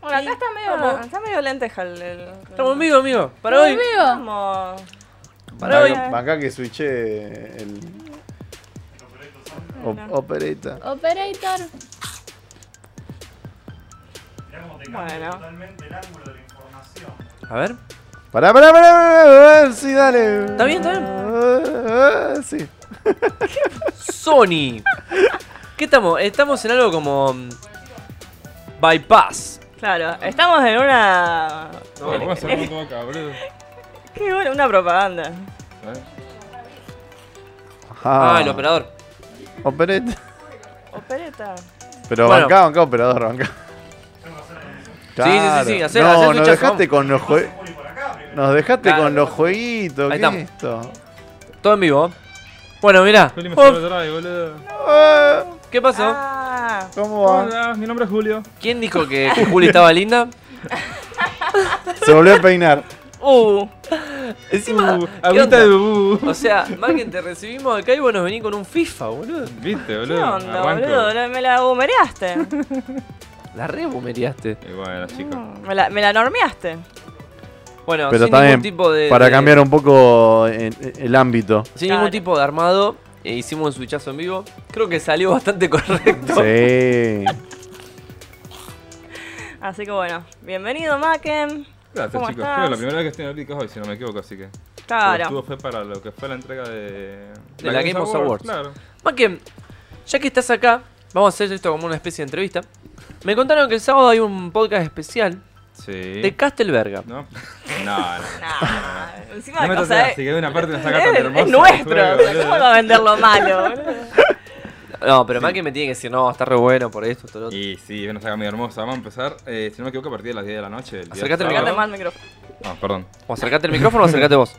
[SPEAKER 4] Bueno, acá está medio,
[SPEAKER 3] Ah.
[SPEAKER 4] está medio lenteja el. el-
[SPEAKER 1] Estamos amigos, amigo. Para
[SPEAKER 3] Muy
[SPEAKER 1] hoy.
[SPEAKER 3] bien.
[SPEAKER 4] Estamos-
[SPEAKER 1] Para hoy.
[SPEAKER 2] Acá- Acá que switché el. O- Opereta.
[SPEAKER 3] el- Operator.
[SPEAKER 4] Bueno,
[SPEAKER 1] A ver.
[SPEAKER 2] Pará, pará, pará, pará, pará, sí, dale.
[SPEAKER 1] Está bien, está bien.
[SPEAKER 2] Ah, ah, sí.
[SPEAKER 1] Sony. ¿Qué estamos? Estamos en algo como. mm, Bypass.
[SPEAKER 4] claro, estamos en una.
[SPEAKER 5] No, vamos a hacer un poco acá, boludo.
[SPEAKER 4] Qué bueno, una propaganda.
[SPEAKER 1] Ah,
[SPEAKER 2] Ajá.
[SPEAKER 1] el operador.
[SPEAKER 2] Opereta.
[SPEAKER 4] Opereta.
[SPEAKER 2] Pero
[SPEAKER 1] Bueno.
[SPEAKER 2] bancá, bancá, operador, bancá.
[SPEAKER 1] Sí, sí, sí, sí, hacé-
[SPEAKER 2] no,
[SPEAKER 1] hacé tu
[SPEAKER 2] nos
[SPEAKER 1] chazo,
[SPEAKER 2] dejaste con los juegos. Nos dejaste
[SPEAKER 1] Claro.
[SPEAKER 2] con los jueguitos,
[SPEAKER 1] Ahí
[SPEAKER 2] ¿qué es
[SPEAKER 1] estamos.
[SPEAKER 2] esto?
[SPEAKER 1] Todo en vivo. Bueno, mirá.
[SPEAKER 5] Juli me
[SPEAKER 1] Uf,
[SPEAKER 5] salió atrás, boludo.
[SPEAKER 2] Ah,
[SPEAKER 1] ¿Qué pasó?
[SPEAKER 4] Ah,
[SPEAKER 2] ¿Cómo va?
[SPEAKER 5] Hola, mi nombre es Julio.
[SPEAKER 1] ¿Quién dijo que que Juli estaba linda?
[SPEAKER 2] Se volvió a peinar.
[SPEAKER 4] uh,
[SPEAKER 1] Encima.
[SPEAKER 5] Uh,
[SPEAKER 1] ¿qué
[SPEAKER 5] agüita
[SPEAKER 1] onda?
[SPEAKER 5] de bubú.
[SPEAKER 1] O sea, más que te recibimos acá y vos nos venís con un FIFA, boludo.
[SPEAKER 5] ¿Viste,
[SPEAKER 4] ¿qué
[SPEAKER 5] boludo?
[SPEAKER 4] onda,
[SPEAKER 5] Aguanto.
[SPEAKER 4] boludo? La- Me la bumereaste.
[SPEAKER 1] La re bumereaste.
[SPEAKER 5] Y bueno, chicos.
[SPEAKER 4] me, la, me la normeaste.
[SPEAKER 1] Bueno,
[SPEAKER 2] Pero
[SPEAKER 1] sin ningún
[SPEAKER 2] también,
[SPEAKER 1] tipo de.
[SPEAKER 2] para
[SPEAKER 1] de-
[SPEAKER 2] cambiar un poco en- en- el ámbito.
[SPEAKER 1] Sin
[SPEAKER 4] Claro.
[SPEAKER 1] ningún tipo de armado. eh, hicimos un switchazo en vivo. Creo que salió bastante correcto.
[SPEAKER 2] Sí.
[SPEAKER 4] Así que bueno, bienvenido Macken.
[SPEAKER 5] Gracias,
[SPEAKER 4] ¿Cómo
[SPEAKER 5] chicos.
[SPEAKER 4] estás?
[SPEAKER 5] Creo que la primera vez que estoy en Olímpicos hoy, si no me equivoco, así que. Estuvo
[SPEAKER 4] Claro.
[SPEAKER 5] fue para lo que fue la entrega de.
[SPEAKER 1] De la Game Awards,
[SPEAKER 5] Claro.
[SPEAKER 1] Más que, ya que estás acá, vamos a hacer esto como una especie de entrevista. Me contaron que el sábado hay un podcast especial
[SPEAKER 5] Sí.
[SPEAKER 1] de Castelberga.
[SPEAKER 5] ¿No? No, no.
[SPEAKER 4] Nah, encima
[SPEAKER 5] No
[SPEAKER 4] de
[SPEAKER 5] me
[SPEAKER 4] cosa
[SPEAKER 5] traté
[SPEAKER 4] es,
[SPEAKER 5] así que de una parte la saca tan
[SPEAKER 4] es,
[SPEAKER 5] hermosa.
[SPEAKER 4] es nuestro. ¿Cómo va a vender lo malo? boludo?
[SPEAKER 1] No, pero más que me tiene que decir, no, está re bueno por esto, todo lo otro.
[SPEAKER 5] Y sí, una saga muy hermosa. Vamos a empezar, eh, si no me equivoco, a partir de las 10 de la noche. El día
[SPEAKER 1] Acercate al
[SPEAKER 4] Pegate
[SPEAKER 5] sábado.
[SPEAKER 4] más el micrófono.
[SPEAKER 5] No, perdón.
[SPEAKER 1] O acercate el micrófono o acercate vos.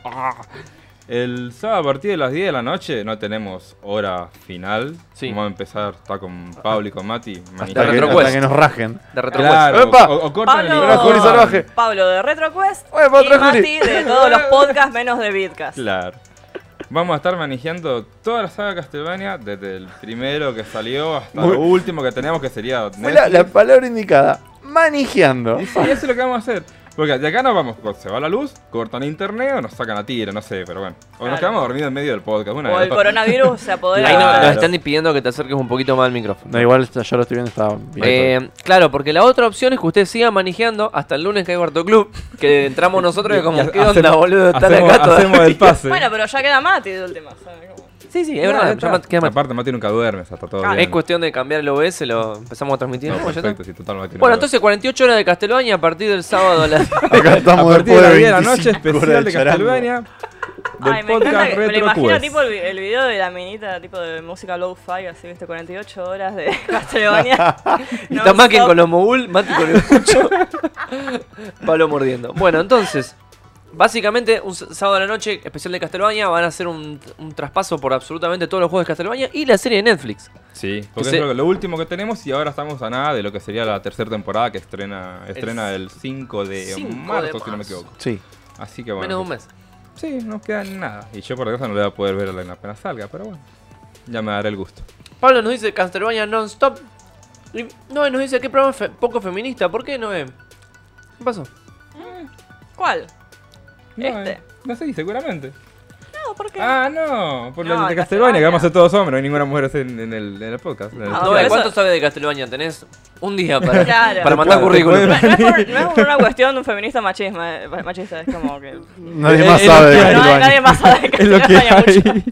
[SPEAKER 5] El sábado a partir de las 10 de la noche no tenemos hora final.
[SPEAKER 1] Sí.
[SPEAKER 5] Vamos a empezar, está con Pablo y con Mati.
[SPEAKER 2] Hasta que,
[SPEAKER 1] Retro
[SPEAKER 2] hasta
[SPEAKER 1] Quest.
[SPEAKER 2] que nos rajen.
[SPEAKER 1] De retro
[SPEAKER 5] Claro,
[SPEAKER 2] ¡Epa!
[SPEAKER 5] o, o cortan el
[SPEAKER 2] Hola, Juli
[SPEAKER 5] micrófono.
[SPEAKER 2] Salvaje.
[SPEAKER 4] Pablo de RetroQuest
[SPEAKER 2] Oye, pa'
[SPEAKER 4] y
[SPEAKER 2] atrás, Juli.
[SPEAKER 4] Mati de todos los podcasts menos de Bitcast.
[SPEAKER 5] Claro. Vamos a estar manejando toda la saga Castlevania, desde el primero que salió hasta
[SPEAKER 2] Muy-
[SPEAKER 5] lo último que teníamos, que sería
[SPEAKER 2] Fue la,
[SPEAKER 5] Netflix.
[SPEAKER 2] la palabra indicada. Manijeando.
[SPEAKER 5] Y sí, eso es lo que vamos a hacer. Porque de acá nos vamos, co- se va la luz, cortan internet o nos sacan a tiro, no sé, pero bueno. O nos
[SPEAKER 4] Claro.
[SPEAKER 5] quedamos dormidos en medio del podcast. Una
[SPEAKER 4] O
[SPEAKER 5] de
[SPEAKER 4] el
[SPEAKER 5] dos.
[SPEAKER 4] coronavirus se apodera.
[SPEAKER 1] Ahí no-
[SPEAKER 5] Claro.
[SPEAKER 1] nos están pidiendo que te acerques un poquito más al micrófono.
[SPEAKER 2] No, igual está- ya lo estoy viendo, estaba bien.
[SPEAKER 1] Eh, claro, porque la otra opción es que ustedes sigan manejando hasta el lunes que hay Barto Club. Que entramos nosotros y es
[SPEAKER 5] Y
[SPEAKER 1] como,
[SPEAKER 5] hace-
[SPEAKER 1] ¿qué onda,
[SPEAKER 5] hacemos-
[SPEAKER 1] boludo? Están
[SPEAKER 5] hacemos,
[SPEAKER 1] acá todavía.
[SPEAKER 5] hacemos el pase.
[SPEAKER 4] Bueno, pero ya queda Mati de última. ¿sabes cómo?
[SPEAKER 1] Sí, sí, es
[SPEAKER 5] Claro,
[SPEAKER 1] verdad.
[SPEAKER 5] está.
[SPEAKER 1] ya mat- queda mat-
[SPEAKER 5] Aparte, Mati nunca duermes, hasta todo
[SPEAKER 1] Ah,
[SPEAKER 5] bien.
[SPEAKER 1] es cuestión de cambiar el OBS, lo empezamos a transmitir.
[SPEAKER 5] No,
[SPEAKER 1] ¿no? Ya está.
[SPEAKER 5] perfecto, sí, total, Mati
[SPEAKER 1] Bueno,
[SPEAKER 5] no duerme.
[SPEAKER 1] entonces 48 horas de Castelbaña a partir del sábado a las...
[SPEAKER 2] Acá
[SPEAKER 5] a
[SPEAKER 2] estamos
[SPEAKER 5] partir
[SPEAKER 2] después de
[SPEAKER 5] de las 10 de la noche
[SPEAKER 2] 25
[SPEAKER 5] especial
[SPEAKER 2] horas
[SPEAKER 5] de
[SPEAKER 2] charango.
[SPEAKER 5] Castlevania del
[SPEAKER 4] Ay, me encanta.
[SPEAKER 5] podcast
[SPEAKER 4] que- Me lo
[SPEAKER 5] Retro
[SPEAKER 4] imagino
[SPEAKER 5] Quest.
[SPEAKER 4] tipo el, vi- el video de la minita, tipo de música low-fi, así, viste, 48 horas de Castlevania.
[SPEAKER 1] Y
[SPEAKER 4] No,
[SPEAKER 1] está más que
[SPEAKER 4] stop.
[SPEAKER 1] con los mogul, Mati con el cucho. Palo mordiendo. Bueno, entonces, básicamente un s- sábado a la noche especial de Castelbaña van a hacer un, un traspaso por absolutamente todos los juegos de Castelbaña y la serie de Netflix.
[SPEAKER 5] Sí, porque
[SPEAKER 1] se-
[SPEAKER 5] es lo, lo último que tenemos y ahora estamos a nada de lo que sería la tercera temporada que estrena estrena el 5 de
[SPEAKER 1] 5 de
[SPEAKER 5] marzo, si no me
[SPEAKER 1] marzo.
[SPEAKER 5] equivoco.
[SPEAKER 2] Sí.
[SPEAKER 5] Así que bueno.
[SPEAKER 1] Menos de un mes.
[SPEAKER 5] Sí, no queda nada. Y yo por desgracia no le voy a poder ver a la apenas salga, pero bueno. Ya me daré el gusto.
[SPEAKER 1] Pablo nos dice Castelbaña non-stop. Y No, nos dice qué programa fe- poco feminista. ¿Por qué no es? ¿Qué pasó?
[SPEAKER 4] ¿Cuál?
[SPEAKER 5] No,
[SPEAKER 4] Este.
[SPEAKER 5] eh, no sé, seguramente.
[SPEAKER 4] No, ¿por qué?
[SPEAKER 5] Ah, no. Por
[SPEAKER 4] No,
[SPEAKER 5] el
[SPEAKER 4] el
[SPEAKER 5] de Castlevania, que
[SPEAKER 4] Castlevania.
[SPEAKER 5] vamos a ser todos hombres. No hay ninguna mujer en, en el, en el podcast. en
[SPEAKER 4] No,
[SPEAKER 5] el podcast.
[SPEAKER 1] Noé,
[SPEAKER 4] eso-
[SPEAKER 1] ¿cuánto sabes de Castelbaña? Tenés un día para,
[SPEAKER 4] Ah, Claro.
[SPEAKER 1] para mandar
[SPEAKER 5] Te puedo- te
[SPEAKER 1] currículum.
[SPEAKER 5] puedo-
[SPEAKER 4] No es, por, no es por una cuestión de un feminista machismo, eh, machista, es como que... No,
[SPEAKER 2] Nadie
[SPEAKER 5] Eh,
[SPEAKER 2] más
[SPEAKER 5] eh,
[SPEAKER 2] sabe de
[SPEAKER 5] no,
[SPEAKER 4] hay-
[SPEAKER 2] Castlevania.
[SPEAKER 4] nadie más sabe que
[SPEAKER 5] es lo que
[SPEAKER 4] Castlevania mucho.
[SPEAKER 5] hay.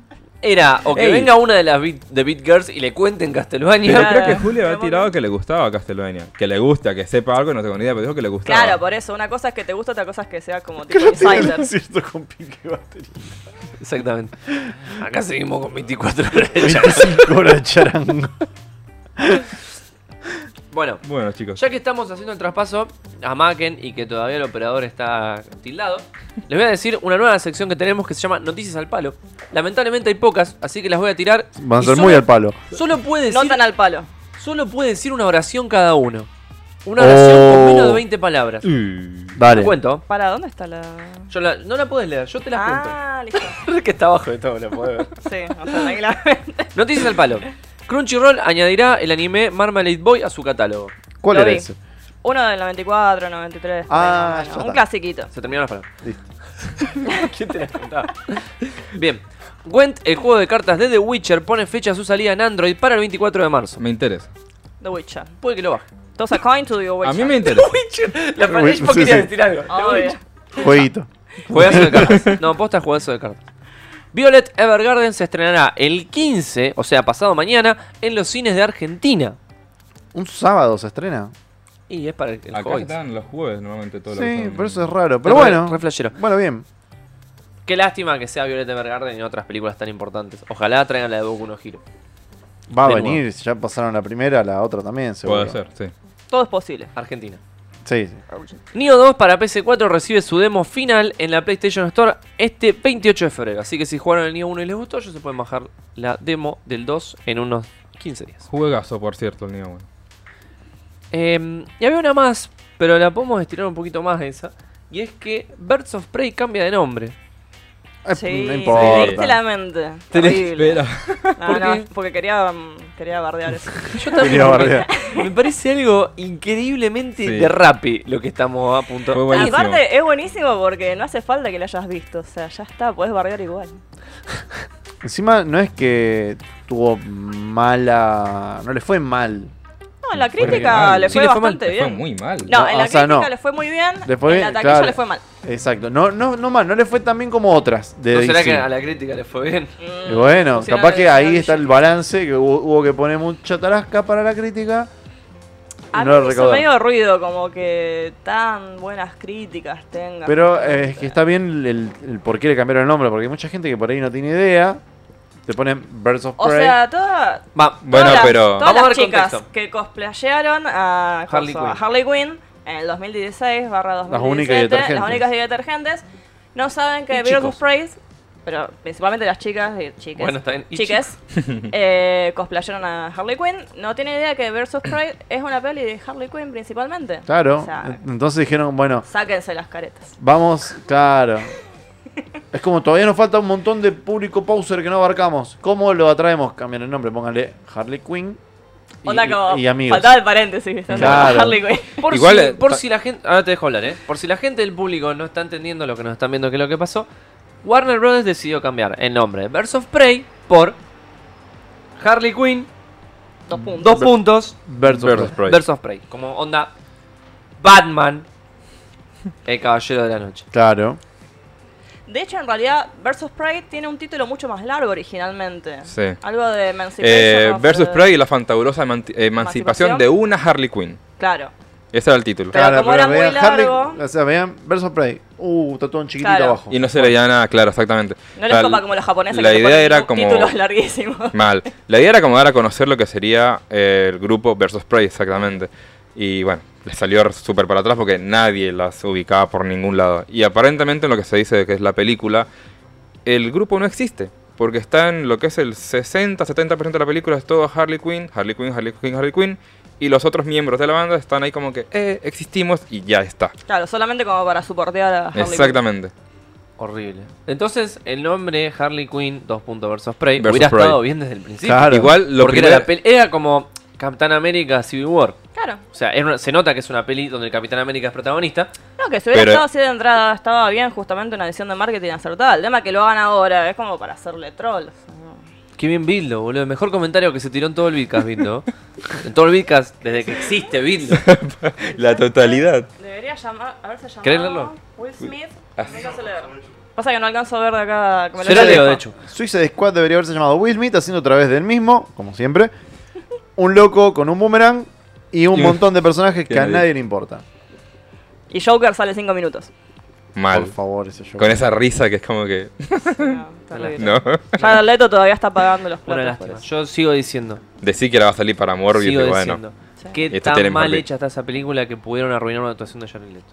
[SPEAKER 1] era o que
[SPEAKER 5] Ey.
[SPEAKER 1] venga una de las Beat, de Beat Girls y le cuente en Castlevania.
[SPEAKER 5] Pero
[SPEAKER 4] Claro.
[SPEAKER 5] creo que Julio había
[SPEAKER 4] Vamos.
[SPEAKER 5] tirado que le gustaba Castlevania. Que le gusta, que sepa algo, no tengo ni idea, pero dijo que le gustaba.
[SPEAKER 4] Claro, pues. por eso. Una cosa es que te gusta, otra cosa es que sea como
[SPEAKER 2] ¿Qué
[SPEAKER 4] tipo
[SPEAKER 2] no tiene
[SPEAKER 4] insider.
[SPEAKER 2] concierto con Pinky Battery?
[SPEAKER 1] Exactamente.
[SPEAKER 2] Ah,
[SPEAKER 1] Acá seguimos con 24 horas de chat.
[SPEAKER 2] 25 horas de charango.
[SPEAKER 1] Bueno,
[SPEAKER 5] Bueno, chicos.
[SPEAKER 1] ya que estamos haciendo el traspaso a Maken y que todavía el operador está tildado, les voy a decir una nueva sección que tenemos que se llama Noticias al Palo. Lamentablemente hay pocas, así que las voy a tirar.
[SPEAKER 2] Van a
[SPEAKER 1] Y
[SPEAKER 2] ser
[SPEAKER 1] solo-
[SPEAKER 2] muy al palo.
[SPEAKER 1] Solo puede
[SPEAKER 4] No
[SPEAKER 1] decir
[SPEAKER 4] tan al palo.
[SPEAKER 1] Solo puede decir una oración cada uno. Una oración
[SPEAKER 2] Oh.
[SPEAKER 1] con menos de 20 palabras. Te
[SPEAKER 5] Uh,
[SPEAKER 2] Dale.
[SPEAKER 1] cuento.
[SPEAKER 4] ¿Para dónde está la...?
[SPEAKER 1] Yo la- no la puedes leer, yo te la
[SPEAKER 4] Ah, listo.
[SPEAKER 1] cuento. Es que está abajo de todo, la podés ver.
[SPEAKER 4] Sí, o sea, tranquilamente.
[SPEAKER 1] Noticias al palo. Crunchyroll añadirá el anime Marmalade Boy a su catálogo.
[SPEAKER 2] ¿Cuál
[SPEAKER 4] Lo
[SPEAKER 2] era
[SPEAKER 4] vi.
[SPEAKER 2] ese?
[SPEAKER 4] Uno del 94, 93.
[SPEAKER 2] Ah,
[SPEAKER 4] bueno,
[SPEAKER 2] ya
[SPEAKER 4] bueno,
[SPEAKER 2] está.
[SPEAKER 4] Un clasiquito.
[SPEAKER 1] Se terminaron las palabras.
[SPEAKER 2] Listo.
[SPEAKER 1] ¿Quién te las contaba? Bien. Gwent, el juego de cartas de The Witcher, pone fecha a su salida en Android para el 24 de marzo.
[SPEAKER 5] Me interesa.
[SPEAKER 4] The Witcher.
[SPEAKER 1] Puede que lo baje.
[SPEAKER 4] Toss a coin to the Witcher.
[SPEAKER 5] A mí me interesa.
[SPEAKER 1] La
[SPEAKER 2] pantalla- yo quería decir
[SPEAKER 1] algo.
[SPEAKER 4] Obvio.
[SPEAKER 2] Jueguito.
[SPEAKER 1] Juegazo de cartas. No, posta juegazo de cartas. Violet Evergarden se estrenará el 15, o sea, pasado mañana, en los cines de Argentina.
[SPEAKER 2] ¿Un sábado se estrena?
[SPEAKER 1] Y es para el, el
[SPEAKER 5] Acá
[SPEAKER 1] juego.
[SPEAKER 5] están los jueves normalmente todos los
[SPEAKER 2] Sí, pero eso es raro. Pero
[SPEAKER 1] Re-
[SPEAKER 2] bueno.
[SPEAKER 1] re flashero.
[SPEAKER 2] Bueno, bien.
[SPEAKER 1] Qué lástima que sea Violet Evergarden y otras películas tan importantes. Ojalá traigan la de Boku no Hero.
[SPEAKER 2] Va a
[SPEAKER 1] De
[SPEAKER 2] venir, si ya pasaron la primera, la otra también, seguro.
[SPEAKER 5] Puede ser, sí.
[SPEAKER 4] Todo es posible.
[SPEAKER 1] Argentina.
[SPEAKER 2] Sí, sí.
[SPEAKER 1] Neo 2 para PC4 recibe su demo final en la PlayStation Store este 28 de febrero. Así que si jugaron el Neo 1 y les gustó, ya se pueden bajar la demo del 2 en unos 15 días.
[SPEAKER 5] Juegazo, por cierto, el Neo One.
[SPEAKER 1] Eh, y había una más, pero la podemos estirar un poquito más esa. Y es que Birds of Prey cambia de nombre.
[SPEAKER 2] Eh,
[SPEAKER 4] Sí,
[SPEAKER 2] no
[SPEAKER 4] me leíste la
[SPEAKER 2] importa.
[SPEAKER 4] mente.
[SPEAKER 5] Te la
[SPEAKER 4] Terrible.
[SPEAKER 5] espera.
[SPEAKER 4] No,
[SPEAKER 1] ¿Por
[SPEAKER 4] no,
[SPEAKER 1] qué?
[SPEAKER 4] porque quería, mm, quería bardear eso.
[SPEAKER 1] Yo también.
[SPEAKER 2] Quería bardear.
[SPEAKER 1] Me, me parece algo increíblemente
[SPEAKER 5] Sí.
[SPEAKER 1] de rapi lo que estamos a punto. Ah,
[SPEAKER 5] Fue buenísimo.
[SPEAKER 4] Aparte, es buenísimo porque no hace falta que lo hayas visto. O sea, ya está, podés bardear igual.
[SPEAKER 2] Encima no es que tuvo mala. No le fue mal.
[SPEAKER 4] No, en la
[SPEAKER 5] Fue
[SPEAKER 4] crítica
[SPEAKER 5] mal.
[SPEAKER 4] le
[SPEAKER 1] Sí,
[SPEAKER 4] fue
[SPEAKER 1] le fue mal,
[SPEAKER 4] bastante
[SPEAKER 5] Le
[SPEAKER 4] bien.
[SPEAKER 5] Fue muy mal.
[SPEAKER 4] No, en
[SPEAKER 2] No,
[SPEAKER 4] la
[SPEAKER 2] o sea,
[SPEAKER 4] crítica
[SPEAKER 2] no.
[SPEAKER 4] le fue muy bien.
[SPEAKER 2] Le fue
[SPEAKER 4] en
[SPEAKER 2] bien,
[SPEAKER 4] la taquilla
[SPEAKER 2] claro.
[SPEAKER 4] le fue mal.
[SPEAKER 2] Exacto. No, no, no mal, no le fue tan bien como otras. De
[SPEAKER 1] ¿No será
[SPEAKER 2] DC.
[SPEAKER 1] que a la crítica le fue bien?
[SPEAKER 2] Y bueno,
[SPEAKER 4] Funciona
[SPEAKER 2] capaz que
[SPEAKER 4] la-
[SPEAKER 2] ahí
[SPEAKER 4] la-
[SPEAKER 2] está el balance, que hubo, hubo que poner mucha tarasca para la crítica. y no lo
[SPEAKER 4] A mí me hizo
[SPEAKER 2] recaudaron.
[SPEAKER 4] medio ruido como que tan buenas críticas tenga.
[SPEAKER 2] Pero eh, es que está bien el, el por qué le cambiaron el nombre, porque hay mucha gente que por ahí no tiene idea. Te ponen Birds of
[SPEAKER 4] O
[SPEAKER 2] Prey.
[SPEAKER 4] sea, toda,
[SPEAKER 1] Va,
[SPEAKER 5] Bueno,
[SPEAKER 4] todas las-
[SPEAKER 5] pero-
[SPEAKER 4] todas
[SPEAKER 1] Vamos a
[SPEAKER 4] las
[SPEAKER 1] ver
[SPEAKER 4] chicas
[SPEAKER 1] contexto.
[SPEAKER 4] que cosplayaron a ¿cómo
[SPEAKER 1] Harley
[SPEAKER 4] se llama?
[SPEAKER 1] Quinn.
[SPEAKER 4] Harley Quinn en el 2016 barra 2017,
[SPEAKER 2] únicas detergentes.
[SPEAKER 4] las únicas detergentes, no saben
[SPEAKER 1] Y
[SPEAKER 4] que Virus
[SPEAKER 1] chicos.
[SPEAKER 4] of Prey, pero principalmente las chicas y chiques,
[SPEAKER 1] Bueno, está bien. Y
[SPEAKER 4] chiques eh, cosplayaron a Harley Quinn, no tienen idea que Virus of Prey es una peli de Harley Quinn principalmente.
[SPEAKER 2] claro.
[SPEAKER 4] O sea,
[SPEAKER 2] Entonces dijeron, bueno,
[SPEAKER 4] sáquense las caretas.
[SPEAKER 2] vamos, claro. es como todavía nos falta un montón de público pauser que no abarcamos. ¿Cómo lo atraemos? Cambian el nombre, pónganle Harley Quinn. Y,
[SPEAKER 4] Onda como
[SPEAKER 2] y amigos.
[SPEAKER 4] faltaba el paréntesis, ¿viste?
[SPEAKER 2] Claro.
[SPEAKER 4] Harley Quinn.
[SPEAKER 1] Por,
[SPEAKER 5] Igual,
[SPEAKER 1] si,
[SPEAKER 5] eh,
[SPEAKER 1] por
[SPEAKER 5] ta-
[SPEAKER 1] si la gente. Ahora te dejo hablar, ¿eh? Por si la gente del público no está entendiendo lo que nos están viendo, que es lo que pasó. Warner Brothers decidió cambiar el nombre de Birds of Prey por Harley Quinn,
[SPEAKER 4] Dos puntos.
[SPEAKER 1] dos puntos,
[SPEAKER 2] Birds of
[SPEAKER 5] Birds
[SPEAKER 2] Prey.
[SPEAKER 5] Prey.
[SPEAKER 1] Birds of Prey. Como onda Batman, el caballero de la noche.
[SPEAKER 2] Claro.
[SPEAKER 4] De hecho, en realidad, Versus Pride tiene un título mucho más largo originalmente.
[SPEAKER 5] Sí.
[SPEAKER 4] Algo de Emancipation.
[SPEAKER 5] Eh,
[SPEAKER 4] of-
[SPEAKER 5] versus
[SPEAKER 4] eh,
[SPEAKER 5] Prey y la fantabulosa emanci- emancipación
[SPEAKER 4] Emancipación.
[SPEAKER 5] de una Harley Quinn.
[SPEAKER 4] Claro.
[SPEAKER 5] Ese era el título.
[SPEAKER 4] Pero como era muy
[SPEAKER 2] vean
[SPEAKER 4] largo-
[SPEAKER 2] o sea, vean Birds of Prey. Uh, tatuón chiquitito
[SPEAKER 4] Claro.
[SPEAKER 2] abajo.
[SPEAKER 5] Y no se leía nada, claro, exactamente.
[SPEAKER 4] No
[SPEAKER 5] O sea,
[SPEAKER 4] les copa como los japoneses.
[SPEAKER 5] La
[SPEAKER 4] que le
[SPEAKER 5] idea
[SPEAKER 4] ponen
[SPEAKER 5] era
[SPEAKER 4] tu-
[SPEAKER 5] como. Mm.
[SPEAKER 4] Títulos larguísimos.
[SPEAKER 5] Mal. La idea era como dar a conocer lo que sería eh, el grupo versus Prey, exactamente. Y bueno, les salió súper para atrás porque nadie las ubicaba por ningún lado. Y aparentemente en lo que se dice que es la película, el grupo no existe. Porque está en lo que es el 60-70% de la película, es todo Harley Quinn, Harley Quinn, Harley Quinn, Harley Quinn. Y los otros miembros de la banda están ahí como que, eh, existimos y ya está.
[SPEAKER 4] Claro, solamente como para soportear a Harley
[SPEAKER 5] Exactamente.
[SPEAKER 1] Horrible. Entonces, el nombre Harley Quinn, dos puntos versus Prey,
[SPEAKER 5] Versus
[SPEAKER 1] hubiera
[SPEAKER 5] Prey.
[SPEAKER 1] estado bien desde el principio.
[SPEAKER 2] Claro.
[SPEAKER 5] Igual lo
[SPEAKER 1] porque
[SPEAKER 5] primero-
[SPEAKER 1] era, la peli- era como Capitán América Civil War.
[SPEAKER 4] Quinn. Claro.
[SPEAKER 1] O sea, es una- se nota que es una peli donde el Capitán América es protagonista.
[SPEAKER 4] No, que si hubiera
[SPEAKER 5] Pero-
[SPEAKER 4] estado así de entrada, estaba bien justamente una edición de marketing acertada. El tema es que lo hagan ahora es como para hacerle troll. o sea, no.
[SPEAKER 1] Qué bien Bildo, boludo. El mejor comentario que se tiró en todo el Bitcast, Bildo. en todo el Bitcast, desde que existe Bildo.
[SPEAKER 5] La totalidad.
[SPEAKER 4] Debería llamar, haberse llamado
[SPEAKER 1] ¿Querés leerlo?
[SPEAKER 4] Will Smith.
[SPEAKER 5] Ah.
[SPEAKER 4] Nunca se le- Pasa que no alcanzo a ver de acá. que me lo
[SPEAKER 1] Será
[SPEAKER 4] lleve
[SPEAKER 1] Leo, de
[SPEAKER 4] lejos.
[SPEAKER 1] hecho.
[SPEAKER 2] Suicide Squad debería haberse llamado Will Smith haciendo otra vez del mismo, como siempre. Un loco con un boomerang y un
[SPEAKER 5] Y un-
[SPEAKER 2] montón de personajes que a
[SPEAKER 5] Kennedy.
[SPEAKER 2] nadie le importa.
[SPEAKER 4] Y Joker sale 5 minutos.
[SPEAKER 5] Mal.
[SPEAKER 2] Por favor, ese show.
[SPEAKER 5] Con esa risa que es como que.
[SPEAKER 4] No, terrible.
[SPEAKER 5] No.
[SPEAKER 4] Ya el Leto todavía está pagando los
[SPEAKER 1] Una
[SPEAKER 4] platos.
[SPEAKER 1] lástima. Yo sigo diciendo.
[SPEAKER 5] Decí que la va a salir para Morbius
[SPEAKER 1] sigo
[SPEAKER 5] y bueno.
[SPEAKER 1] diciendo. Qué
[SPEAKER 5] Y esto
[SPEAKER 1] tan
[SPEAKER 5] tienen
[SPEAKER 1] mal
[SPEAKER 5] papel.
[SPEAKER 1] hecha está esa película que pudieron arruinar una actuación de Jared Leto.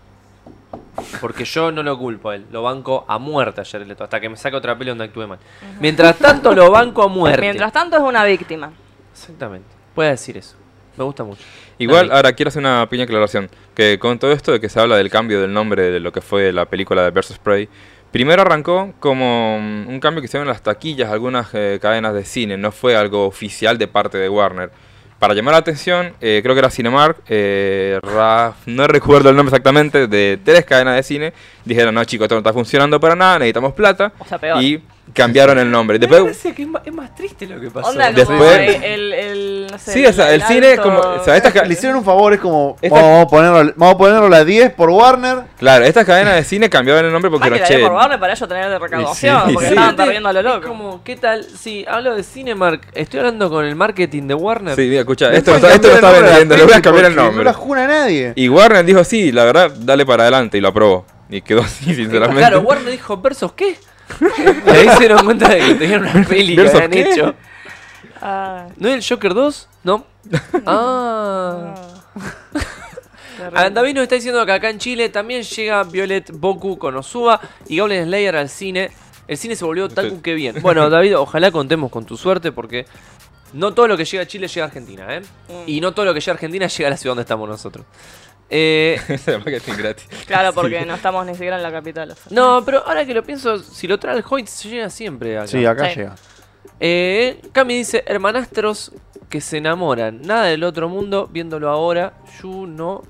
[SPEAKER 1] Porque yo no lo culpo a él. Lo banco a muerte a Jared Leto. Hasta que me saque otra peli donde actúe mal. Mientras tanto, lo banco a muerte.
[SPEAKER 4] Mientras tanto es una víctima.
[SPEAKER 1] Exactamente. Puedes decir eso. Me gusta mucho.
[SPEAKER 5] Igual,
[SPEAKER 1] Dale.
[SPEAKER 5] ahora quiero hacer una pequeña aclaración. Que con todo esto de que se habla del cambio del nombre de lo que fue la película de Versus Prey, primero arrancó como mm, un cambio que se ven en las taquillas, algunas eh, cadenas de cine, no fue algo oficial de parte de Warner. Para llamar la atención, eh, creo que era Cinemark, eh, Raf- no recuerdo el nombre exactamente, de tres cadenas de cine, dijeron, no chicos, esto no está funcionando para nada, necesitamos plata,
[SPEAKER 4] O sea, peor.
[SPEAKER 5] y cambiaron el nombre. Después,
[SPEAKER 1] que es más, triste lo que pasó.
[SPEAKER 4] Onda como
[SPEAKER 5] Después-
[SPEAKER 4] el, el, el- no sé,
[SPEAKER 5] Sí, o sea, el cine
[SPEAKER 4] alto-
[SPEAKER 5] como- o sea, esta ca-
[SPEAKER 2] Le hicieron un favor, es como.
[SPEAKER 5] Esta-
[SPEAKER 2] Vamos, a ponerlo, vamos a ponerlo a la 10 por Warner.
[SPEAKER 5] claro, estas cadenas de cine cambiaron el nombre porque
[SPEAKER 4] Más que
[SPEAKER 5] no
[SPEAKER 4] la de
[SPEAKER 5] che,
[SPEAKER 4] por Warner para ellos tener de recaudación,
[SPEAKER 5] y
[SPEAKER 4] porque
[SPEAKER 5] sí.
[SPEAKER 4] estaban perdiendo a lo loco.
[SPEAKER 1] Es como, ¿qué tal? Sí, hablo de Cinemark. Estoy hablando con el marketing de Warner.
[SPEAKER 5] Sí, mira, escucha,
[SPEAKER 2] Le
[SPEAKER 5] esto, no
[SPEAKER 2] pueden
[SPEAKER 5] está- esto no
[SPEAKER 2] cambiar
[SPEAKER 5] está
[SPEAKER 2] el nombre
[SPEAKER 5] vendiendo,
[SPEAKER 2] la
[SPEAKER 5] le voy a
[SPEAKER 2] peli
[SPEAKER 5] cambiar el
[SPEAKER 2] porque No
[SPEAKER 5] nombre.
[SPEAKER 2] la jura nadie.
[SPEAKER 5] Y Warner dijo, sí, la verdad, dale para adelante, y lo aprobó. Y quedó así, sinceramente.
[SPEAKER 1] Claro, Warner dijo, ¿versos qué? Y ahí se dieron cuenta de que tenían una peli que
[SPEAKER 5] ¿Versus
[SPEAKER 1] habían
[SPEAKER 5] qué?
[SPEAKER 1] hecho.
[SPEAKER 4] Ah,
[SPEAKER 1] ¿No es el Joker 2? No. Ah.
[SPEAKER 4] Ah.
[SPEAKER 1] David nos está diciendo que acá en Chile también llega Violet Boku con Osuba y Goblin Slayer al cine. El cine se volvió tan
[SPEAKER 5] Sí.
[SPEAKER 1] que bien. Bueno, David, ojalá contemos con tu suerte porque no todo lo que llega a Chile llega a Argentina, ¿eh? Y no todo lo que llega a Argentina llega a la ciudad donde estamos nosotros. Eh,
[SPEAKER 5] Ese marketing gratis.
[SPEAKER 4] claro, porque no estamos ni siquiera en la capital. o sea.
[SPEAKER 1] no, pero ahora que lo pienso, si lo trae el Hoyt, se llega siempre acá.
[SPEAKER 2] Sí, acá
[SPEAKER 4] Sí.
[SPEAKER 2] llega.
[SPEAKER 1] Eh, Cami dice, hermanastros que se enamoran. Nada del otro mundo, viéndolo ahora. Yu no...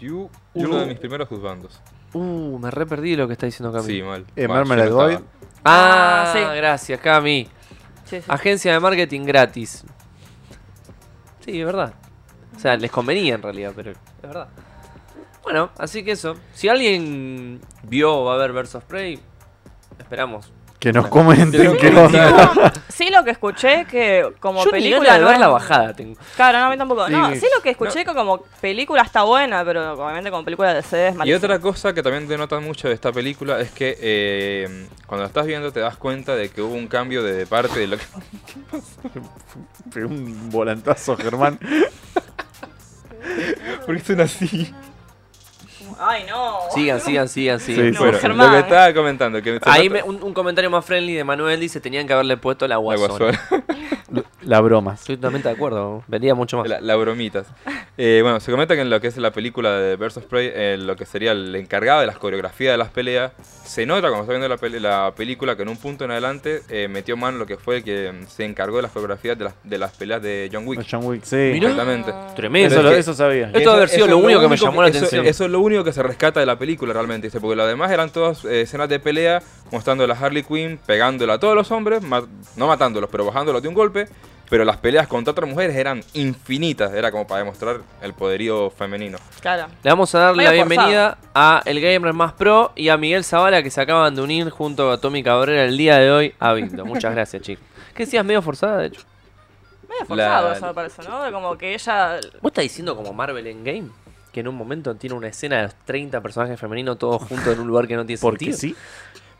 [SPEAKER 5] You, uno de mis primeros juzgandos.
[SPEAKER 1] Uh, me re perdí lo que está diciendo Cami.
[SPEAKER 5] Sí, mal.
[SPEAKER 2] Eh,
[SPEAKER 5] Mal, yo
[SPEAKER 2] Marmalade
[SPEAKER 5] no
[SPEAKER 2] Boy.
[SPEAKER 5] estaba.
[SPEAKER 1] Ah,
[SPEAKER 4] Ah, sí.
[SPEAKER 1] gracias, Cami.
[SPEAKER 4] Sí, sí.
[SPEAKER 1] Agencia de marketing gratis. Sí, es verdad. O sea, les convenía en realidad, pero es verdad. Bueno, así que eso. Si alguien vio o va a ver Versus Prey, esperamos.
[SPEAKER 2] Que nos comenten
[SPEAKER 5] Pero-
[SPEAKER 2] qué onda.
[SPEAKER 5] Ah.
[SPEAKER 4] Sí, lo que escuché que como
[SPEAKER 1] Yo ni
[SPEAKER 4] película.
[SPEAKER 1] ganas de
[SPEAKER 4] no
[SPEAKER 1] ver
[SPEAKER 4] es-
[SPEAKER 1] la bajada tengo.
[SPEAKER 4] Claro, no, a mí tampoco. No,
[SPEAKER 2] Sí.
[SPEAKER 4] sí lo que escuché que como película está buena, pero obviamente como película de CD es
[SPEAKER 5] Y
[SPEAKER 4] malísima.
[SPEAKER 5] otra cosa que también denota mucho de esta película es que eh, cuando la estás viendo te das cuenta de que hubo un cambio de parte de lo que...
[SPEAKER 2] Fue un volantazo, Germán.
[SPEAKER 5] Porque son así.
[SPEAKER 4] Ay, no.
[SPEAKER 1] Sigan, sigan, sigan, sigan.
[SPEAKER 2] Sí,
[SPEAKER 4] No,
[SPEAKER 5] Bueno,
[SPEAKER 4] Germán.
[SPEAKER 5] lo que estaba comentando, que se
[SPEAKER 1] Ahí me-
[SPEAKER 5] nota-
[SPEAKER 1] un, un comentario más friendly de Manuel dice, tenían que haberle puesto la
[SPEAKER 5] la
[SPEAKER 1] guasona.
[SPEAKER 5] guasona.
[SPEAKER 2] La broma.
[SPEAKER 1] Estoy totalmente de acuerdo, vería mucho más.
[SPEAKER 5] La, la bromitas. Eh, bueno, se comenta que en lo que es la película de Versus Prey, eh, lo que sería el encargado de las coreografías de las peleas, se nota cuando está viendo la, pele- la película que en un punto en adelante eh, metió mano lo que fue el que mm, se encargó de las coreografías de las, de las peleas de John Wick.
[SPEAKER 2] John Wick, sí.
[SPEAKER 1] Mirá.
[SPEAKER 5] Exactamente.
[SPEAKER 1] Tremendo.
[SPEAKER 2] Eso,
[SPEAKER 5] Pero
[SPEAKER 2] lo-
[SPEAKER 5] es que-
[SPEAKER 2] eso sabía.
[SPEAKER 1] Esto debe haber sido
[SPEAKER 5] es
[SPEAKER 1] lo único que me llamó la
[SPEAKER 5] eso-
[SPEAKER 1] atención.
[SPEAKER 5] Eso es lo único que se rescata de la película realmente, dice, porque lo demás eran todas eh, escenas de pelea, mostrando a la Harley Quinn, pegándola a todos los hombres, ma- no matándolos, pero bajándolos de un golpe. Pero las peleas contra otras mujeres eran infinitas, era como para demostrar el poderío femenino.
[SPEAKER 4] Claro.
[SPEAKER 1] Le vamos a darle
[SPEAKER 4] Medio
[SPEAKER 1] la bienvenida a El Gamer Más Pro y a Miguel Zavala que se acaban de unir junto a Tommy Cabrera el día de hoy a Vinto. Muchas gracias, chicos. ¿Qué decías? Medio forzada, de hecho.
[SPEAKER 4] Medio forzado
[SPEAKER 5] La-
[SPEAKER 4] eso me parece, ¿no? De Como que ella.
[SPEAKER 1] ¿Vos estás diciendo como Marvel en Game? Que en un momento tiene una escena de los 30 personajes femeninos todos juntos en un lugar que no tiene
[SPEAKER 2] Porque
[SPEAKER 1] sentido.
[SPEAKER 2] sí.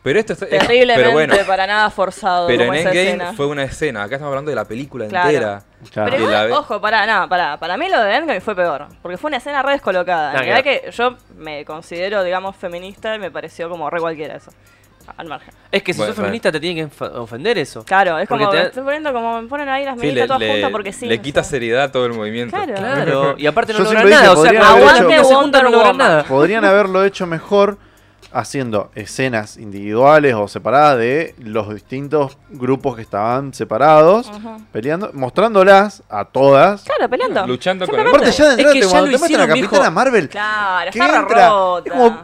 [SPEAKER 5] Pero esto está, es-
[SPEAKER 4] Terriblemente
[SPEAKER 5] pero bueno,
[SPEAKER 4] para nada forzado.
[SPEAKER 5] pero
[SPEAKER 4] como
[SPEAKER 5] en
[SPEAKER 4] esa
[SPEAKER 5] Endgame
[SPEAKER 4] escena.
[SPEAKER 5] fue una escena, acá estamos hablando de la película
[SPEAKER 4] Claro.
[SPEAKER 5] entera.
[SPEAKER 2] Claro.
[SPEAKER 5] Y
[SPEAKER 4] Pero
[SPEAKER 5] la ve-
[SPEAKER 4] ojo, pará, nada, pará. Para mí lo de Endgame fue peor, porque fue una escena re descolocada.
[SPEAKER 1] Nada
[SPEAKER 4] La
[SPEAKER 1] que
[SPEAKER 4] verdad
[SPEAKER 1] ver.
[SPEAKER 4] que yo me considero, digamos, feminista y me pareció como re cualquiera eso. Al margen.
[SPEAKER 1] Es que si
[SPEAKER 5] Bueno,
[SPEAKER 1] sos feminista te tienen que enf- ofender eso.
[SPEAKER 4] Claro, es
[SPEAKER 1] Porque
[SPEAKER 4] como,
[SPEAKER 1] te-
[SPEAKER 4] me estoy poniendo como me ponen ahí las
[SPEAKER 5] Sí,
[SPEAKER 4] meditas
[SPEAKER 5] le,
[SPEAKER 4] todas
[SPEAKER 5] le-
[SPEAKER 4] juntas porque sí.
[SPEAKER 5] le
[SPEAKER 4] o
[SPEAKER 5] quita
[SPEAKER 4] sea.
[SPEAKER 5] seriedad a todo el movimiento.
[SPEAKER 4] Claro.
[SPEAKER 1] Claro, y aparte no
[SPEAKER 2] Yo
[SPEAKER 1] logran
[SPEAKER 2] siempre dije,
[SPEAKER 1] nada. O sea,
[SPEAKER 2] podrían
[SPEAKER 1] cuando
[SPEAKER 2] haber
[SPEAKER 1] aguante
[SPEAKER 4] hecho-
[SPEAKER 1] se juntan no logran
[SPEAKER 4] Wonder
[SPEAKER 1] nada.
[SPEAKER 2] Podrían haberlo hecho mejor haciendo escenas individuales o separadas de los distintos grupos que estaban separados,
[SPEAKER 4] Ujú.
[SPEAKER 2] peleando, mostrándolas a todas.
[SPEAKER 4] Claro, peleando.
[SPEAKER 5] Luchando con
[SPEAKER 4] Simplemente.
[SPEAKER 2] Aparte ya de
[SPEAKER 1] Es que
[SPEAKER 2] entrada
[SPEAKER 1] ya
[SPEAKER 2] te,
[SPEAKER 1] lo
[SPEAKER 2] cuando te meten
[SPEAKER 1] hicieron,
[SPEAKER 2] a Capitana
[SPEAKER 1] viejo.
[SPEAKER 2] Marvel,
[SPEAKER 4] Claro,
[SPEAKER 2] que
[SPEAKER 4] está re
[SPEAKER 2] entra,
[SPEAKER 4] rota.
[SPEAKER 2] es como-
[SPEAKER 1] Ya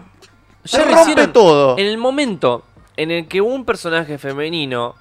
[SPEAKER 2] ya
[SPEAKER 1] lo
[SPEAKER 2] rompe
[SPEAKER 1] hicieron.
[SPEAKER 2] todo.
[SPEAKER 1] En el momento en el que un personaje femenino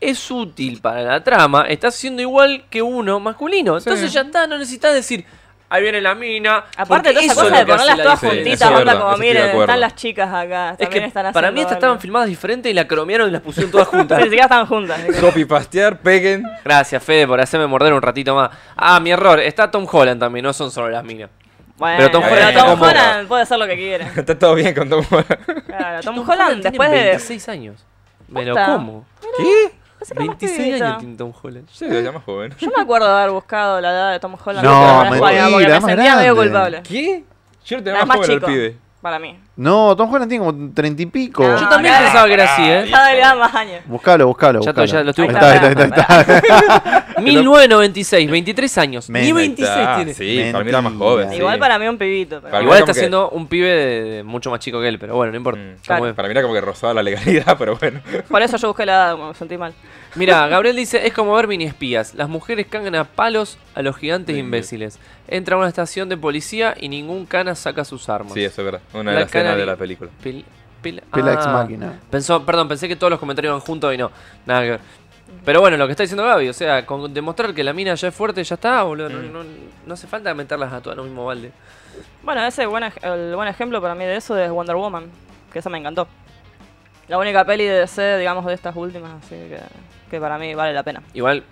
[SPEAKER 1] es útil para la trama, está siendo igual que uno masculino. Entonces ya está, no necesitas decir, ahí viene la mina.
[SPEAKER 4] Aparte,
[SPEAKER 1] porque
[SPEAKER 4] toda esa
[SPEAKER 1] eso
[SPEAKER 4] cosa
[SPEAKER 1] es
[SPEAKER 4] de
[SPEAKER 1] lo que hace
[SPEAKER 4] ponerlas
[SPEAKER 1] la
[SPEAKER 4] todas
[SPEAKER 1] diferencia.
[SPEAKER 5] eso
[SPEAKER 4] juntitas,
[SPEAKER 5] es
[SPEAKER 4] onda
[SPEAKER 5] verdad,
[SPEAKER 4] como
[SPEAKER 5] eso estoy de
[SPEAKER 4] miren,
[SPEAKER 5] acuerdo.
[SPEAKER 4] están las chicas acá.
[SPEAKER 1] Es
[SPEAKER 4] también
[SPEAKER 1] que
[SPEAKER 4] están
[SPEAKER 1] para
[SPEAKER 4] haciendo
[SPEAKER 1] mí estas
[SPEAKER 4] algo.
[SPEAKER 1] estaban filmadas diferente y la cromearon y las pusieron todas juntas.
[SPEAKER 4] Ni siquiera están juntas. ni siquiera.
[SPEAKER 5] Copypastear, peguen.
[SPEAKER 1] Gracias, Fede, por hacerme morder un ratito más. Ah, mi error. Está Tom Holland también, no son solo las minas.
[SPEAKER 4] Bueno,
[SPEAKER 1] Pero Tom Holland
[SPEAKER 4] pero Tom
[SPEAKER 1] está como-
[SPEAKER 4] Holland puede hacer lo que quiera.
[SPEAKER 5] Está todo bien con Tom Holland.
[SPEAKER 4] Claro, Tom, Holland,
[SPEAKER 1] tiene
[SPEAKER 4] después de.
[SPEAKER 1] 26 años. Me lo
[SPEAKER 4] Posta.
[SPEAKER 1] como.
[SPEAKER 5] ¿Qué?
[SPEAKER 4] Pensé que era más
[SPEAKER 1] 26
[SPEAKER 4] pibito.
[SPEAKER 1] años tiene Tom Holland.
[SPEAKER 5] Sí, lo llama joven.
[SPEAKER 4] Yo me acuerdo de haber buscado la edad de Tom Holland.
[SPEAKER 2] No,
[SPEAKER 4] para
[SPEAKER 2] mentira,
[SPEAKER 4] España, porque me
[SPEAKER 2] más
[SPEAKER 4] sentía medio
[SPEAKER 2] grande.
[SPEAKER 4] culpable.
[SPEAKER 5] ¿Qué? Yo lo tenía
[SPEAKER 4] Era
[SPEAKER 5] más
[SPEAKER 4] más
[SPEAKER 5] joven al
[SPEAKER 4] chico.
[SPEAKER 5] pibe.
[SPEAKER 4] Para mí.
[SPEAKER 2] No, Tom Holland tiene como treinta y pico.
[SPEAKER 4] Ah.
[SPEAKER 1] Yo también
[SPEAKER 4] Ah,
[SPEAKER 1] pensaba que era así, ¿eh?
[SPEAKER 4] Cada vez le dan más años.
[SPEAKER 2] Buscalo, buscalo.
[SPEAKER 1] Ya
[SPEAKER 2] buscalo.
[SPEAKER 1] to- ya lo estoy
[SPEAKER 2] Ahí
[SPEAKER 4] buscando.
[SPEAKER 2] está, ahí está, ahí está.
[SPEAKER 1] 1996, 23 años.
[SPEAKER 2] Me-
[SPEAKER 1] Ni 26
[SPEAKER 5] Está,
[SPEAKER 1] tiene.
[SPEAKER 5] Sí, para mí era más joven.
[SPEAKER 2] Mentira.
[SPEAKER 5] sí.
[SPEAKER 4] Igual para mí un pibito. pero
[SPEAKER 5] Para mí
[SPEAKER 1] Igual
[SPEAKER 5] como
[SPEAKER 1] está
[SPEAKER 5] que-
[SPEAKER 1] siendo un pibe de- de mucho más chico que él, pero bueno, no importa.
[SPEAKER 5] Mm,
[SPEAKER 1] Estamos bien.
[SPEAKER 5] Para mí era como que rozaba la legalidad, pero bueno.
[SPEAKER 4] Por eso yo busqué la edad, me sentí mal.
[SPEAKER 1] Mira, Gabriel dice, es como ver mini espías. Las mujeres cangan a palos a los gigantes imbéciles. Entra a una estación de policía y ningún cana saca sus armas.
[SPEAKER 5] Sí, eso es verdad. Una de
[SPEAKER 1] La
[SPEAKER 5] las escenas
[SPEAKER 1] cara
[SPEAKER 5] de
[SPEAKER 1] de-
[SPEAKER 5] la película.
[SPEAKER 1] Pel- pel-
[SPEAKER 2] Pela
[SPEAKER 1] ah.
[SPEAKER 2] ex máquina.
[SPEAKER 1] Pensó, perdón, pensé que todos los comentarios iban juntos y no. Nada que ver. Pero bueno, lo que está diciendo Gaby, o sea, con demostrar que la mina ya es fuerte, ya está, boludo.
[SPEAKER 5] Mm.
[SPEAKER 1] No, no- no hace falta meterlas a todas en un mismo balde.
[SPEAKER 4] Bueno, ese buen ej- el buen ejemplo para mí de eso es Wonder Woman, que esa me encantó. La única peli de DC, digamos, de estas últimas, así que, que para mí vale la pena.
[SPEAKER 1] Igual,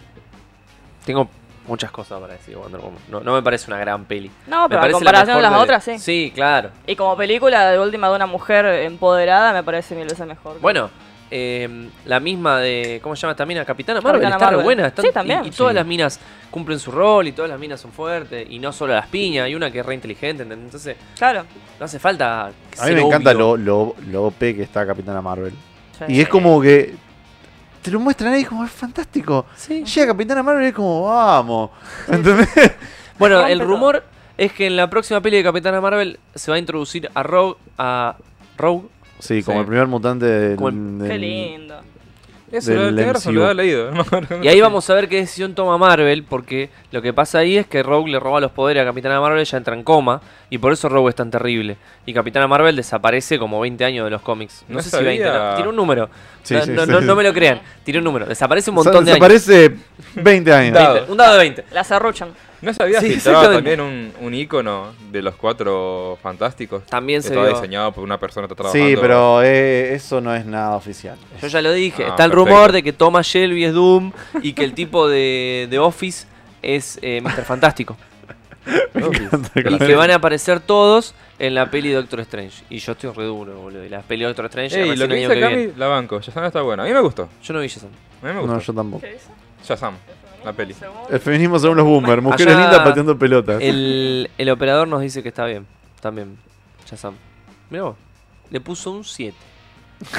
[SPEAKER 1] tengo muchas cosas para decir de Wonder Woman. No, no me parece una gran peli.
[SPEAKER 4] No,
[SPEAKER 1] Me
[SPEAKER 4] pero en
[SPEAKER 1] parece
[SPEAKER 4] comparación
[SPEAKER 1] mejor
[SPEAKER 4] a las
[SPEAKER 1] de-
[SPEAKER 4] otras, sí.
[SPEAKER 1] Sí, claro.
[SPEAKER 4] Y como película de última de una mujer empoderada, me parece mil veces mejor.
[SPEAKER 1] Bueno, eh, la misma de. ¿Cómo se llama esta mina? Capitana Marvel.
[SPEAKER 4] Capitana
[SPEAKER 1] está re
[SPEAKER 4] Marvel.
[SPEAKER 1] buena. están-
[SPEAKER 4] Sí, también.
[SPEAKER 1] Y, y todas
[SPEAKER 5] Sí.
[SPEAKER 1] las minas cumplen su rol y todas las minas son fuertes. Y no solo las piñas, hay una que es re inteligente. ¿entendés? Entonces,
[SPEAKER 4] claro.
[SPEAKER 1] no hace falta. que
[SPEAKER 2] A mí
[SPEAKER 1] ser
[SPEAKER 2] me encanta
[SPEAKER 1] obvio.
[SPEAKER 2] lo, lo, lo OP que está Capitana Marvel.
[SPEAKER 4] Sí.
[SPEAKER 2] Y es como que. Te lo muestran ahí como es fantástico.
[SPEAKER 1] Sí.
[SPEAKER 2] Llega Capitana Marvel y es como, vamos. ¿Entendés?
[SPEAKER 1] Bueno,
[SPEAKER 4] Rompe
[SPEAKER 1] el rumor es que en la próxima peli de Capitana Marvel se va a introducir a Rogue. A Rogue.
[SPEAKER 2] Sí, como
[SPEAKER 5] Sí.
[SPEAKER 2] el primer mutante del.
[SPEAKER 1] Como-
[SPEAKER 2] del-
[SPEAKER 4] Qué lindo.
[SPEAKER 5] Eso,
[SPEAKER 2] Del
[SPEAKER 5] lo tenía razón, lo
[SPEAKER 2] MCU.
[SPEAKER 5] había leído. no me acuerdo.
[SPEAKER 1] Y ahí vamos a ver qué decisión toma Marvel, porque lo que pasa ahí es que Rogue le roba los poderes a Capitana Marvel, ya entra en coma, y por eso Rogue es tan terrible. Y Capitana Marvel desaparece como 20 años de los cómics. No,
[SPEAKER 5] No
[SPEAKER 1] sé
[SPEAKER 5] sabía.
[SPEAKER 1] si 20, no, tiene un número.
[SPEAKER 2] Sí,
[SPEAKER 1] no,
[SPEAKER 2] sí,
[SPEAKER 1] no-
[SPEAKER 2] sí,
[SPEAKER 1] no-
[SPEAKER 2] sí.
[SPEAKER 1] no me lo crean, tiene un número. Desaparece un
[SPEAKER 2] Se-
[SPEAKER 1] montón de años.
[SPEAKER 2] Desaparece 20 años.
[SPEAKER 5] Da-
[SPEAKER 1] 20, un dado de 20.
[SPEAKER 4] La cerruchan.
[SPEAKER 5] ¿No sabía
[SPEAKER 1] Sí,
[SPEAKER 5] si estaba
[SPEAKER 1] exactamente.
[SPEAKER 5] también un, un ícono de los cuatro fantásticos?
[SPEAKER 1] También se
[SPEAKER 5] Que Estaba
[SPEAKER 1] vio.
[SPEAKER 5] diseñado por una persona que está trabajando.
[SPEAKER 2] Sí, pero eh, eso no es nada oficial.
[SPEAKER 1] Yo ya lo dije.
[SPEAKER 5] Ah,
[SPEAKER 1] Está el
[SPEAKER 5] perfecto.
[SPEAKER 1] rumor de que Thomas Shelby es Doom y que el tipo de, de Office es eh, Mr. Fantástico. Y que van a aparecer todos en la peli Doctor Strange. Y yo estoy re duro, boludo. Y la peli Doctor Strange
[SPEAKER 5] Ey,
[SPEAKER 1] aparece
[SPEAKER 5] lo
[SPEAKER 1] el
[SPEAKER 5] que
[SPEAKER 1] año
[SPEAKER 5] dice
[SPEAKER 1] que viene.
[SPEAKER 5] Cami, la banco. Shazam está buena. A mí me gustó.
[SPEAKER 1] Yo no vi Shazam.
[SPEAKER 5] A mí me gustó.
[SPEAKER 2] No, yo tampoco.
[SPEAKER 4] ¿Qué hizo?
[SPEAKER 5] Shazam, la peli.
[SPEAKER 2] El feminismo según los boomers. Mujeres
[SPEAKER 1] Allá-
[SPEAKER 2] lindas pateando pelotas.
[SPEAKER 1] El, el operador nos dice que está bien. También. Shazam. Mirá vos. Le puso un 7.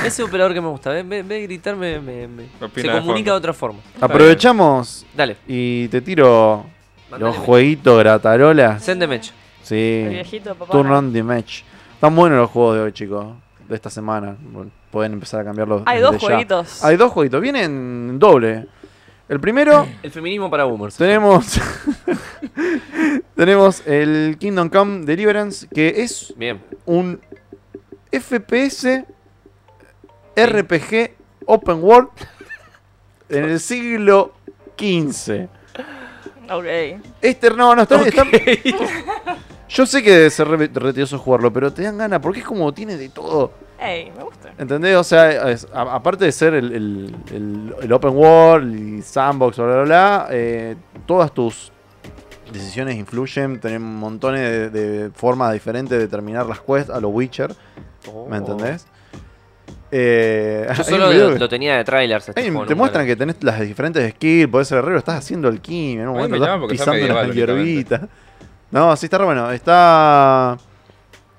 [SPEAKER 1] Ese operador que me gusta. En vez en vez de gritarme, me, me- se
[SPEAKER 5] Opina de
[SPEAKER 1] comunica
[SPEAKER 5] fondo.
[SPEAKER 1] de otra forma.
[SPEAKER 2] Aprovechamos
[SPEAKER 1] Dale.
[SPEAKER 2] y te tiro los
[SPEAKER 1] Mándale.
[SPEAKER 2] jueguitos gratarolas.
[SPEAKER 1] Send the match.
[SPEAKER 4] El
[SPEAKER 2] Sí.
[SPEAKER 4] viejito, papá.
[SPEAKER 2] Turn on the match. Están buenos los juegos de hoy, chicos. De esta semana. Bueno, Pueden empezar a cambiarlos.
[SPEAKER 4] Hay
[SPEAKER 2] desde
[SPEAKER 4] dos
[SPEAKER 2] ya.
[SPEAKER 4] jueguitos.
[SPEAKER 2] Hay dos jueguitos. Vienen doble. El primero
[SPEAKER 1] El feminismo para boomers.
[SPEAKER 2] tenemos. tenemos el Kingdom Come Deliverance, que es
[SPEAKER 1] Bien.
[SPEAKER 2] un FPS RPG Open World en el siglo XV.
[SPEAKER 4] Ok.
[SPEAKER 2] Este, no, no, está, está- Yo sé que debe ser re, re tedioso jugarlo, pero te dan ganas, porque es como tiene de todo.
[SPEAKER 4] Ey, me gusta.
[SPEAKER 2] ¿Entendés? O sea, es- a- aparte de ser el, el- el- el open world y sandbox, bla, bla, bla, eh, todas tus decisiones influyen, tenés montones de, de formas diferentes de terminar las quests a lo Witcher, ¿me entendés? Eh,
[SPEAKER 1] Oh.
[SPEAKER 2] hay
[SPEAKER 1] Yo
[SPEAKER 2] un
[SPEAKER 1] solo
[SPEAKER 2] video
[SPEAKER 1] lo,
[SPEAKER 2] que-
[SPEAKER 1] lo tenía de trailers. este
[SPEAKER 2] Ey, te muestran que tenés las diferentes skills, podés ser herrero, estás haciendo el kim, en un
[SPEAKER 5] A mí
[SPEAKER 2] momento
[SPEAKER 5] me
[SPEAKER 2] estás
[SPEAKER 5] llama porque está
[SPEAKER 2] pisando las
[SPEAKER 5] medieval,
[SPEAKER 2] hierbitas. No, sí está re bueno. Está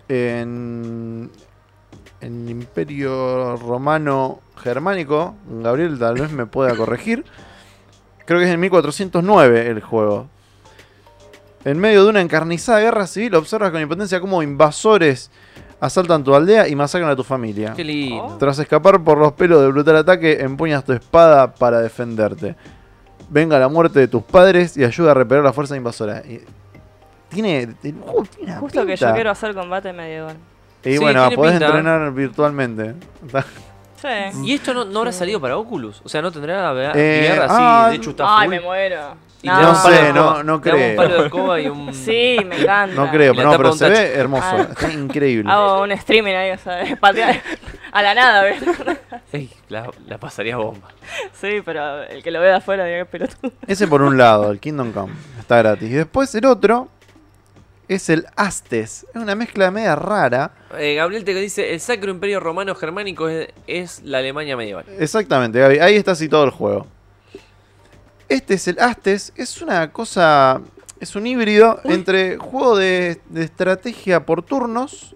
[SPEAKER 2] en en Imperio Romano Germánico. Gabriel tal vez me pueda corregir. Creo que es en 1409 el juego. En medio de una encarnizada guerra civil, observas con impotencia cómo invasores asaltan tu aldea y masacran a tu familia.
[SPEAKER 1] Qué lindo.
[SPEAKER 2] Tras escapar por los pelos del brutal ataque, empuñas tu espada para defenderte. Venga la muerte de tus padres y ayuda a repeler la fuerza invasora. Y- Tiene. el juego tiene una
[SPEAKER 4] Justo que
[SPEAKER 2] pinta.
[SPEAKER 4] yo quiero hacer combate medieval.
[SPEAKER 2] Y
[SPEAKER 1] Sí,
[SPEAKER 2] bueno,
[SPEAKER 1] tiene
[SPEAKER 2] podés
[SPEAKER 1] pinta.
[SPEAKER 2] entrenar virtualmente.
[SPEAKER 4] Sí. Mm.
[SPEAKER 1] ¿Y esto no, no habrá salido para Oculus? O sea, no tendrá VR
[SPEAKER 2] Eh,
[SPEAKER 1] así
[SPEAKER 2] ah,
[SPEAKER 1] de hecho está
[SPEAKER 4] Ay,
[SPEAKER 1] full?
[SPEAKER 4] me muero.
[SPEAKER 1] Y
[SPEAKER 4] No.
[SPEAKER 1] le da un
[SPEAKER 4] No
[SPEAKER 1] palo de
[SPEAKER 4] sé,
[SPEAKER 1] escoba.
[SPEAKER 2] no- no
[SPEAKER 1] Le da
[SPEAKER 2] creo.
[SPEAKER 1] Un palo de escoba y un.
[SPEAKER 4] Sí, me encanta.
[SPEAKER 2] No creo,
[SPEAKER 1] Y la
[SPEAKER 2] no,
[SPEAKER 1] tapa
[SPEAKER 2] pero
[SPEAKER 1] un
[SPEAKER 2] se
[SPEAKER 1] tacho.
[SPEAKER 2] ve hermoso.
[SPEAKER 4] Ah.
[SPEAKER 2] Está increíble.
[SPEAKER 4] Hago un streaming ahí, o sea, de patear a la nada, ¿ves?
[SPEAKER 1] Ey, la, la pasaría bomba.
[SPEAKER 4] Sí, pero el que lo ve de afuera, diga, pelotudo.
[SPEAKER 2] Ese por un lado, el Kingdom Come. Está gratis. Y después el otro es el Astes. Es una mezcla media rara.
[SPEAKER 1] Eh, Gabriel te dice: el Sacro Imperio Romano Germánico es, es la Alemania medieval.
[SPEAKER 2] Exactamente, Gaby. Ahí está todo el juego. Este es el Astes. Es una cosa. Es un híbrido entre juego de, de estrategia por turnos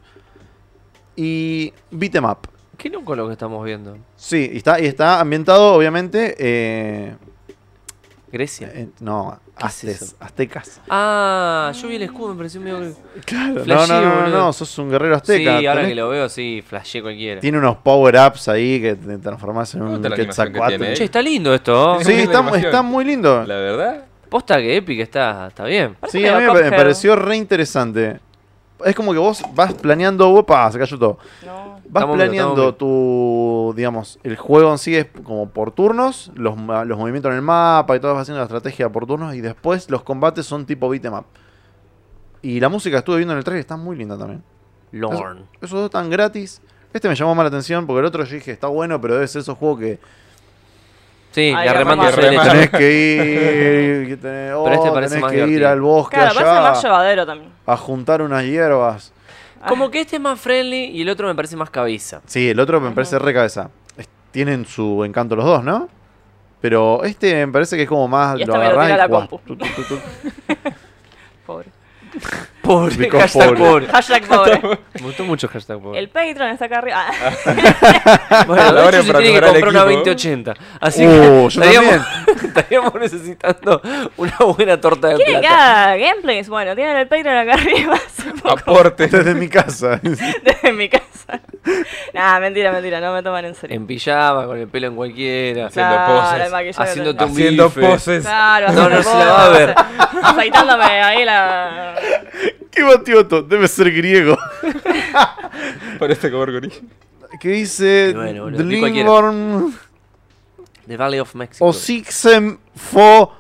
[SPEAKER 2] y beat 'em up.
[SPEAKER 1] Qué loco lo que estamos viendo.
[SPEAKER 2] Sí, y está, y está ambientado, obviamente. eh,
[SPEAKER 1] Grecia.
[SPEAKER 2] en- no,
[SPEAKER 1] ¿Qué es
[SPEAKER 2] Astes,
[SPEAKER 1] eso?
[SPEAKER 2] aztecas.
[SPEAKER 1] Ah, yo vi el escudo, me pareció medio. que-
[SPEAKER 2] Claro, no,
[SPEAKER 1] Flashé,
[SPEAKER 2] no, no, no,
[SPEAKER 1] boludo.
[SPEAKER 2] no, sos un guerrero
[SPEAKER 1] Sí,
[SPEAKER 2] azteca.
[SPEAKER 1] ahora
[SPEAKER 2] tenés-
[SPEAKER 1] que lo veo, sí, flashé cualquiera.
[SPEAKER 2] Tiene unos power-ups ahí que te transformás en
[SPEAKER 5] Me
[SPEAKER 2] un
[SPEAKER 5] gusta la animación que
[SPEAKER 2] Quetzalcoatl.
[SPEAKER 5] tiene,
[SPEAKER 1] Che, está lindo esto. ¿no?
[SPEAKER 2] Sí,
[SPEAKER 5] Muy linda
[SPEAKER 2] está,
[SPEAKER 5] animación.
[SPEAKER 2] está muy lindo.
[SPEAKER 5] La verdad,
[SPEAKER 1] Posta que Epic está, está bien.
[SPEAKER 2] Sí,
[SPEAKER 4] medio
[SPEAKER 2] a mí me pa- me
[SPEAKER 4] Cuphead.
[SPEAKER 2] pareció re interesante. Es como que vos vas planeando, opa, se cayó todo.
[SPEAKER 4] No.
[SPEAKER 2] Vas
[SPEAKER 1] Estamos bien,
[SPEAKER 2] planeando
[SPEAKER 1] estamos
[SPEAKER 2] tu, digamos, el juego en sí es como por turnos, los, ma- los movimientos en el mapa y todo vas haciendo la estrategia por turnos y después los combates son tipo beat 'em up. Y la música que estuve viendo en el trailer está muy linda también.
[SPEAKER 1] Lorn.
[SPEAKER 2] Esos dos están gratis. Este me llamó más la atención porque el otro yo dije, está bueno, pero debe ser esos juegos que
[SPEAKER 1] Sí, la
[SPEAKER 4] Ay, la
[SPEAKER 1] remando
[SPEAKER 4] remando.
[SPEAKER 1] hacia la
[SPEAKER 5] La
[SPEAKER 1] derecha.
[SPEAKER 5] remando.
[SPEAKER 2] tenés que ir, que tenés, oh,
[SPEAKER 1] este parece
[SPEAKER 2] tenés
[SPEAKER 1] más
[SPEAKER 2] que ir
[SPEAKER 1] divertido.
[SPEAKER 2] al bosque
[SPEAKER 4] Claro, parece
[SPEAKER 2] allá
[SPEAKER 4] más llevadero también.
[SPEAKER 2] a juntar unas hierbas.
[SPEAKER 1] Como que este es más friendly y el otro me parece más cabeza.
[SPEAKER 2] Sí, el otro me parece re cabeza. Es- Tienen su encanto los dos, ¿no? Pero este me parece que es como más lo
[SPEAKER 4] Y este me lo
[SPEAKER 2] agarrás
[SPEAKER 4] tira
[SPEAKER 2] y
[SPEAKER 4] la
[SPEAKER 2] jugás.
[SPEAKER 4] compu.
[SPEAKER 2] Tu, tu, tu, tu.
[SPEAKER 4] Pobre.
[SPEAKER 1] Pobre,
[SPEAKER 2] Because
[SPEAKER 1] hashtag pobre.
[SPEAKER 2] pobre.
[SPEAKER 4] Hashtag pobre.
[SPEAKER 1] Me gustó mucho hashtag pobre.
[SPEAKER 4] El Patreon está acá arriba. Ah,
[SPEAKER 1] Bueno,
[SPEAKER 5] La
[SPEAKER 1] de
[SPEAKER 5] hora
[SPEAKER 1] hecho se
[SPEAKER 5] para
[SPEAKER 1] tiene que
[SPEAKER 5] mejorar el
[SPEAKER 1] comprar una
[SPEAKER 5] equipo.
[SPEAKER 1] 2080. Así que
[SPEAKER 2] Uh, yo
[SPEAKER 1] estaríamos, estaríamos necesitando una buena torta de
[SPEAKER 4] ¿Quieren que
[SPEAKER 1] plata. Ah,
[SPEAKER 4] haga gameplays? Bueno, tienen el Patreon acá arriba. hace poco
[SPEAKER 5] aporte.
[SPEAKER 2] Desde Este mi casa.
[SPEAKER 4] Desde mi casa. Nah, mentira, mentira, no me toman en serio.
[SPEAKER 1] En pijama, con el pelo en cualquiera.
[SPEAKER 5] haciendo poses,
[SPEAKER 4] el maquillaje
[SPEAKER 1] haciendo
[SPEAKER 4] que tengo.
[SPEAKER 1] tu-
[SPEAKER 5] Haciendo
[SPEAKER 1] bife.
[SPEAKER 5] poses.
[SPEAKER 4] Claro,
[SPEAKER 1] No,
[SPEAKER 4] haciendo
[SPEAKER 1] no se la va a ver.
[SPEAKER 4] poses, Afeitándome ahí la.
[SPEAKER 2] ¡Qué batioto! Debe ser griego.
[SPEAKER 5] Parece como Gorgori.
[SPEAKER 2] ¿Qué dice
[SPEAKER 1] Y bueno, boludo, di cualquiera.
[SPEAKER 2] Dlinborn
[SPEAKER 1] The Valley of Mexico.
[SPEAKER 2] Oh, Osixem Fo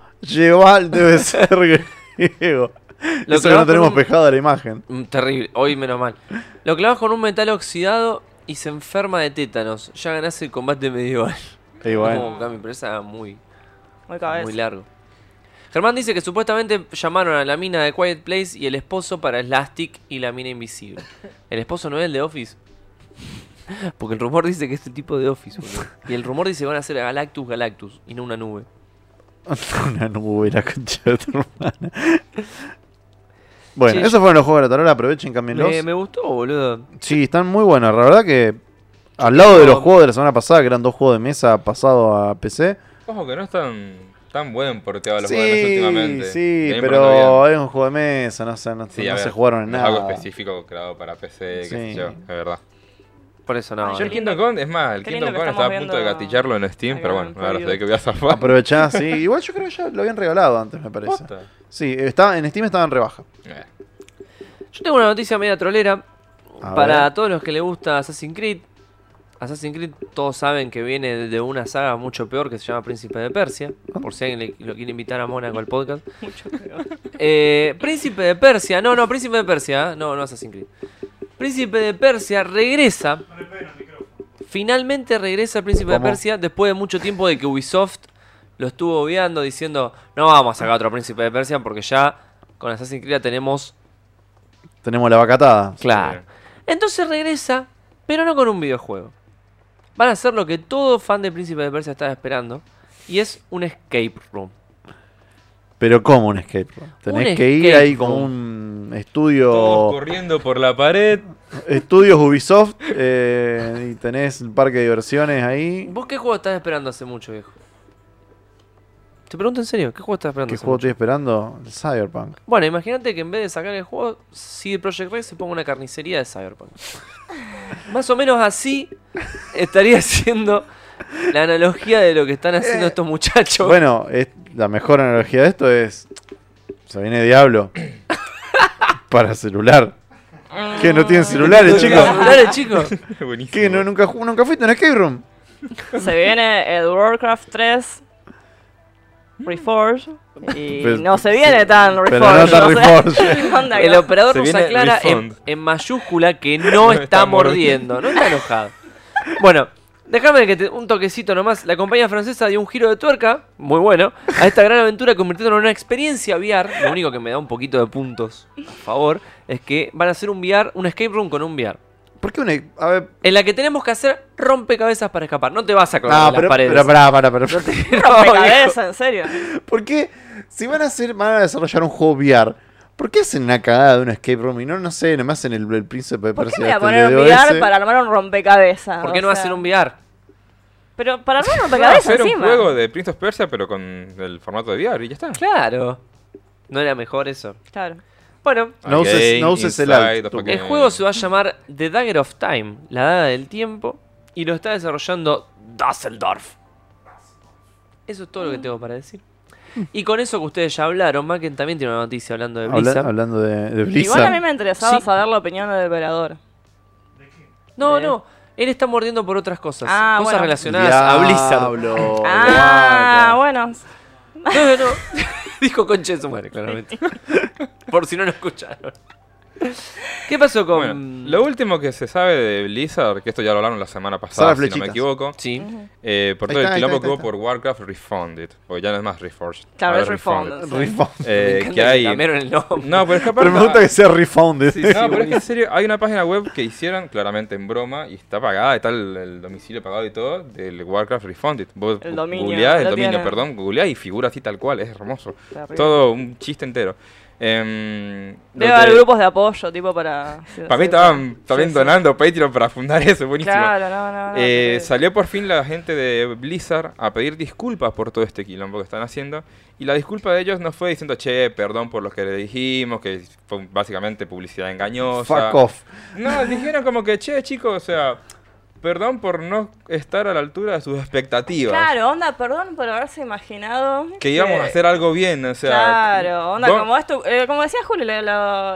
[SPEAKER 2] Yeval? Debe ser griego.
[SPEAKER 1] Lo clavas
[SPEAKER 2] Eso que no
[SPEAKER 1] con
[SPEAKER 2] tenemos
[SPEAKER 1] un-
[SPEAKER 2] pejado de la imagen.
[SPEAKER 1] Mm, Terrible, hoy menos mal. Lo clavas con un metal oxidado y se enferma de tétanos. Ya ganás el combate medieval.
[SPEAKER 2] Y bueno.
[SPEAKER 1] No, Cami, pero esa era muy,
[SPEAKER 4] Muy cabeza.
[SPEAKER 1] muy largo. Germán dice que supuestamente llamaron a la mina de Quiet Place y el esposo para Elastic y la mina invisible. ¿El esposo no es el de Office? Porque el rumor dice que es el tipo de Office. boludo. Y el rumor dice que van a hacer a Galactus Galactus y no una nube.
[SPEAKER 2] Una nube, la concha de tu hermana. Bueno,
[SPEAKER 1] Sí,
[SPEAKER 2] esos fueron los juegos de la tarola. Aprovechen, cámbienlos.
[SPEAKER 1] Me, me gustó, boludo.
[SPEAKER 2] Sí, están muy buenos. La verdad que al lado de los juegos de la semana pasada, que eran dos juegos de mesa pasado a PC.
[SPEAKER 5] Ojo que no es tan, tan buen porteado los juegos de mesa
[SPEAKER 2] Sí,
[SPEAKER 5] últimamente.
[SPEAKER 2] sí,
[SPEAKER 5] Game
[SPEAKER 2] pero
[SPEAKER 5] Boy
[SPEAKER 2] es un juego de mesa, no, sé, no,
[SPEAKER 5] está bien. Sí,
[SPEAKER 2] no
[SPEAKER 5] a
[SPEAKER 2] se
[SPEAKER 5] ver,
[SPEAKER 2] jugaron en
[SPEAKER 5] es Algo
[SPEAKER 2] nada.
[SPEAKER 5] específico creado para PC, qué sé
[SPEAKER 2] Sí.
[SPEAKER 5] yo, es verdad.
[SPEAKER 1] Por eso no.
[SPEAKER 5] Yo el
[SPEAKER 1] boludo.
[SPEAKER 5] Kingdom Come, es más, el
[SPEAKER 4] Qué lindo
[SPEAKER 5] Kingdom
[SPEAKER 4] que estamos
[SPEAKER 5] Come estaba a punto de
[SPEAKER 4] viendo
[SPEAKER 5] gatillarlo en Steam,
[SPEAKER 4] a
[SPEAKER 5] pero
[SPEAKER 4] Grand
[SPEAKER 5] bueno, ahora
[SPEAKER 4] Prix.
[SPEAKER 5] se ve que
[SPEAKER 2] Ah,
[SPEAKER 5] voy a zafar.
[SPEAKER 2] Aprovechá, sí. Igual yo creo que ya lo habían regalado antes, me parece.
[SPEAKER 5] Posta.
[SPEAKER 2] Sí, estaba, en Steam estaba en rebaja.
[SPEAKER 5] Eh,
[SPEAKER 1] Yo tengo una noticia media trolera
[SPEAKER 2] A
[SPEAKER 1] para
[SPEAKER 2] ver.
[SPEAKER 1] todos los que les gusta Assassin's Creed. Assassin's Creed todos saben que viene de una saga mucho peor que se llama Príncipe de Persia.
[SPEAKER 2] Ah.
[SPEAKER 1] Por si alguien le- lo quiere invitar a Mónaco al podcast.
[SPEAKER 4] Mucho peor.
[SPEAKER 1] Eh, Príncipe de Persia, no, no, Príncipe de Persia, ¿eh? no, no Assassin's Creed. Príncipe de Persia regresa. Finalmente regresa el Príncipe
[SPEAKER 2] ¿Cómo?
[SPEAKER 1] de Persia después de mucho tiempo de que Ubisoft lo estuvo obviando diciendo no vamos a sacar otro Príncipe de Persia porque ya con Assassin's Creed ya tenemos
[SPEAKER 2] Tenemos la vacatada.
[SPEAKER 1] Claro.
[SPEAKER 5] Sí.
[SPEAKER 1] Entonces regresa, pero no con un videojuego. Van a hacer lo que todo fan de Príncipe de Persia estaba esperando. Y es un escape room.
[SPEAKER 2] Pero ¿cómo un escape room? Tenés
[SPEAKER 1] Un
[SPEAKER 2] que ir
[SPEAKER 1] escape
[SPEAKER 2] ahí como
[SPEAKER 1] room.
[SPEAKER 2] un
[SPEAKER 5] Todos
[SPEAKER 2] estudio.
[SPEAKER 5] corriendo por la pared.
[SPEAKER 2] Estudios Ubisoft. eh, y tenés el parque de diversiones ahí.
[SPEAKER 1] ¿Vos qué juego estás esperando hace mucho, viejo? Te pregunto en serio, ¿qué juego estás esperando?
[SPEAKER 2] ¿Qué
[SPEAKER 1] hace
[SPEAKER 2] juego
[SPEAKER 1] mucho?
[SPEAKER 2] estoy esperando? El Cyberpunk.
[SPEAKER 1] Bueno, imagínate que en vez de sacar el juego, CD Projekt Red se ponga una carnicería de Cyberpunk. Más o menos así estaría siendo la analogía de lo que están haciendo estos muchachos.
[SPEAKER 2] Eh. Bueno, es- la mejor analogía de esto es. Se viene Diablo. para celular. Que no tienen celulares, chicos.
[SPEAKER 1] Dale, chicos.
[SPEAKER 5] Buenísimo.
[SPEAKER 2] ¿Qué? ¿No, nunca, ju- ¿Nunca fuiste a un escape room?
[SPEAKER 4] Se viene el Warcraft 3. Reforge. Y
[SPEAKER 2] Pero-
[SPEAKER 5] Pues,
[SPEAKER 4] no se viene tan Reforge.
[SPEAKER 2] Pero no tan
[SPEAKER 4] o sea,
[SPEAKER 2] Reforge.
[SPEAKER 4] ¿qué onda,
[SPEAKER 1] El
[SPEAKER 4] no?
[SPEAKER 1] operador
[SPEAKER 5] Se
[SPEAKER 1] nos
[SPEAKER 5] viene
[SPEAKER 1] aclara en,
[SPEAKER 5] refund.
[SPEAKER 1] en mayúscula que no está,
[SPEAKER 5] está
[SPEAKER 1] mordiendo,
[SPEAKER 5] mordiendo.
[SPEAKER 1] no está enojado. Bueno, déjame que te, un toquecito nomás. La compañía francesa dio un giro de tuerca, muy bueno, a esta gran aventura convirtiéndolo en una experiencia VR. Lo único que me da un poquito de puntos a favor es que van a hacer un VR, un escape room con un VR.
[SPEAKER 2] ¿Por qué una.? A ver.
[SPEAKER 1] En la que tenemos que hacer rompecabezas para escapar. No te vas a colgar
[SPEAKER 2] No,
[SPEAKER 1] en las
[SPEAKER 2] Ah, pero,
[SPEAKER 1] paredes.
[SPEAKER 2] pero pará, pará, pará.
[SPEAKER 1] No, viejo.
[SPEAKER 4] Rompecabezas, en serio.
[SPEAKER 2] ¿Por qué? Si van a, hacer, van a desarrollar un juego VR, ¿por qué hacen una cagada de un escape room y no, no sé, nomás en el, el príncipe de
[SPEAKER 4] ¿Por
[SPEAKER 2] Persia?
[SPEAKER 4] qué me voy a
[SPEAKER 2] este,
[SPEAKER 4] poner
[SPEAKER 2] el
[SPEAKER 4] un
[SPEAKER 2] DOS?
[SPEAKER 4] VR para armar un rompecabezas?
[SPEAKER 1] ¿Por qué
[SPEAKER 4] O
[SPEAKER 1] no
[SPEAKER 4] sea,
[SPEAKER 1] hacen un VR?
[SPEAKER 4] Pero para armar un
[SPEAKER 5] Claro,
[SPEAKER 4] rompecabezas
[SPEAKER 5] hacer un
[SPEAKER 4] encima.
[SPEAKER 5] juego de Prince of Persia, pero con el formato de VR y ya está.
[SPEAKER 1] Claro. ¿No era mejor eso?
[SPEAKER 4] Claro.
[SPEAKER 1] Bueno,
[SPEAKER 2] No uses-
[SPEAKER 5] Again,
[SPEAKER 2] no uses el
[SPEAKER 5] Inside,
[SPEAKER 2] alt,
[SPEAKER 5] of
[SPEAKER 2] tú.
[SPEAKER 5] Again.
[SPEAKER 1] El juego se va a llamar The Dagger of Time, la daga del tiempo, y lo está desarrollando Dusseldorf. Eso es todo
[SPEAKER 4] Mm.
[SPEAKER 1] lo que tengo para decir. Y con eso que ustedes ya hablaron, Macken también tiene una noticia hablando de
[SPEAKER 2] Habla-
[SPEAKER 1] Blizzard.
[SPEAKER 2] hablando de, de
[SPEAKER 4] Igual a mí
[SPEAKER 2] Blizzard.
[SPEAKER 4] me interesaba
[SPEAKER 1] Sí.
[SPEAKER 4] saber la opinión del operador.
[SPEAKER 1] No,
[SPEAKER 4] de-
[SPEAKER 1] no, él está mordiendo por otras cosas,
[SPEAKER 4] Eh. Ah,
[SPEAKER 1] cosas
[SPEAKER 4] bueno.
[SPEAKER 1] relacionadas a Blizzard.
[SPEAKER 5] Oh,
[SPEAKER 2] Diablo,
[SPEAKER 4] Ah,
[SPEAKER 2] guaca.
[SPEAKER 4] bueno.
[SPEAKER 1] No, no, no. Dijo conche de su madre, claramente. por si no lo escucharon. ¿Qué pasó con
[SPEAKER 5] Bueno, lo último que se sabe de Blizzard, que esto ya lo hablaron la semana
[SPEAKER 2] Sabe
[SPEAKER 5] pasada, si no me
[SPEAKER 2] flechitas.
[SPEAKER 5] equivoco,
[SPEAKER 1] Sí.
[SPEAKER 5] eh, por
[SPEAKER 2] Ahí
[SPEAKER 5] todo
[SPEAKER 2] está, ahí
[SPEAKER 5] el quilombo
[SPEAKER 2] está,
[SPEAKER 5] que
[SPEAKER 2] ahí
[SPEAKER 5] hubo
[SPEAKER 2] está.
[SPEAKER 5] por Warcraft Refunded, porque ya no es más Reforged.
[SPEAKER 4] Claro,
[SPEAKER 5] ahora
[SPEAKER 4] es Refunded.
[SPEAKER 2] Refund-
[SPEAKER 1] Me
[SPEAKER 5] Eh,
[SPEAKER 1] encanta
[SPEAKER 5] que
[SPEAKER 1] le
[SPEAKER 5] hay...
[SPEAKER 1] cambiaron el nombre.
[SPEAKER 5] No, pero es que
[SPEAKER 2] Pero me gusta que
[SPEAKER 5] aparte... ah,
[SPEAKER 2] sea refounded.
[SPEAKER 1] Sí, sí,
[SPEAKER 5] No, pero es que
[SPEAKER 1] buenísimo.
[SPEAKER 5] en serio, hay una página web que hicieron claramente en broma y está pagada, está el, el domicilio pagado y todo, del Warcraft Refunded. Vos
[SPEAKER 4] El dominio,
[SPEAKER 5] googleás, el
[SPEAKER 4] lo
[SPEAKER 5] dominio,
[SPEAKER 4] tienen.
[SPEAKER 5] perdón, googleás y figura así tal cual, es hermoso.
[SPEAKER 4] Terrible.
[SPEAKER 5] Todo un chiste entero. Em, lo
[SPEAKER 4] Debe haber
[SPEAKER 5] que-
[SPEAKER 4] grupos de apoyo, tipo para. sí,
[SPEAKER 5] Para mí
[SPEAKER 4] sí,
[SPEAKER 5] estaban también
[SPEAKER 4] sí.
[SPEAKER 5] donando Patreon para fundar eso, buenísimo.
[SPEAKER 4] Claro, no, no. no,
[SPEAKER 5] Eh,
[SPEAKER 4] sí.
[SPEAKER 5] salió por fin la gente de Blizzard a pedir disculpas por todo este quilombo que están haciendo. Y la disculpa de ellos no fue diciendo, che, perdón por lo que le dijimos, que fue básicamente publicidad engañosa.
[SPEAKER 2] Fuck off.
[SPEAKER 5] No, dijeron como que, che, chicos, o sea, perdón por no estar a la altura de sus expectativas.
[SPEAKER 4] Claro, onda, perdón por haberse imaginado.
[SPEAKER 5] Que íbamos a hacer algo bien, o sea.
[SPEAKER 4] Claro, onda,
[SPEAKER 5] vos-
[SPEAKER 4] como esto. como decía Julio, lo,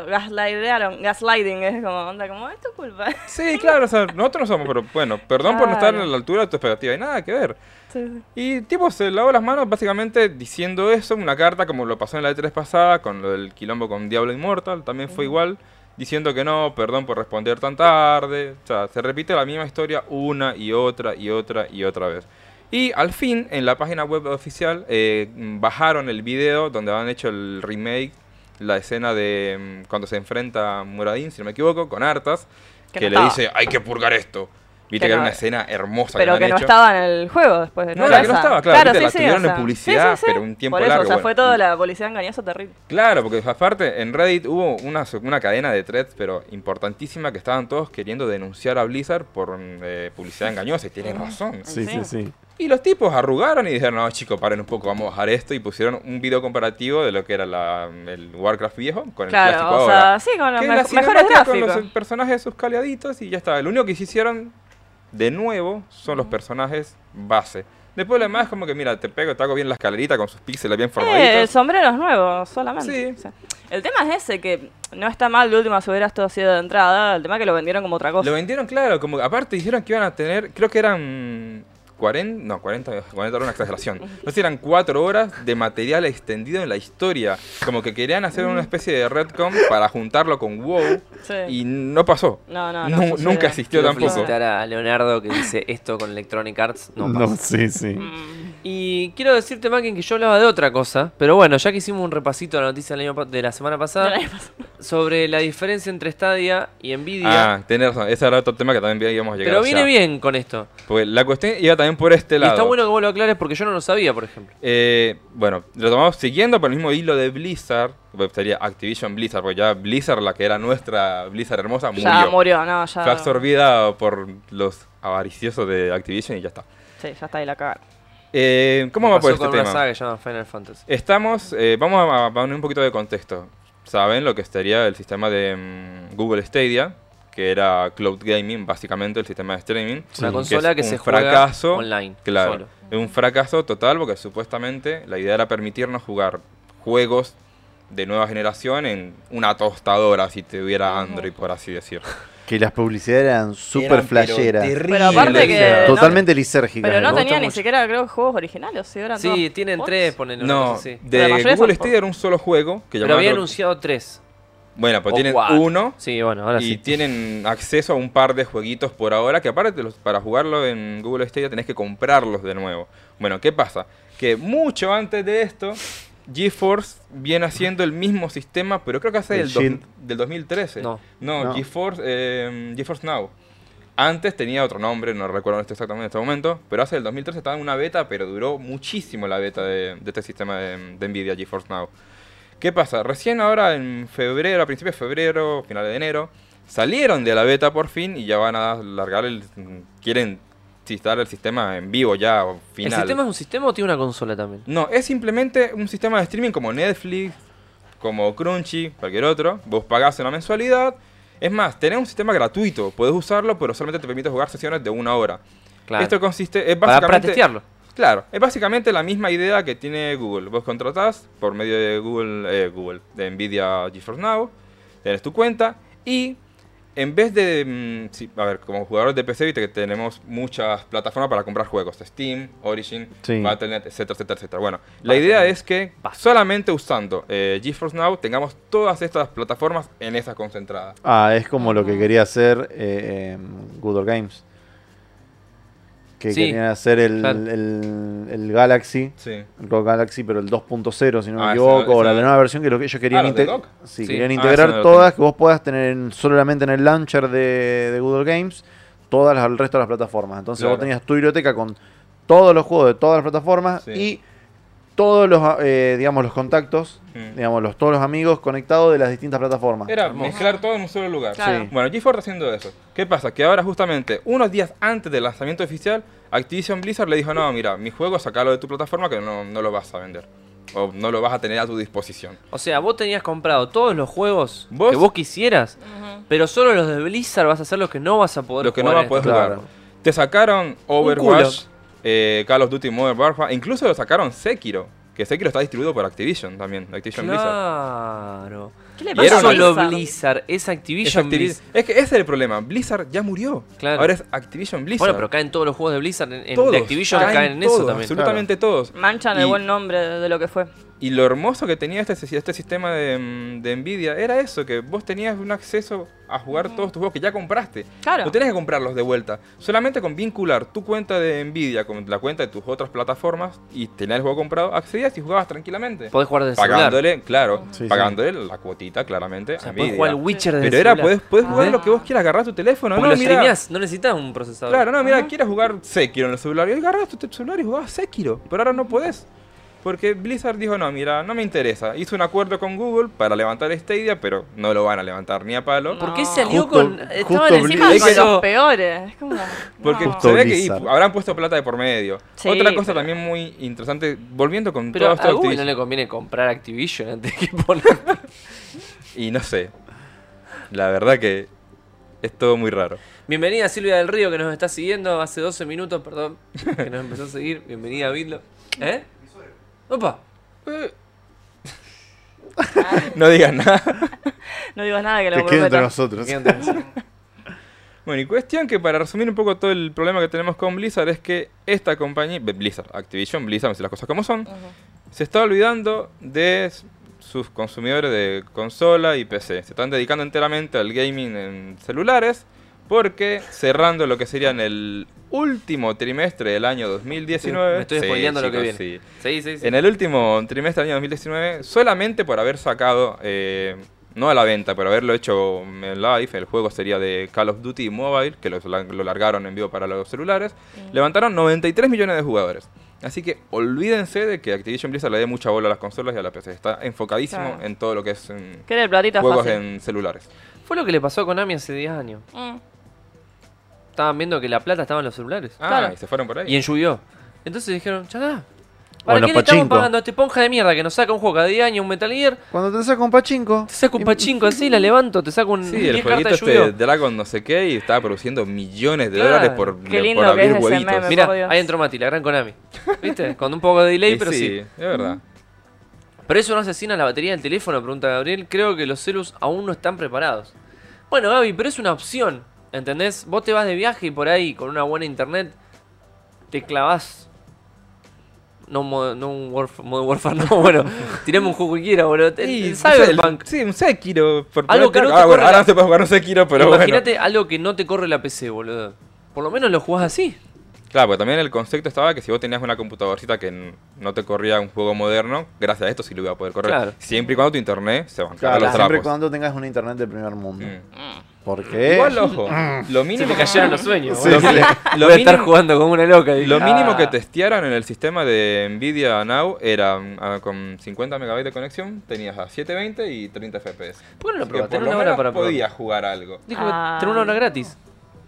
[SPEAKER 4] lo gaslightaron, gaslighting, es como, onda, como es tu culpa.
[SPEAKER 5] Sí, claro, o sea, nosotros no somos, pero bueno, perdón por no estar a
[SPEAKER 4] Claro.
[SPEAKER 5] la altura de tu expectativa. Y nada que ver.
[SPEAKER 4] Sí, sí.
[SPEAKER 5] Y tipo se lavó las manos básicamente diciendo eso, una carta como lo pasó en la E3 pasada, con lo del quilombo con Diablo Immortal, también fue igual, diciendo que no, perdón por responder tan tarde, o sea, se repite la misma historia una y otra y otra y otra vez. Y al fin, en la página web oficial, eh, bajaron el video donde habían hecho el remake, la escena de mm, cuando se enfrenta Muradin, si no me equivoco, con Artas,
[SPEAKER 4] Que
[SPEAKER 5] que,
[SPEAKER 4] no
[SPEAKER 5] le
[SPEAKER 4] estaba.
[SPEAKER 5] dice, hay que purgar esto. Viste
[SPEAKER 4] Que
[SPEAKER 5] que,
[SPEAKER 4] no-
[SPEAKER 5] era una escena hermosa.
[SPEAKER 4] Pero
[SPEAKER 5] habían
[SPEAKER 4] que no
[SPEAKER 5] hecho.
[SPEAKER 4] estaba en el juego después de
[SPEAKER 5] No, la que no estaba, claro, viste, la tuvieron en publicidad, pero un tiempo
[SPEAKER 4] Por eso,
[SPEAKER 5] largo,
[SPEAKER 4] O sea,
[SPEAKER 5] bueno.
[SPEAKER 4] fue toda la publicidad engañosa terrible.
[SPEAKER 5] Claro, porque aparte en Reddit hubo una, so- una cadena de threads, pero importantísima, que estaban todos queriendo denunciar a Blizzard por mm, eh, publicidad engañosa, y tienen razón.
[SPEAKER 2] Sí, sí, sí.
[SPEAKER 5] Y los tipos arrugaron y dijeron, no, chicos, paren un poco, vamos a bajar esto, y pusieron un video comparativo de lo que era la- el Warcraft viejo con el
[SPEAKER 4] Claro,
[SPEAKER 5] clásico
[SPEAKER 4] o sea,
[SPEAKER 5] ahora.
[SPEAKER 4] sí, con los
[SPEAKER 5] Que
[SPEAKER 4] me-
[SPEAKER 5] las
[SPEAKER 4] mejores
[SPEAKER 5] cinemáticas con los
[SPEAKER 4] gráficos.
[SPEAKER 5] eh, personajes sus caleaditos y ya está. Lo único que se hicieron de nuevo son los personajes base. Después lo demás es como que, mira, te pego, te hago bien la escalerita con sus píxeles bien formaditos.
[SPEAKER 4] Eh, el sombrero es nuevo, solamente.
[SPEAKER 5] Sí.
[SPEAKER 4] O sea, el tema es ese, que no está mal de última si hubiera esto sido de entrada, el tema es que lo vendieron como otra cosa.
[SPEAKER 5] Lo vendieron, claro, como aparte dijeron que iban a tener, creo que eran 40, no, 40, 40 era una exageración. No sé, eran 4 horas de material extendido en la historia. Como que querían hacer
[SPEAKER 1] Mm.
[SPEAKER 5] una especie de retcon para juntarlo con WoW
[SPEAKER 4] Sí.
[SPEAKER 5] y no pasó.
[SPEAKER 4] No, no, no
[SPEAKER 5] Nu-
[SPEAKER 4] sucedió.
[SPEAKER 5] nunca existió
[SPEAKER 1] Quiero
[SPEAKER 5] tampoco.
[SPEAKER 1] felicitar a Leonardo que dice esto con Electronic Arts no
[SPEAKER 2] No,
[SPEAKER 1] pasa.
[SPEAKER 2] sí, sí.
[SPEAKER 4] Mm,
[SPEAKER 1] Y quiero decirte, Macken, que yo hablaba de otra cosa, pero bueno, ya que hicimos un repasito de la noticia del año pa- de la semana pasada sobre la diferencia entre Stadia y Nvidia,
[SPEAKER 5] Ah, tenés razón. Ese era otro tema que también íbamos a llegar.
[SPEAKER 1] pero
[SPEAKER 5] o
[SPEAKER 1] viene
[SPEAKER 5] sea,
[SPEAKER 1] bien con esto.
[SPEAKER 5] Porque la cuestión iba también por este
[SPEAKER 1] Y
[SPEAKER 5] lado.
[SPEAKER 1] está bueno que vos lo aclares porque yo no lo sabía, por ejemplo.
[SPEAKER 5] Eh, bueno, lo tomamos siguiendo por el mismo hilo de Blizzard. bueno, Sería Activision Blizzard, porque ya Blizzard, la que era nuestra Blizzard hermosa, murió.
[SPEAKER 4] Ya murió, no, ya.
[SPEAKER 5] Fue absorbida por los avariciosos de Activision y ya está.
[SPEAKER 4] Sí, ya está ahí la cagaron.
[SPEAKER 5] Eh, ¿Cómo
[SPEAKER 1] Me
[SPEAKER 5] va por
[SPEAKER 1] pasó
[SPEAKER 5] este
[SPEAKER 1] con una saga
[SPEAKER 5] tema?
[SPEAKER 1] que se llama Final Fantasy.
[SPEAKER 5] Estamos, eh, vamos a a poner un poquito de contexto. Saben lo que sería el sistema de mm, Google Stadia, que era cloud gaming, básicamente el sistema de streaming.
[SPEAKER 1] Una
[SPEAKER 5] que
[SPEAKER 1] consola
[SPEAKER 5] es
[SPEAKER 1] que
[SPEAKER 5] un
[SPEAKER 1] se juega
[SPEAKER 5] fracaso,
[SPEAKER 1] online,
[SPEAKER 5] Claro,
[SPEAKER 1] solo.
[SPEAKER 5] es un fracaso total porque supuestamente la idea era permitirnos jugar juegos de nueva generación en una tostadora si tuviera Android, por así decirlo.
[SPEAKER 2] Que las publicidades eran súper
[SPEAKER 6] Eran, pero
[SPEAKER 2] flasheras.
[SPEAKER 6] terribles.
[SPEAKER 4] Pero aparte que- no-
[SPEAKER 2] Totalmente lisérgicas.
[SPEAKER 4] Pero no
[SPEAKER 2] me
[SPEAKER 4] tenía
[SPEAKER 2] gustó
[SPEAKER 4] ni
[SPEAKER 2] mucho.
[SPEAKER 4] siquiera, creo, juegos originales. Sí, eran
[SPEAKER 1] Sí,
[SPEAKER 4] todos
[SPEAKER 1] tienen
[SPEAKER 4] ports.
[SPEAKER 1] tres, ponen
[SPEAKER 5] No,
[SPEAKER 1] sí.
[SPEAKER 4] Pero la
[SPEAKER 5] de
[SPEAKER 4] mayoría son por-
[SPEAKER 5] Google Stadia era un solo juego que
[SPEAKER 1] Pero
[SPEAKER 5] llamaba-
[SPEAKER 1] había anunciado tres.
[SPEAKER 5] Bueno, pues
[SPEAKER 1] o
[SPEAKER 5] tienen
[SPEAKER 1] cuatro.
[SPEAKER 5] uno
[SPEAKER 1] Sí, bueno, ahora
[SPEAKER 5] y
[SPEAKER 1] sí.
[SPEAKER 5] tienen acceso a un par de jueguitos por ahora que aparte los- para jugarlo en Google Stadia tenés que comprarlos de nuevo. Bueno, ¿qué pasa? Que mucho antes de esto, GeForce viene haciendo el mismo sistema, pero creo que hace
[SPEAKER 2] El
[SPEAKER 5] del, dos-
[SPEAKER 2] Shield.
[SPEAKER 5] del 2013.
[SPEAKER 1] No.
[SPEAKER 5] no,
[SPEAKER 2] No.
[SPEAKER 5] GeForce, eh, GeForce Now. Antes tenía otro nombre, no recuerdo este exactamente en este momento, pero hace el 2013 estaba en una beta, pero duró muchísimo la beta de, de este sistema de, de Nvidia GeForce Now. ¿Qué pasa? Recién ahora en febrero, a principios de febrero, finales de enero, salieron de la beta por fin y ya van a largar el... quieren instalar el sistema en vivo ya o final.
[SPEAKER 1] ¿El sistema es un sistema o tiene una consola también?
[SPEAKER 5] No, es simplemente un sistema de streaming como Netflix, como Crunchy, cualquier otro. Vos pagás una mensualidad. Es más, tenés un sistema gratuito, podés usarlo, pero solamente te permite jugar sesiones de una hora.
[SPEAKER 1] Claro.
[SPEAKER 5] Esto consiste, es
[SPEAKER 1] para,
[SPEAKER 5] básicamente...
[SPEAKER 1] para testearlo.
[SPEAKER 5] Claro, es básicamente la misma idea que tiene Google. Vos contratás por medio de Google, eh, Google, de Nvidia GeForce Now, tenés tu cuenta y en vez de, mm, sí, a ver, como jugadores de PC, viste que tenemos muchas plataformas para comprar juegos, Steam, Origin,
[SPEAKER 2] Sí.
[SPEAKER 5] Battle.net, etcétera, etcétera, etcétera. Bueno, la idea es que solamente usando eh, GeForce Now tengamos todas estas plataformas en esas concentradas.
[SPEAKER 2] Ah, es como
[SPEAKER 4] Mm.
[SPEAKER 2] lo que quería hacer eh, em, Good Old Games. Que
[SPEAKER 1] Sí,
[SPEAKER 2] querían hacer el,
[SPEAKER 1] claro.
[SPEAKER 2] el- el Galaxy.
[SPEAKER 5] Sí.
[SPEAKER 2] El GOG Galaxy, pero el 2.0, si no me
[SPEAKER 5] Ah, ese
[SPEAKER 2] equivoco,
[SPEAKER 5] no-
[SPEAKER 2] o la
[SPEAKER 5] ese no-
[SPEAKER 2] nueva versión que lo que ellos querían,
[SPEAKER 5] Ah, ¿los de
[SPEAKER 2] inte-
[SPEAKER 5] GOG?
[SPEAKER 2] sí,
[SPEAKER 1] Sí.
[SPEAKER 2] querían
[SPEAKER 5] Ah,
[SPEAKER 2] integrar
[SPEAKER 5] ese no lo
[SPEAKER 2] todas,
[SPEAKER 5] tengo.
[SPEAKER 2] que vos puedas tener en- solamente en el launcher de, de Google Games, todas las, el resto de las plataformas. Entonces vos
[SPEAKER 5] Claro.
[SPEAKER 2] tenías tu biblioteca con todos los juegos de todas las plataformas
[SPEAKER 5] Sí.
[SPEAKER 2] y todos los, eh, digamos, los contactos,
[SPEAKER 5] Mm.
[SPEAKER 2] digamos, los, todos los amigos conectados de las distintas plataformas.
[SPEAKER 5] Era mezclar todo en un solo lugar.
[SPEAKER 4] Claro.
[SPEAKER 2] Sí.
[SPEAKER 5] Bueno, GeForce está haciendo eso. ¿Qué pasa? Que ahora justamente unos días antes del lanzamiento oficial, Activision Blizzard le dijo, no, mira, mi juego sacalo de tu plataforma que no, no lo vas a vender. O no lo vas a tener a tu disposición.
[SPEAKER 1] O sea, vos tenías comprado todos los juegos
[SPEAKER 5] ¿Vos?
[SPEAKER 1] que vos quisieras, pero solo los de Blizzard vas a hacer los que no vas a poder
[SPEAKER 5] Lo que no
[SPEAKER 1] jugar
[SPEAKER 5] vas
[SPEAKER 1] en
[SPEAKER 5] a poder
[SPEAKER 1] esto.
[SPEAKER 5] jugar.
[SPEAKER 2] Claro.
[SPEAKER 5] Te sacaron Overwatch, eh, Call of Duty Modern Warfare, incluso lo sacaron Sekiro. Que Sekiro está distribuido por Activision también, Activision Blizzard.
[SPEAKER 1] Claro.
[SPEAKER 4] ¿Qué le
[SPEAKER 5] Y
[SPEAKER 1] No
[SPEAKER 5] era
[SPEAKER 4] pasa a
[SPEAKER 5] una-
[SPEAKER 1] solo
[SPEAKER 4] Blizzard?
[SPEAKER 1] Blizzard, es
[SPEAKER 5] Es,
[SPEAKER 1] Activision
[SPEAKER 5] Activi-
[SPEAKER 1] Blizzard.
[SPEAKER 5] es que ese es el problema. Blizzard ya murió.
[SPEAKER 1] Claro.
[SPEAKER 5] Ahora es Activision Blizzard.
[SPEAKER 1] Bueno, pero caen todos los juegos de Blizzard, en, en-
[SPEAKER 5] Todos,
[SPEAKER 1] de Activision caen, en
[SPEAKER 5] todos,
[SPEAKER 1] eso también.
[SPEAKER 5] Absolutamente todos.
[SPEAKER 4] Manchan el
[SPEAKER 5] Y-
[SPEAKER 4] buen nombre de de lo que fue.
[SPEAKER 5] Y lo hermoso que tenía este, si- este sistema de, mm, de Nvidia era eso, que vos tenías un acceso a jugar todos tus juegos que ya compraste.
[SPEAKER 4] Claro.
[SPEAKER 5] No tenías que comprarlos de vuelta. Solamente con vincular tu cuenta de Nvidia con la cuenta de tus otras plataformas y tener el juego comprado, accedías y jugabas tranquilamente.
[SPEAKER 1] Podés jugar de celular.
[SPEAKER 5] Pagándole, claro,
[SPEAKER 2] Sí, sí.
[SPEAKER 5] pagándole la cuotita, claramente,
[SPEAKER 1] O
[SPEAKER 5] a
[SPEAKER 1] sea, podés
[SPEAKER 5] Nvidia.
[SPEAKER 1] jugar al Witcher desde
[SPEAKER 5] Pero era,
[SPEAKER 1] celular.
[SPEAKER 5] podés, podés jugar
[SPEAKER 1] Ah.
[SPEAKER 5] lo que vos quieras, agarrar tu teléfono.
[SPEAKER 1] Porque
[SPEAKER 5] no,
[SPEAKER 1] lo
[SPEAKER 5] mira,
[SPEAKER 1] streameás, no necesitas un procesador.
[SPEAKER 5] Claro, no, mira, quieres jugar Sekiro en el celular. Y agarras tu celular y jugabas Sekiro. Pero ahora no podés. Porque Blizzard dijo, no, mira, no me interesa. Hizo un acuerdo con Google para levantar Stadia, pero no lo van a levantar ni a palo.
[SPEAKER 1] ¿Por
[SPEAKER 4] No.
[SPEAKER 1] qué se alió
[SPEAKER 2] Justo-
[SPEAKER 1] con...? eh,
[SPEAKER 2] justo
[SPEAKER 1] Estaban encima
[SPEAKER 4] Encima
[SPEAKER 5] Es
[SPEAKER 4] con
[SPEAKER 5] que-
[SPEAKER 4] los peores. Es como.
[SPEAKER 5] Porque
[SPEAKER 4] no.
[SPEAKER 2] Justo
[SPEAKER 5] se ve que y,
[SPEAKER 2] Blizzard.
[SPEAKER 5] habrán puesto plata de por medio.
[SPEAKER 4] Sí,
[SPEAKER 5] Otra cosa
[SPEAKER 4] pero-
[SPEAKER 5] también muy interesante, volviendo con
[SPEAKER 1] Pero
[SPEAKER 5] todo
[SPEAKER 1] a
[SPEAKER 5] esto de
[SPEAKER 1] Google no
[SPEAKER 5] Activision.
[SPEAKER 1] le conviene comprar Activision antes que poner...
[SPEAKER 5] Y no sé. La verdad que es todo muy raro.
[SPEAKER 1] Bienvenida Silvia del Río que nos está siguiendo hace 12 minutos, perdón, que nos empezó a seguir. Bienvenida a Vidlo. ¿Eh? Opa. Eh,
[SPEAKER 5] No digas nada.
[SPEAKER 4] No digas nada que lo
[SPEAKER 2] Que quede entre
[SPEAKER 4] comprometa.
[SPEAKER 2] nosotros.
[SPEAKER 1] ¿qué onda?
[SPEAKER 5] Bueno, y cuestión que para resumir un poco todo el problema que tenemos con Blizzard es que esta compañía, Be- Blizzard, Activision, Blizzard, vamos a decir las cosas como son, se está olvidando de s- sus consumidores de consola y PC. Se están dedicando enteramente al gaming en celulares porque cerrando lo que serían el último trimestre del año 2019.
[SPEAKER 1] Me estoy
[SPEAKER 5] Sí,
[SPEAKER 1] spoileando lo que
[SPEAKER 5] chicos,
[SPEAKER 1] viene.
[SPEAKER 5] sí.
[SPEAKER 1] Sí, sí, sí.
[SPEAKER 5] En el último trimestre del año 2019, solamente por haber sacado, eh, no a la venta, por haberlo hecho en live, el juego sería de Call of Duty Mobile, que lo, lo largaron en vivo para los celulares, levantaron 93 millones de jugadores. Así que olvídense de que Activision Blizzard le dé mucha bola a las consolas y a la PC. Está enfocadísimo
[SPEAKER 4] Claro.
[SPEAKER 5] en todo lo que es en
[SPEAKER 4] Quiere el platita
[SPEAKER 5] juegos
[SPEAKER 4] fácil.
[SPEAKER 5] en celulares.
[SPEAKER 1] Fue lo que le pasó a Konami hace 10 años.
[SPEAKER 4] Mm.
[SPEAKER 1] Estaban viendo que la plata estaba en los celulares.
[SPEAKER 5] Ah,
[SPEAKER 4] Claro.
[SPEAKER 5] y se fueron por ahí.
[SPEAKER 1] Y en Yu-Gi-Oh! Entonces dijeron, ya está.
[SPEAKER 2] O en
[SPEAKER 1] ¿Para
[SPEAKER 2] los
[SPEAKER 1] qué le estamos
[SPEAKER 2] pachinko.
[SPEAKER 1] pagando a este ponja de mierda que nos saca un juego cada 10 años, un Metal Gear?
[SPEAKER 2] Cuando te saco un pachinco.
[SPEAKER 1] Te saco un pachinko así, la levanto, te saco un
[SPEAKER 5] Sí,
[SPEAKER 1] 10
[SPEAKER 5] el
[SPEAKER 1] cartas
[SPEAKER 5] jueguito
[SPEAKER 1] de
[SPEAKER 5] este
[SPEAKER 1] Yu-Gi-Oh!
[SPEAKER 5] Dragon no sé qué y estaba produciendo millones de
[SPEAKER 1] Claro.
[SPEAKER 5] dólares por,
[SPEAKER 4] Qué
[SPEAKER 5] por
[SPEAKER 4] lindo que
[SPEAKER 5] abrir
[SPEAKER 4] es ese
[SPEAKER 5] huevitos.
[SPEAKER 4] meme.
[SPEAKER 1] Mirá,
[SPEAKER 4] por Dios.
[SPEAKER 1] ahí entró Mati, la gran Konami. ¿Viste? Con un poco de delay,
[SPEAKER 5] Y
[SPEAKER 1] pero sí.
[SPEAKER 5] es verdad.
[SPEAKER 1] ¿Pero eso no asesina la batería del teléfono? Pregunta Gabriel. Creo que los celus aún no están preparados. Bueno, Gaby, pero es una opción, ¿entendés? Vos te vas de viaje y por ahí con una buena internet te clavás. No, mo- no un Warf- Modern Warfare, no, bueno, tirame un juego cualquiera, boludo. El- el Cyberpunk.
[SPEAKER 5] Sí, un Sekiro. Por
[SPEAKER 1] Algo
[SPEAKER 5] poner-
[SPEAKER 1] que no te
[SPEAKER 5] ah, bueno,
[SPEAKER 1] corre
[SPEAKER 5] ahora
[SPEAKER 1] la-
[SPEAKER 5] no se puede jugar un Sekiro, pero
[SPEAKER 1] Imagínate algo que no te corre la PC, boludo. Por lo menos lo jugás así.
[SPEAKER 5] bueno. Claro, pero también el concepto estaba que si vos tenías una computadorcita que n- no te corría un juego moderno, gracias a esto sí lo iba a poder correr.
[SPEAKER 1] Claro.
[SPEAKER 5] Siempre y cuando tu internet se bancara
[SPEAKER 2] Claro,
[SPEAKER 5] los
[SPEAKER 2] siempre y
[SPEAKER 5] trapos.
[SPEAKER 2] cuando tengas un internet del primer mundo.
[SPEAKER 5] Mm.
[SPEAKER 2] Porque.
[SPEAKER 5] Igual, ojo, lo
[SPEAKER 1] Eh, mm. Se
[SPEAKER 5] mínimo
[SPEAKER 1] me cayeron los sueños,
[SPEAKER 2] Sí,
[SPEAKER 1] boludo.
[SPEAKER 2] sí.
[SPEAKER 5] Lo
[SPEAKER 1] Voy a estar
[SPEAKER 5] mínimo-
[SPEAKER 1] jugando como una loca. dije.
[SPEAKER 5] Lo mínimo que
[SPEAKER 1] Ah.
[SPEAKER 5] testearon en el sistema de Nvidia Now era mm, ah, con 50 megabytes de conexión, tenías a 720 y 30 FPS.
[SPEAKER 1] ¿Por qué no lo
[SPEAKER 5] Así que
[SPEAKER 1] probaste?
[SPEAKER 5] por
[SPEAKER 1] Era
[SPEAKER 5] lo
[SPEAKER 1] una hora
[SPEAKER 5] menos
[SPEAKER 1] para probar.
[SPEAKER 5] podías jugar algo.
[SPEAKER 1] Dijo,
[SPEAKER 4] Ah.
[SPEAKER 1] tenés una hora gratis.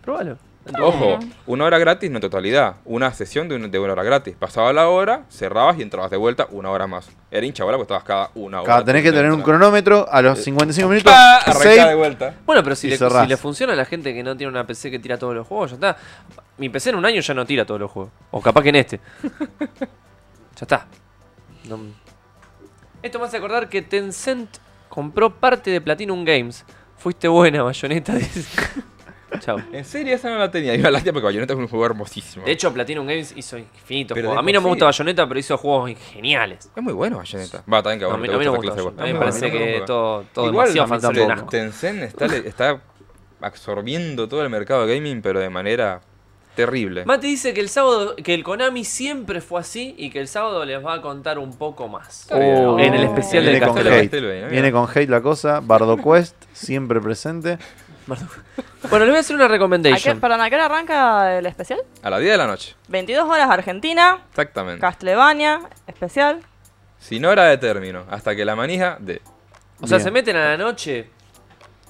[SPEAKER 1] Probalo.
[SPEAKER 5] Ojo, una hora gratis no en totalidad, una sesión de, un- de una hora gratis. Pasaba la hora, cerrabas y entrabas de vuelta una hora más. Era hincha bola porque estabas cada una hora.
[SPEAKER 2] Cada- tenés que tener un cronómetro a
[SPEAKER 1] Eh,
[SPEAKER 2] los 55 minutos.
[SPEAKER 5] Pa, Arrancá de
[SPEAKER 2] save.
[SPEAKER 5] vuelta.
[SPEAKER 1] Bueno, pero si
[SPEAKER 2] Y
[SPEAKER 1] le,
[SPEAKER 2] cerrás.
[SPEAKER 1] si le funciona a la gente que no tiene una PC que tira todos los juegos, ya está. Mi PC en un año ya no tira todos los juegos. O capaz que en este. ya está. No- Esto me hace acordar que Tencent compró parte de Platinum Games. Fuiste buena, bayoneta. Chao.
[SPEAKER 5] En serio, esa no la tenía. Iba a la tía porque Bayonetta es un juego hermosísimo.
[SPEAKER 1] De hecho, Platinum Games hizo infinitos
[SPEAKER 5] Pero
[SPEAKER 1] juegos.
[SPEAKER 5] de
[SPEAKER 1] A mí no me
[SPEAKER 5] por
[SPEAKER 1] gusta
[SPEAKER 5] sí-
[SPEAKER 1] Bayonetta, pero hizo juegos geniales.
[SPEAKER 5] es muy bueno Bayonetta. Va, también que
[SPEAKER 1] No,
[SPEAKER 5] a
[SPEAKER 1] a
[SPEAKER 5] vos
[SPEAKER 1] mí,
[SPEAKER 5] no
[SPEAKER 1] a mí
[SPEAKER 5] te
[SPEAKER 1] no me
[SPEAKER 5] gusta
[SPEAKER 1] gusta
[SPEAKER 5] esa clase de
[SPEAKER 1] Bayonetta. A mí me parece
[SPEAKER 2] Está muy bueno,
[SPEAKER 5] juego. está muy
[SPEAKER 1] que
[SPEAKER 5] bueno.
[SPEAKER 1] todo, todo
[SPEAKER 5] Igual,
[SPEAKER 1] demasiado
[SPEAKER 2] a mí
[SPEAKER 1] fanservice, un
[SPEAKER 2] tampoco.
[SPEAKER 1] asco.
[SPEAKER 5] Tencent está, le- está absorbiendo todo el mercado gaming, pero de manera terrible.
[SPEAKER 1] Mati dice que el sábado, que el Konami siempre fue así y que el sábado les va a contar un poco más.
[SPEAKER 2] Oh,
[SPEAKER 1] En el especial
[SPEAKER 2] viene
[SPEAKER 1] de
[SPEAKER 2] con
[SPEAKER 1] Castelvania.
[SPEAKER 2] hate. Viene con hate la cosa. Bardo Quest, siempre presente.
[SPEAKER 1] Bueno, les voy a hacer una
[SPEAKER 4] ¿A qué,
[SPEAKER 1] recommendation.
[SPEAKER 4] perdón, ¿a qué hora arranca el especial?
[SPEAKER 5] A las 10 de la noche.
[SPEAKER 4] 22 horas Argentina,
[SPEAKER 5] Exactamente.
[SPEAKER 4] Castlevania, especial.
[SPEAKER 5] Sin hora de término. Hasta que la manija de.
[SPEAKER 1] O sea,
[SPEAKER 2] Bien.
[SPEAKER 1] se meten a la noche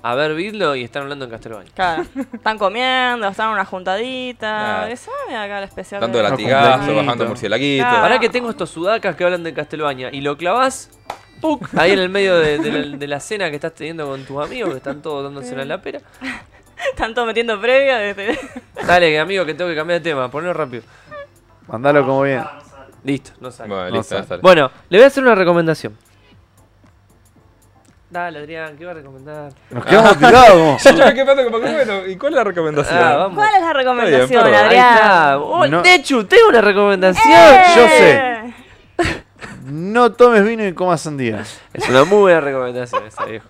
[SPEAKER 1] a ver Vidlo y están hablando en Castelvania.
[SPEAKER 4] Claro, están comiendo, están en una juntadita.
[SPEAKER 5] Claro.
[SPEAKER 4] Eso, mira acá el especial.
[SPEAKER 5] Dando
[SPEAKER 4] de-
[SPEAKER 2] No,
[SPEAKER 5] latigazo,
[SPEAKER 2] completito.
[SPEAKER 5] bajando murcielaguito.
[SPEAKER 4] Ah.
[SPEAKER 1] Pará que tengo estos sudacas que hablan de Castelvania y lo clavás ¡puc! ahí en el medio de, de la, de la cena que estás teniendo con tus amigos que están todos dándosela en la pera.
[SPEAKER 4] Están todos metiendo previa desde.
[SPEAKER 1] Dale, amigo, que tengo que cambiar de tema, ponelo rápido.
[SPEAKER 2] Mandalo como bien.
[SPEAKER 1] Listo, no sale.
[SPEAKER 5] Bueno,
[SPEAKER 2] No
[SPEAKER 5] listo, ya
[SPEAKER 2] sale.
[SPEAKER 5] sale.
[SPEAKER 1] Bueno, le voy a hacer una recomendación. Dale, Adrián, ¿qué va a recomendar?
[SPEAKER 2] Nos quedamos tirados. como-
[SPEAKER 5] Yo me quedé pensando como que, bueno, ¿y cuál es la recomendación?
[SPEAKER 1] Ah, vamos.
[SPEAKER 4] ¿Cuál es la
[SPEAKER 5] Está bien,
[SPEAKER 4] recomendación,
[SPEAKER 5] perdón.
[SPEAKER 1] Ahí está.
[SPEAKER 4] Adrián?
[SPEAKER 1] Oh,
[SPEAKER 2] No.
[SPEAKER 1] De hecho, tengo una recomendación.
[SPEAKER 2] Yo sé.
[SPEAKER 4] Eh,
[SPEAKER 2] No tomes vino y comas sandía.
[SPEAKER 1] Es una muy buena recomendación esa, viejo.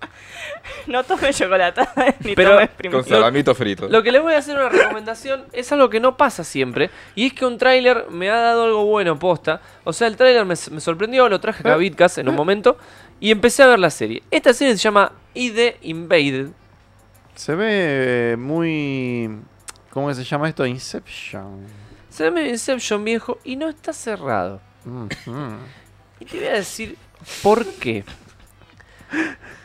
[SPEAKER 4] No tome chocolate ni
[SPEAKER 1] Pero-
[SPEAKER 4] tome
[SPEAKER 5] Con
[SPEAKER 4] primero.
[SPEAKER 5] salamito frito.
[SPEAKER 1] Lo que les voy a hacer una recomendación es algo que no pasa siempre. Y es que un tráiler me ha dado algo bueno, posta. O sea, el tráiler me, me sorprendió, lo traje acá a Vidcast en un momento. Y empecé a ver la serie. Esta serie se llama ID Invaded.
[SPEAKER 2] Se ve eh, muy. ¿Cómo que se llama esto? Inception.
[SPEAKER 1] Se llama Inception, viejo, y no está cerrado.
[SPEAKER 2] Mm, mm.
[SPEAKER 1] Y te voy a decir por qué.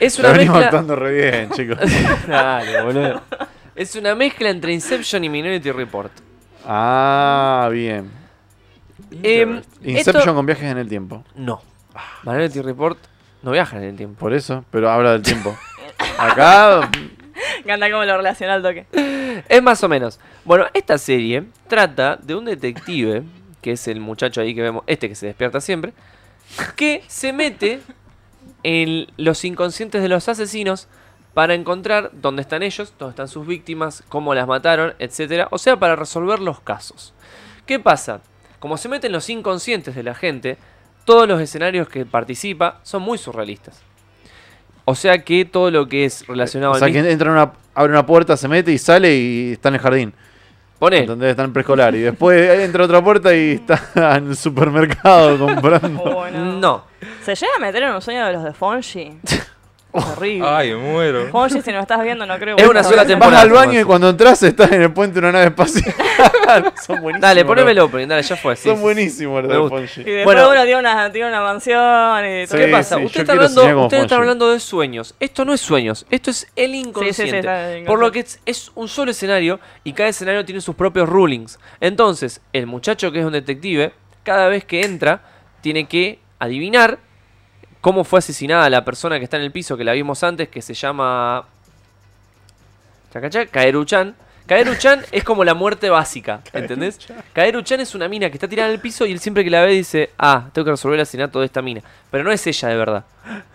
[SPEAKER 1] Es
[SPEAKER 2] La
[SPEAKER 1] una
[SPEAKER 2] venimos
[SPEAKER 1] mezcla...
[SPEAKER 2] actuando re bien, chicos.
[SPEAKER 1] Dale, boludo. Es una mezcla entre Inception y Minority Report.
[SPEAKER 2] Ah, bien.
[SPEAKER 5] eh,
[SPEAKER 1] Em,
[SPEAKER 2] Inception
[SPEAKER 1] esto-
[SPEAKER 2] con viajes en el tiempo.
[SPEAKER 1] No. Minority Report no viaja en el tiempo.
[SPEAKER 2] Por eso, pero habla del tiempo. Acá.
[SPEAKER 4] Me encanta cómo lo relaciona al toque.
[SPEAKER 1] Es más o menos. Bueno, esta serie trata de un detective, que es el muchacho ahí que vemos, este que se despierta siempre, que se mete en los inconscientes de los asesinos para encontrar dónde están ellos, dónde están sus víctimas, cómo las mataron, etcétera, O sea, para resolver los casos. ¿Qué pasa? Como se meten los inconscientes de la gente, todos los escenarios que participa son muy surrealistas. O sea que todo lo que es relacionado
[SPEAKER 2] O
[SPEAKER 1] al
[SPEAKER 2] sea, que
[SPEAKER 1] mis-
[SPEAKER 2] entra en una, abre una puerta, se mete y sale y está en el jardín.
[SPEAKER 1] Ponele.
[SPEAKER 2] Donde está en preescolar. Y después entra a otra puerta y está en el supermercado comprando.
[SPEAKER 4] Oh, no.
[SPEAKER 1] No.
[SPEAKER 4] ¿Se llega a meter en un sueño de los de Fonji? Terrible.
[SPEAKER 5] Ay, muero.
[SPEAKER 4] Fonji, si no estás viendo, no creo.
[SPEAKER 1] Es
[SPEAKER 4] que-
[SPEAKER 1] una sola temporada.
[SPEAKER 2] Vas al baño y
[SPEAKER 1] Tomás.
[SPEAKER 2] cuando entras estás en el puente de una nave espacial. Son buenísimos.
[SPEAKER 1] Dale, poneme
[SPEAKER 2] los-
[SPEAKER 1] el opening, dale, ya fue. sí,
[SPEAKER 2] Son
[SPEAKER 1] sí,
[SPEAKER 2] buenísimos los
[SPEAKER 1] Me
[SPEAKER 2] de
[SPEAKER 1] gusta.
[SPEAKER 2] Ponji.
[SPEAKER 4] Y después
[SPEAKER 1] Bueno.
[SPEAKER 4] uno tiene una, tiene una mansión y
[SPEAKER 1] sí.
[SPEAKER 4] todo.
[SPEAKER 1] ¿Qué
[SPEAKER 2] Sí,
[SPEAKER 1] pasa?
[SPEAKER 2] sí, yo
[SPEAKER 1] Usted está
[SPEAKER 2] quiero soñar
[SPEAKER 1] hablando,
[SPEAKER 2] como
[SPEAKER 1] usted está
[SPEAKER 2] Fonsi.
[SPEAKER 1] hablando de sueños. Esto no es sueños, esto es el inconsciente.
[SPEAKER 4] está el
[SPEAKER 1] Por lo que es, es un solo escenario y cada escenario tiene sus propios rulings. Entonces, el muchacho que es un detective, cada vez que entra, tiene que adivinar cómo fue asesinada la persona que está en el piso, que la vimos antes, que se llama... Chacacha, Kaeru-chan. Kaeru-chan es como la muerte básica, ¿entendés? Kaeru-chan es una mina que está tirada en el piso y él siempre que la ve dice, ah, tengo que resolver el asesinato de esta mina. Pero no es ella de verdad,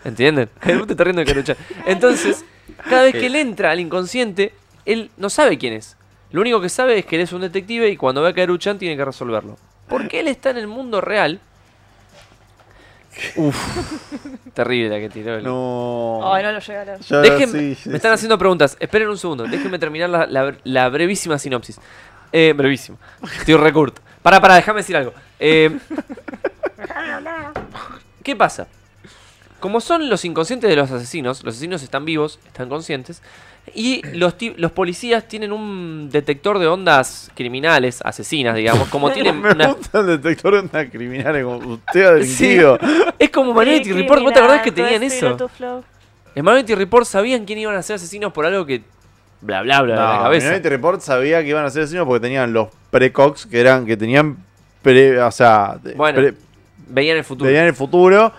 [SPEAKER 1] ¿entienden? Kaeru te está riendo de Kaeru-chan. Entonces, Cada vez que él entra al inconsciente, él no sabe quién es. Lo único que sabe es que él es un detective y cuando ve a caer Uchan tiene que resolverlo. Porque él está en el mundo real. Uf, terrible la que tiró. el-
[SPEAKER 2] No.
[SPEAKER 4] Ay, no lo llega a leer.
[SPEAKER 2] Ya,
[SPEAKER 1] Déjenme-
[SPEAKER 2] sí, sí,
[SPEAKER 1] me están
[SPEAKER 2] sí.
[SPEAKER 1] haciendo preguntas. Esperen un segundo. Déjenme terminar la, la- la brevísima sinopsis. Eh, brevísima. Tío Recurt. Para, para, déjame decir algo. Eh, ¿Qué pasa? Como son los inconscientes de los asesinos, los asesinos están vivos, están conscientes, y los, ti- los policías tienen un detector de ondas criminales, asesinas, digamos, como tienen
[SPEAKER 2] Me
[SPEAKER 1] una-
[SPEAKER 2] gusta el detector de ondas criminales como usted ha delinquido.
[SPEAKER 1] Es como Minority Report, ¿vos Uh, te acordás que tenían eso?
[SPEAKER 4] flow.
[SPEAKER 1] En Minority Report sabían quién iban a ser asesinos por algo que... Bla, bla, bla, de la
[SPEAKER 2] No,
[SPEAKER 1] cabeza.
[SPEAKER 2] Minority Report sabía que iban a ser asesinos porque tenían los precox que eran que tenían pre- o sea, de-
[SPEAKER 1] Bueno,
[SPEAKER 2] pre-
[SPEAKER 1] Veían el futuro.
[SPEAKER 2] veían el futuro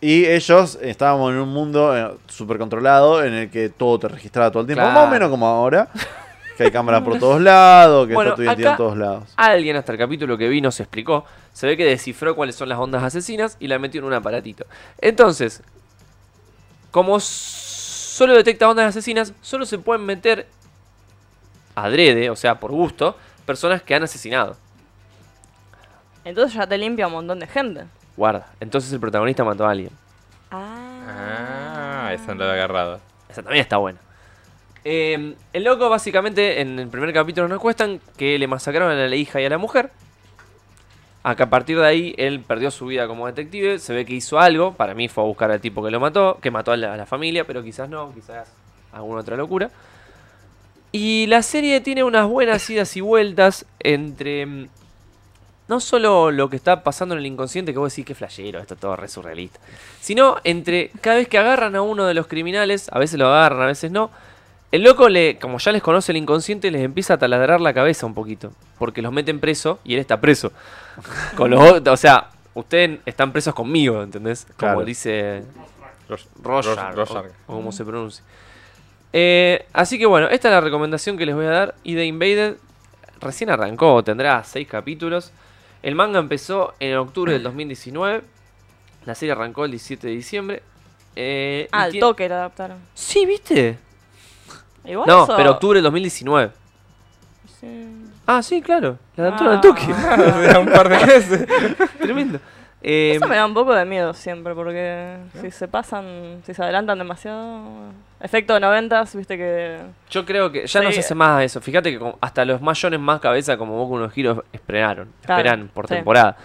[SPEAKER 2] y ellos estábamos en un mundo super controlado en el que todo te registraba todo el tiempo,
[SPEAKER 1] Claro.
[SPEAKER 2] más o menos como ahora, que hay cámaras por todos lados, que
[SPEAKER 1] Bueno,
[SPEAKER 2] está tu identidad
[SPEAKER 1] acá-
[SPEAKER 2] en todos lados.
[SPEAKER 1] Alguien hasta el capítulo que vi nos explicó. Se ve que descifró cuáles son las ondas asesinas y la metió en un aparatito. Entonces, como s- solo detecta ondas asesinas, solo se pueden meter adrede, o sea, por gusto, personas que han asesinado.
[SPEAKER 4] Entonces ya te limpia un montón de gente.
[SPEAKER 1] Guarda. Entonces el protagonista mató a alguien.
[SPEAKER 5] Ah, esa no la he agarrado.
[SPEAKER 1] Esa también está buena. Eh, el loco, básicamente, en el primer capítulo nos cuestan que le masacraron a la hija y a la mujer. A que a partir de ahí él perdió su vida como detective. Se ve que hizo algo. Para mí fue a buscar al tipo que lo mató, que mató a la, a la familia, pero quizás no, quizás alguna otra locura. Y la serie tiene unas buenas idas y vueltas entre. mm, No solo lo que está pasando en el inconsciente, que vos decís que flashero, esto todo re surrealista sino entre cada vez que agarran a uno de los criminales, a veces lo agarran, a veces no, el loco, le, como ya les conoce el inconsciente, les empieza a taladrar la cabeza un poquito, porque los meten preso y él está preso. Con los, ot- o sea, ustedes están presos conmigo, ¿entendés? Como
[SPEAKER 2] Claro.
[SPEAKER 1] dice
[SPEAKER 5] Ros-
[SPEAKER 1] Rorschach,
[SPEAKER 5] Ros-
[SPEAKER 1] o-
[SPEAKER 5] Rorschach.
[SPEAKER 1] o, como se pronuncia. Eh, así que bueno, esta es la recomendación que les voy a dar. Y The Invaded recién arrancó, tendrá seis capítulos. El manga empezó en octubre del 2019. La serie arrancó el 17 de diciembre. Eh, y
[SPEAKER 4] Al
[SPEAKER 1] tiene-
[SPEAKER 4] toque lo adaptaron.
[SPEAKER 1] Sí, ¿viste?
[SPEAKER 4] Igual
[SPEAKER 1] No,
[SPEAKER 4] eso-
[SPEAKER 1] pero octubre del 2019.
[SPEAKER 4] Sí.
[SPEAKER 1] Ah, sí, claro. La adaptaron
[SPEAKER 4] Ah.
[SPEAKER 1] al toque.
[SPEAKER 5] Era un par de veces.
[SPEAKER 1] Tremendo. Eh,
[SPEAKER 4] Eso me da un poco de miedo siempre, porque si se pasan, si se adelantan demasiado. Efecto de noventas, viste que.
[SPEAKER 1] yo creo que ya no
[SPEAKER 4] Sí.
[SPEAKER 1] se hace más eso. Fíjate que como- hasta los mayones más cabeza como Boku unos giros esperaron.
[SPEAKER 4] Claro,
[SPEAKER 1] esperan por
[SPEAKER 4] sí.
[SPEAKER 1] temporada.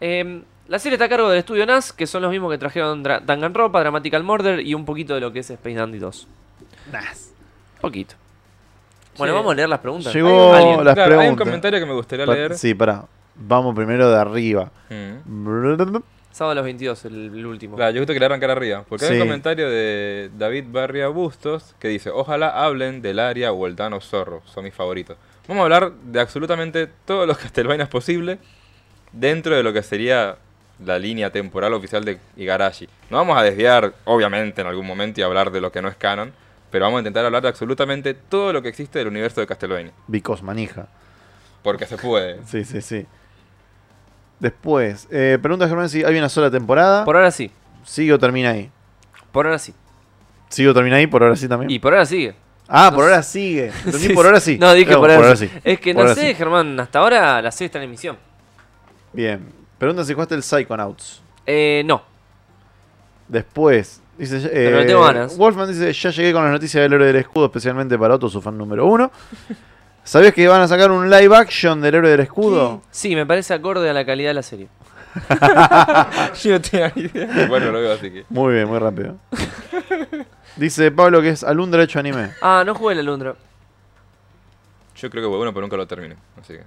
[SPEAKER 1] Eh, la serie está a cargo del estudio NAS, que son los mismos que trajeron Dra- Danganronpa, Dramatical Murder y un poquito de lo que es Space Dandy 2.
[SPEAKER 2] Nas.
[SPEAKER 1] Poquito. Bueno,
[SPEAKER 5] Sí.
[SPEAKER 1] vamos a leer las preguntas.
[SPEAKER 2] Llegó
[SPEAKER 1] Alguien.
[SPEAKER 2] las
[SPEAKER 5] Claro, hay un
[SPEAKER 2] preguntas.
[SPEAKER 5] comentario que me gustaría
[SPEAKER 2] Pa-
[SPEAKER 5] leer.
[SPEAKER 2] Sí, pará. Vamos primero de arriba.
[SPEAKER 5] Mm.
[SPEAKER 1] Sábado a los 22, el, el último.
[SPEAKER 5] Claro, yo justo quería arrancar arriba. Porque hay
[SPEAKER 2] Sí.
[SPEAKER 5] un comentario de David Barria Bustos que dice: Ojalá hablen del área o el Dano Zorro, son mis favoritos. Vamos a hablar de absolutamente todos los Castlevanias posible dentro de lo que sería la línea temporal oficial de Igarashi. No vamos a desviar, obviamente, en algún momento y hablar de lo que no es canon, pero vamos a intentar hablar de absolutamente todo lo que existe del universo de Castlevania.
[SPEAKER 2] Vicos manija.
[SPEAKER 5] Porque se puede.
[SPEAKER 2] Sí, sí, sí. Después, eh, pregunta Germán si hay una sola temporada.
[SPEAKER 1] Por ahora sí.
[SPEAKER 2] ¿Sigue o termina ahí?
[SPEAKER 1] Por ahora sí.
[SPEAKER 2] ¿Sigue o termina ahí? Por ahora sí también.
[SPEAKER 1] Y por ahora sigue.
[SPEAKER 2] ah,
[SPEAKER 1] no
[SPEAKER 2] por
[SPEAKER 1] sé.
[SPEAKER 2] ahora sigue. Entendí
[SPEAKER 1] Sí,
[SPEAKER 2] por
[SPEAKER 1] sí.
[SPEAKER 2] ahora sí.
[SPEAKER 1] No, dije
[SPEAKER 2] Claro,
[SPEAKER 1] por, ahora, sí. Es que
[SPEAKER 2] Por
[SPEAKER 1] no
[SPEAKER 2] ahora
[SPEAKER 1] sé,
[SPEAKER 2] sí.
[SPEAKER 1] Germán, hasta ahora la serie está en emisión.
[SPEAKER 2] Bien. Pregunta si jugaste el Psychonauts.
[SPEAKER 1] Eh, no.
[SPEAKER 2] Después, dice. eh,
[SPEAKER 1] Pero le tengo ganas.
[SPEAKER 2] Wolfman dice: Ya llegué con las noticias del héroe del escudo, especialmente para Otto, su fan número uno. ¿Sabías que van a sacar un live action del héroe del escudo?
[SPEAKER 1] Sí, me parece acorde a la calidad de la serie.
[SPEAKER 5] Yo no tenía idea. Bueno, lo veo así que.
[SPEAKER 2] Muy bien, muy rápido. dice Pablo que es alumno derecho anime.
[SPEAKER 1] Ah, no jugué la Lundra.
[SPEAKER 5] Yo creo que fue bueno, pero nunca lo terminé. Así que.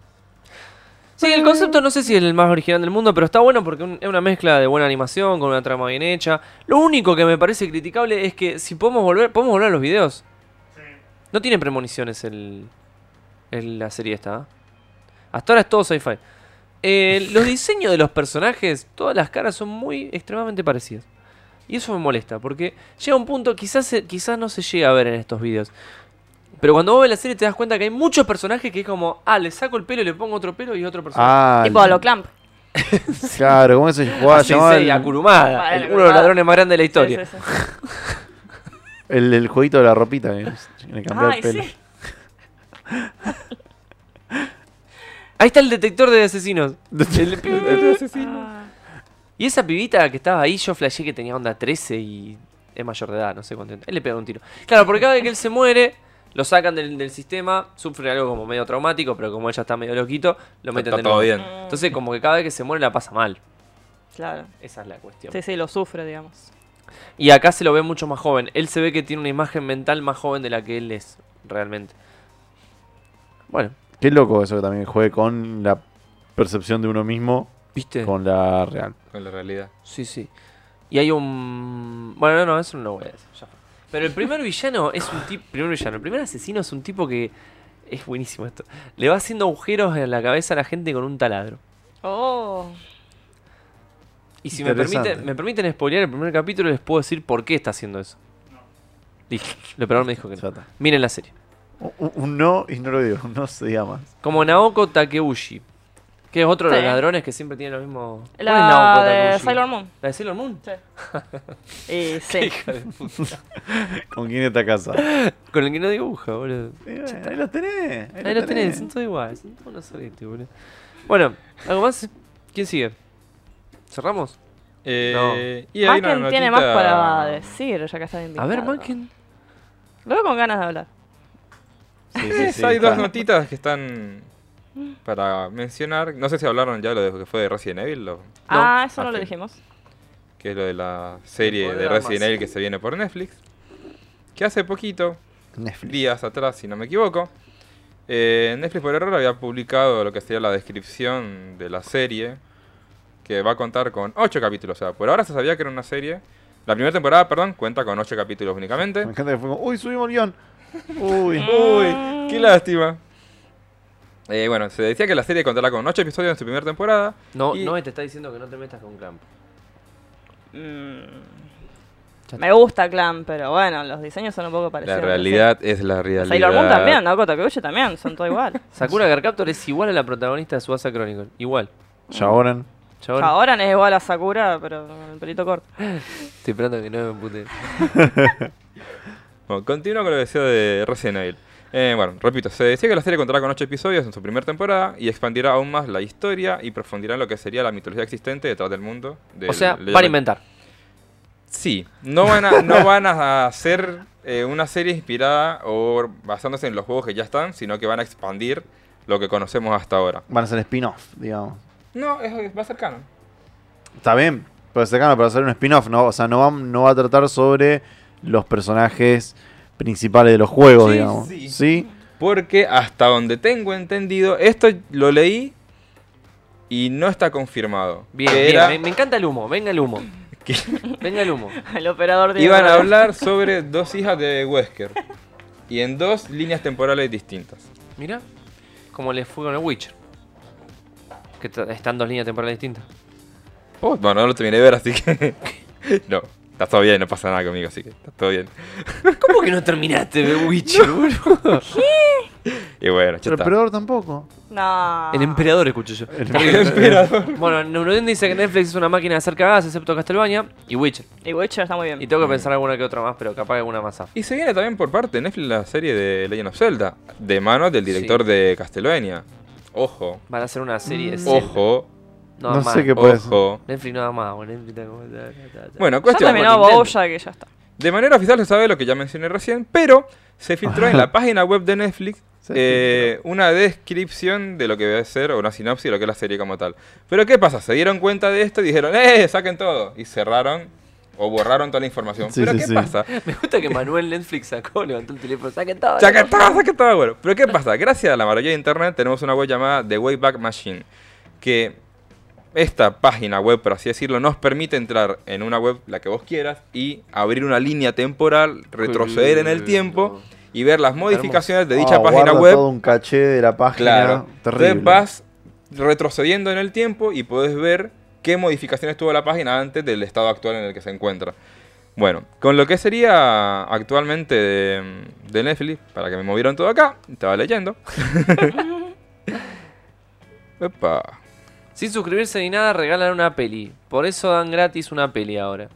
[SPEAKER 1] Sí, el concepto no sé si es el más original del mundo, pero está bueno porque un- es una mezcla de buena animación con una trama bien hecha. Lo único que me parece criticable es que si podemos volver, podemos volver a los videos. No tiene premoniciones el, el- la serie esta. ¿eh? Hasta ahora es todo sci-fi. Eh, los diseños de los personajes, todas las caras son muy extremadamente parecidas. Y eso me molesta, porque llega un punto, quizás, se- quizás no se llega a ver en estos videos. Pero cuando vos ves la serie te das cuenta que hay muchos personajes que es como, ah, le saco el pelo, le pongo otro pelo y otro personaje.
[SPEAKER 2] Ah,
[SPEAKER 4] Tipo a lo Clamp.
[SPEAKER 2] claro, ¿cómo se jugaba?
[SPEAKER 1] Así,
[SPEAKER 2] Llamaba
[SPEAKER 1] sí,
[SPEAKER 2] el-
[SPEAKER 1] Akurumada, el- uno
[SPEAKER 4] Vale,
[SPEAKER 1] de los
[SPEAKER 4] Akurumada.
[SPEAKER 1] ladrones más grandes de la historia.
[SPEAKER 4] Sí, sí, sí.
[SPEAKER 2] El, el jueguito de la ropita. que es- le cambiaba
[SPEAKER 4] Ay,
[SPEAKER 2] el pelo.
[SPEAKER 4] sí.
[SPEAKER 1] Ahí está el detector de asesinos. El pi-
[SPEAKER 4] Ah,
[SPEAKER 1] Y esa pibita que estaba ahí, yo flasheé que tenía onda 13 y es mayor de edad, no sé cuánto. Él le pega un tiro. Claro, porque cada vez que él se muere, lo sacan del, del sistema, sufre algo como medio traumático, pero como ella está medio loquito, lo meten
[SPEAKER 5] Está
[SPEAKER 1] de
[SPEAKER 5] todo
[SPEAKER 1] nuevo.
[SPEAKER 5] bien.
[SPEAKER 1] Entonces, como que cada vez que se muere la pasa mal.
[SPEAKER 4] Claro.
[SPEAKER 1] Esa es la cuestión.
[SPEAKER 4] Sí, sí, lo sufre, digamos.
[SPEAKER 1] Y acá se lo ve mucho más joven. Él se ve que tiene una imagen mental más joven de la que él es, realmente. Bueno,
[SPEAKER 2] Qué loco eso que también juegue con la percepción de uno mismo
[SPEAKER 1] ¿viste?
[SPEAKER 2] con la real.
[SPEAKER 5] Con la realidad.
[SPEAKER 1] Sí, sí. Y hay un. Bueno, no, eso no lo voy a decir. ya fue. Pero el primer villano es un tipo. Primer villano, el primer asesino es un tipo que. Es buenísimo esto. Le va haciendo agujeros en la cabeza a la gente con un taladro.
[SPEAKER 4] Oh.
[SPEAKER 1] Y si me
[SPEAKER 2] Interesante.
[SPEAKER 1] permiten, me permiten spoilear el primer capítulo, les puedo decir por qué está haciendo eso. Listo. El operador me dijo que
[SPEAKER 2] Ya
[SPEAKER 1] no.
[SPEAKER 2] está.
[SPEAKER 1] Miren la serie.
[SPEAKER 2] Un, un no y no lo digo, un no se diga más.
[SPEAKER 1] Como Naoko Takeuchi. Que es otro de
[SPEAKER 4] Sí.
[SPEAKER 1] los ladrones que siempre tiene lo mismo. ¿Cuál es
[SPEAKER 4] La de
[SPEAKER 1] Takeuchi?
[SPEAKER 4] Sailor Moon.
[SPEAKER 1] ¿La de Sailor Moon?
[SPEAKER 4] Sí. Y sí.
[SPEAKER 1] Hija de puta.
[SPEAKER 2] ¿Con quién está casa?
[SPEAKER 1] Con el que no dibuja, boludo.
[SPEAKER 2] ahí lo tenés.
[SPEAKER 1] Ahí lo tenés, son todos iguales, son todos unos soletes, boludo. Bueno, ¿algo más? ¿Quién sigue? ¿Cerramos?
[SPEAKER 5] Eh, y hay una
[SPEAKER 4] Manken tiene
[SPEAKER 5] notita-
[SPEAKER 4] más para decir, ya que está invitado.
[SPEAKER 1] A ver, Manken.
[SPEAKER 4] Lo veo con ganas de hablar.
[SPEAKER 2] Sí,
[SPEAKER 5] Eh,
[SPEAKER 2] sí, sí,
[SPEAKER 5] hay
[SPEAKER 2] está.
[SPEAKER 5] dos notitas que están para mencionar. No sé si hablaron ya lo de lo que fue de Resident Evil, lo-
[SPEAKER 4] ah, eso no
[SPEAKER 5] Ah,
[SPEAKER 4] lo
[SPEAKER 5] sí.
[SPEAKER 4] dijimos.
[SPEAKER 5] que es lo de la serie
[SPEAKER 1] poder
[SPEAKER 5] de
[SPEAKER 1] de armas.
[SPEAKER 5] Resident Evil que se viene por Netflix. Que hace poquito,
[SPEAKER 2] Netflix.
[SPEAKER 5] días atrás, si no me equivoco, eh, Netflix por error había publicado lo que sería la descripción de la serie, que va a contar con 8 capítulos. O sea, por ahora se sabía que era una serie. La primera temporada, perdón, cuenta con 8 capítulos únicamente.
[SPEAKER 2] Me encanta que fue como, uy, subimos el guión. Uy.
[SPEAKER 1] Mm.
[SPEAKER 5] Uy, qué lástima. Eh, bueno, se decía que la serie contará con 8 episodios en su primera temporada.
[SPEAKER 1] No,
[SPEAKER 5] y-
[SPEAKER 1] no te está diciendo que no te metas con Clamp.
[SPEAKER 4] Mm.
[SPEAKER 1] Ya
[SPEAKER 4] Me gusta Clan, pero bueno, los diseños son un poco
[SPEAKER 5] La
[SPEAKER 4] parecidos.
[SPEAKER 5] realidad es la realidad.
[SPEAKER 4] Sailor Moon también, Naoko Takeuchi también, son todo igual.
[SPEAKER 1] Sakura Garcaptor es igual a la protagonista de Suasa Chronicle. Igual.
[SPEAKER 2] Shaoran.
[SPEAKER 1] Chabón,
[SPEAKER 4] Ahora no es igual a Sakura, pero con el pelito corto.
[SPEAKER 1] estoy esperando que no me empute.
[SPEAKER 5] Bueno, continúo con lo que decía de Resident Evil. Eh, bueno, repito, se decía que la serie contará con 8 episodios en su primera temporada y expandirá aún más la historia y profundizará en lo que sería la mitología existente detrás del mundo. del-
[SPEAKER 1] O sea,
[SPEAKER 5] del-
[SPEAKER 1] van a inventar.
[SPEAKER 5] Sí, no van a, no van a hacer eh, una serie inspirada o basándose en los juegos que ya están, sino que van a expandir lo que conocemos hasta ahora.
[SPEAKER 2] Van a ser spin-off, digamos.
[SPEAKER 5] No, es, va a ser canon.
[SPEAKER 2] Está bien, pero se para hacer un spin-off, ¿no? O sea, no va, no va a tratar sobre los personajes principales de los juegos,
[SPEAKER 5] Sí,
[SPEAKER 2] digamos.
[SPEAKER 5] sí.
[SPEAKER 2] Sí.
[SPEAKER 5] Porque hasta donde tengo entendido, esto lo leí y no está confirmado.
[SPEAKER 1] Bien,
[SPEAKER 5] Que
[SPEAKER 1] bien,
[SPEAKER 5] era-
[SPEAKER 1] Me, me encanta el humo, venga el humo. Venga el humo.
[SPEAKER 4] El operador tiene
[SPEAKER 5] Iban a
[SPEAKER 4] una-
[SPEAKER 5] hablar sobre dos hijas de Wesker. Y en dos líneas temporales distintas.
[SPEAKER 1] Mira, como le fue con el Witcher. Que tra- están dos líneas temporales distintas.
[SPEAKER 5] Oh, bueno, no lo terminé de ver, así que. no, está todo bien, no pasa nada conmigo, así que está todo bien.
[SPEAKER 1] ¿Cómo que no terminaste de Witcher, boludo?
[SPEAKER 5] Y
[SPEAKER 2] Pero el
[SPEAKER 5] bueno, ya está.
[SPEAKER 2] emperador tampoco.
[SPEAKER 4] No.
[SPEAKER 1] El emperador escucho yo. Bueno, Neurodin dice que Netflix es una máquina de hacer cagadas, excepto Castlevania y Witcher.
[SPEAKER 4] Y Witcher está muy bien.
[SPEAKER 1] Y tengo que pensar alguna que otra más, pero capaz que alguna más. after.
[SPEAKER 5] Y se viene también por parte de Netflix la serie de Legend of Zelda, de manos del director de Castlevania. Ojo,
[SPEAKER 1] Van a hacer una serie de Zelda.
[SPEAKER 5] Mm. ojo,
[SPEAKER 1] No,
[SPEAKER 2] No
[SPEAKER 1] más.
[SPEAKER 2] sé qué- puede ser?
[SPEAKER 5] ojo.
[SPEAKER 1] Netflix no da más, boludo. Netflix está como- ta, ta, ta, ta.
[SPEAKER 5] Bueno,
[SPEAKER 4] Ya
[SPEAKER 5] cuestión.
[SPEAKER 4] terminó
[SPEAKER 1] Nintendo.
[SPEAKER 4] Bojack y ya está.
[SPEAKER 5] De manera oficial se sabe lo que ya mencioné recién, pero se filtró en la página web de Netflix
[SPEAKER 2] Se
[SPEAKER 5] eh, una descripción de lo que va a ser, o una sinopsis de lo que es la serie como tal. Pero ¿qué pasa? Se dieron cuenta de esto y dijeron, ¡eh! ¡Saquen todo! Y cerraron o borraron toda la información.
[SPEAKER 2] Sí,
[SPEAKER 5] pero
[SPEAKER 2] sí,
[SPEAKER 5] ¿qué
[SPEAKER 2] sí.
[SPEAKER 5] pasa?
[SPEAKER 1] Me gusta que Manuel Netflix sacó, levantó el teléfono, saquen todo.
[SPEAKER 5] ¡Saquen todo! ¡Saquen todo! Bueno, pero ¿qué pasa? Gracias a la maravilla de internet tenemos una web llamada The Wayback Machine, que esta página web, por así decirlo, nos permite entrar en una web, la que vos quieras, y abrir una línea temporal, retroceder en el tiempo y ver las modificaciones de dicha
[SPEAKER 2] Ah,
[SPEAKER 5] página
[SPEAKER 2] guarda
[SPEAKER 5] web.
[SPEAKER 2] todo un caché de la página.
[SPEAKER 5] Claro,
[SPEAKER 2] Ah, Terrible.
[SPEAKER 5] Entonces vas retrocediendo en el tiempo y podés ver qué modificaciones tuvo la página antes del estado actual en el que se encuentra. Bueno, con lo que sería actualmente de, de Netflix, para que me movieron todo acá, estaba leyendo. Epa.
[SPEAKER 1] Sin suscribirse ni nada, regalan una peli. Por eso dan gratis una peli ahora.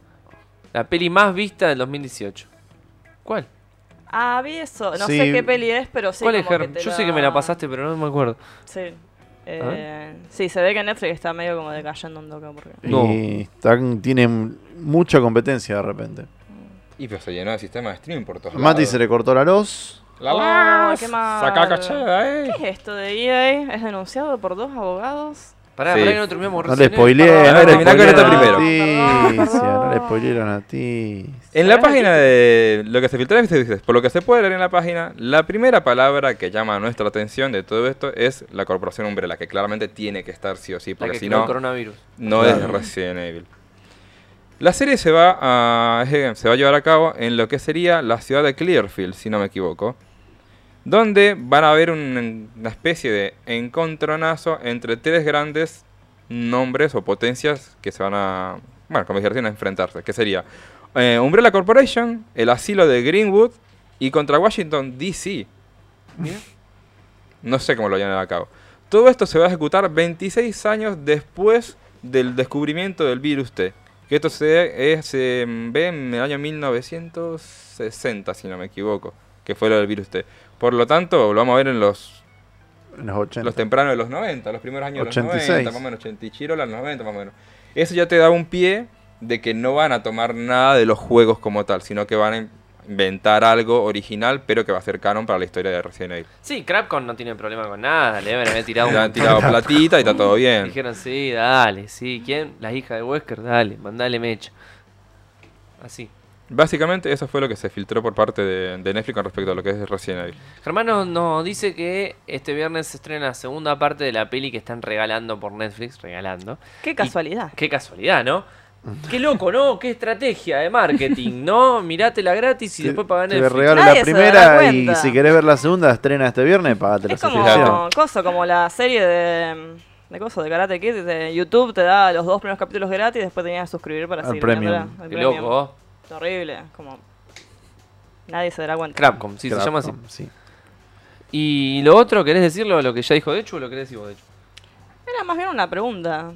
[SPEAKER 1] La peli más vista del 2018. ¿Cuál?
[SPEAKER 4] Ah, vi eso. No
[SPEAKER 2] Sí.
[SPEAKER 4] sé qué peli es, pero sí.
[SPEAKER 1] ¿Cuál es
[SPEAKER 4] como que
[SPEAKER 1] Herm?
[SPEAKER 4] te
[SPEAKER 1] Yo sé que me la pasaste, pero no me acuerdo.
[SPEAKER 4] Sí. Eh, sí, se ve que Netflix está medio como decayendo un toque. Porque...
[SPEAKER 1] No.
[SPEAKER 2] Y están- tienen mucha competencia de repente.
[SPEAKER 5] Y pero se llenó el sistema de streaming por todos
[SPEAKER 2] Mati
[SPEAKER 5] lados.
[SPEAKER 2] se le cortó la luz.
[SPEAKER 5] La
[SPEAKER 4] Oh,
[SPEAKER 5] vas,
[SPEAKER 4] qué mal.
[SPEAKER 5] Sacá cachada, eh.
[SPEAKER 4] ¿Qué es esto de EA? Es denunciado por dos abogados.
[SPEAKER 1] Pará,
[SPEAKER 5] Sí.
[SPEAKER 1] pará que no terminamos
[SPEAKER 2] No le
[SPEAKER 1] recién, eh.
[SPEAKER 2] spoileé, no
[SPEAKER 5] Perdón,
[SPEAKER 2] le
[SPEAKER 5] mirá que
[SPEAKER 2] spoileé
[SPEAKER 5] ahorita
[SPEAKER 2] la
[SPEAKER 5] primero.
[SPEAKER 2] noticia,
[SPEAKER 4] Perdón.
[SPEAKER 2] no le spoileé la noticia.
[SPEAKER 5] En la página de lo que se filtra es que dice, por lo que se puede leer en la página, la primera palabra que llama nuestra atención de todo esto es la corporación Umbrella, que claramente tiene que estar sí o sí,
[SPEAKER 1] La que
[SPEAKER 5] porque si
[SPEAKER 1] creó el
[SPEAKER 5] no,
[SPEAKER 1] coronavirus.
[SPEAKER 5] no es
[SPEAKER 2] Claro.
[SPEAKER 5] Resident Evil. La serie se va, a, se va a llevar a cabo en lo que sería la ciudad de Clearfield, si no me equivoco, donde van a haber un- una especie de encontronazo entre tres grandes nombres o potencias que se van a, bueno, como dije recién, a enfrentarse, que sería eh, Umbrella Corporation, el asilo de Greenwood y contra Washington DC. No sé cómo lo llevan a cabo. Todo esto se va a ejecutar 26 años después del descubrimiento del virus T. Que esto se, eh, se ve en el año 1960, si no me equivoco, que fue lo del virus T. Por lo tanto, lo vamos a ver en los,
[SPEAKER 2] En los 80.
[SPEAKER 5] los tempranos de los 90, los primeros años de
[SPEAKER 2] 86.
[SPEAKER 5] los 90, más o menos, 80 y Chirola, los 90 más o menos. Eso ya te da un pie de que no van a tomar nada de los juegos como tal, sino que van a inventar algo original, pero que va a ser canon para la historia de Resident Evil.
[SPEAKER 1] Sí, Crapcon no tiene problema con nada. Le deben haber tirado
[SPEAKER 5] Le han
[SPEAKER 1] un
[SPEAKER 5] tirado platita y está todo bien.
[SPEAKER 1] Dijeron, sí, dale, sí. ¿Quién? Las hijas de Wesker, dale, mandale mecha. Así.
[SPEAKER 5] Básicamente eso fue lo que se filtró por parte de, de Netflix con respecto a lo que es Resident Evil.
[SPEAKER 1] Germán nos, nos dice que este viernes se estrena la segunda parte de la peli que están regalando por Netflix, regalando.
[SPEAKER 4] Qué casualidad.
[SPEAKER 1] Qué casualidad, ¿no? Qué loco, ¿no? Qué estrategia de marketing, ¿no? Mirátela gratis y
[SPEAKER 2] Te-
[SPEAKER 1] después pagan
[SPEAKER 2] te
[SPEAKER 1] Netflix.
[SPEAKER 2] regalo
[SPEAKER 4] Nadie
[SPEAKER 2] la
[SPEAKER 4] se dará
[SPEAKER 2] primera y
[SPEAKER 4] cuenta.
[SPEAKER 2] si querés ver la segunda, estrena este viernes, pagate la
[SPEAKER 4] Es como
[SPEAKER 2] suscripción.
[SPEAKER 4] coso, como la serie de de coso, de Karate Kid de YouTube te da los dos primeros capítulos gratis y después tenías que suscribir para
[SPEAKER 2] Al
[SPEAKER 4] seguir
[SPEAKER 2] premium.
[SPEAKER 4] viéndola, al
[SPEAKER 1] Qué
[SPEAKER 4] premium.
[SPEAKER 1] loco, ¿oh?
[SPEAKER 4] Horrible, como nadie se dará cuenta.
[SPEAKER 1] Crapcom, sí, se llama así.
[SPEAKER 2] Capcom, sí.
[SPEAKER 1] Y lo otro, ¿querés decirlo lo que ya dijo Dechu o lo querés decir vos, Dechu?
[SPEAKER 4] Era más bien una pregunta.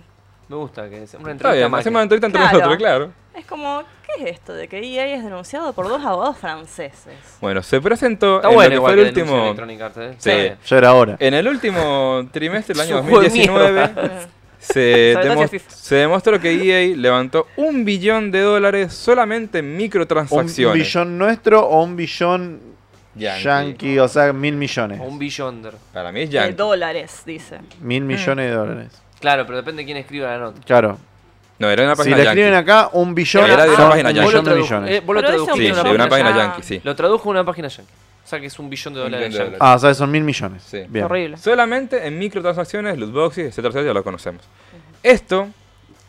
[SPEAKER 1] Me gusta que sea una
[SPEAKER 5] Está
[SPEAKER 1] entrevista
[SPEAKER 5] bien,
[SPEAKER 1] más.
[SPEAKER 5] hacemos una entrevista entre
[SPEAKER 4] Claro.
[SPEAKER 5] nosotros, claro.
[SPEAKER 4] Es como, ¿qué es esto de que EA es denunciado por dos abogados franceses?
[SPEAKER 5] Bueno, se presentó
[SPEAKER 1] Está
[SPEAKER 5] en
[SPEAKER 1] bueno
[SPEAKER 5] lo que
[SPEAKER 1] igual
[SPEAKER 5] fue el
[SPEAKER 1] que denuncie
[SPEAKER 5] último...
[SPEAKER 1] Electronic Arts, ¿eh?
[SPEAKER 5] Sí.
[SPEAKER 1] Está bien.
[SPEAKER 2] Ya era hora.
[SPEAKER 5] En el último trimestre del año
[SPEAKER 1] Es un juego de
[SPEAKER 5] 2019
[SPEAKER 4] Sobre
[SPEAKER 5] se,
[SPEAKER 4] todo
[SPEAKER 5] demo-
[SPEAKER 4] hacia FIFA.
[SPEAKER 5] se demostró que EA levantó un billón de dólares solamente en
[SPEAKER 2] ¿Un
[SPEAKER 5] microtransacciones.
[SPEAKER 2] billón nuestro o un billón
[SPEAKER 5] Yankee.
[SPEAKER 2] yankee? o sea, mil millones.
[SPEAKER 1] O un Mm. billonder.
[SPEAKER 5] Para mí es
[SPEAKER 4] De
[SPEAKER 5] yankee.
[SPEAKER 4] dólares, dice.
[SPEAKER 2] Mil millones de dólares.
[SPEAKER 1] Claro, pero depende de quién escriba la nota.
[SPEAKER 2] Claro.
[SPEAKER 5] No, era una
[SPEAKER 2] Si
[SPEAKER 5] página
[SPEAKER 2] le
[SPEAKER 5] yankee.
[SPEAKER 2] escriben acá, un billón
[SPEAKER 5] Era de una
[SPEAKER 2] son
[SPEAKER 5] página
[SPEAKER 2] un
[SPEAKER 5] yankee.
[SPEAKER 2] millón de
[SPEAKER 1] tradu- eh,
[SPEAKER 2] millones.
[SPEAKER 1] vos lo
[SPEAKER 4] Pero eso
[SPEAKER 1] traduciste
[SPEAKER 5] Sí,
[SPEAKER 1] a una
[SPEAKER 5] de una
[SPEAKER 1] página
[SPEAKER 5] página
[SPEAKER 4] ya-
[SPEAKER 5] yankee, sí.
[SPEAKER 1] Lo tradujo a una página yankee. O sea que es un billón de
[SPEAKER 5] Un
[SPEAKER 1] dólares
[SPEAKER 5] billón de
[SPEAKER 1] yankee.
[SPEAKER 5] dólares.
[SPEAKER 2] Ah, o sea, son mil millones.
[SPEAKER 5] Sí.
[SPEAKER 2] Bien.
[SPEAKER 4] Horrible.
[SPEAKER 5] Solamente en microtransacciones, loot boxes, etcétera, etcétera, ya lo conocemos. Esto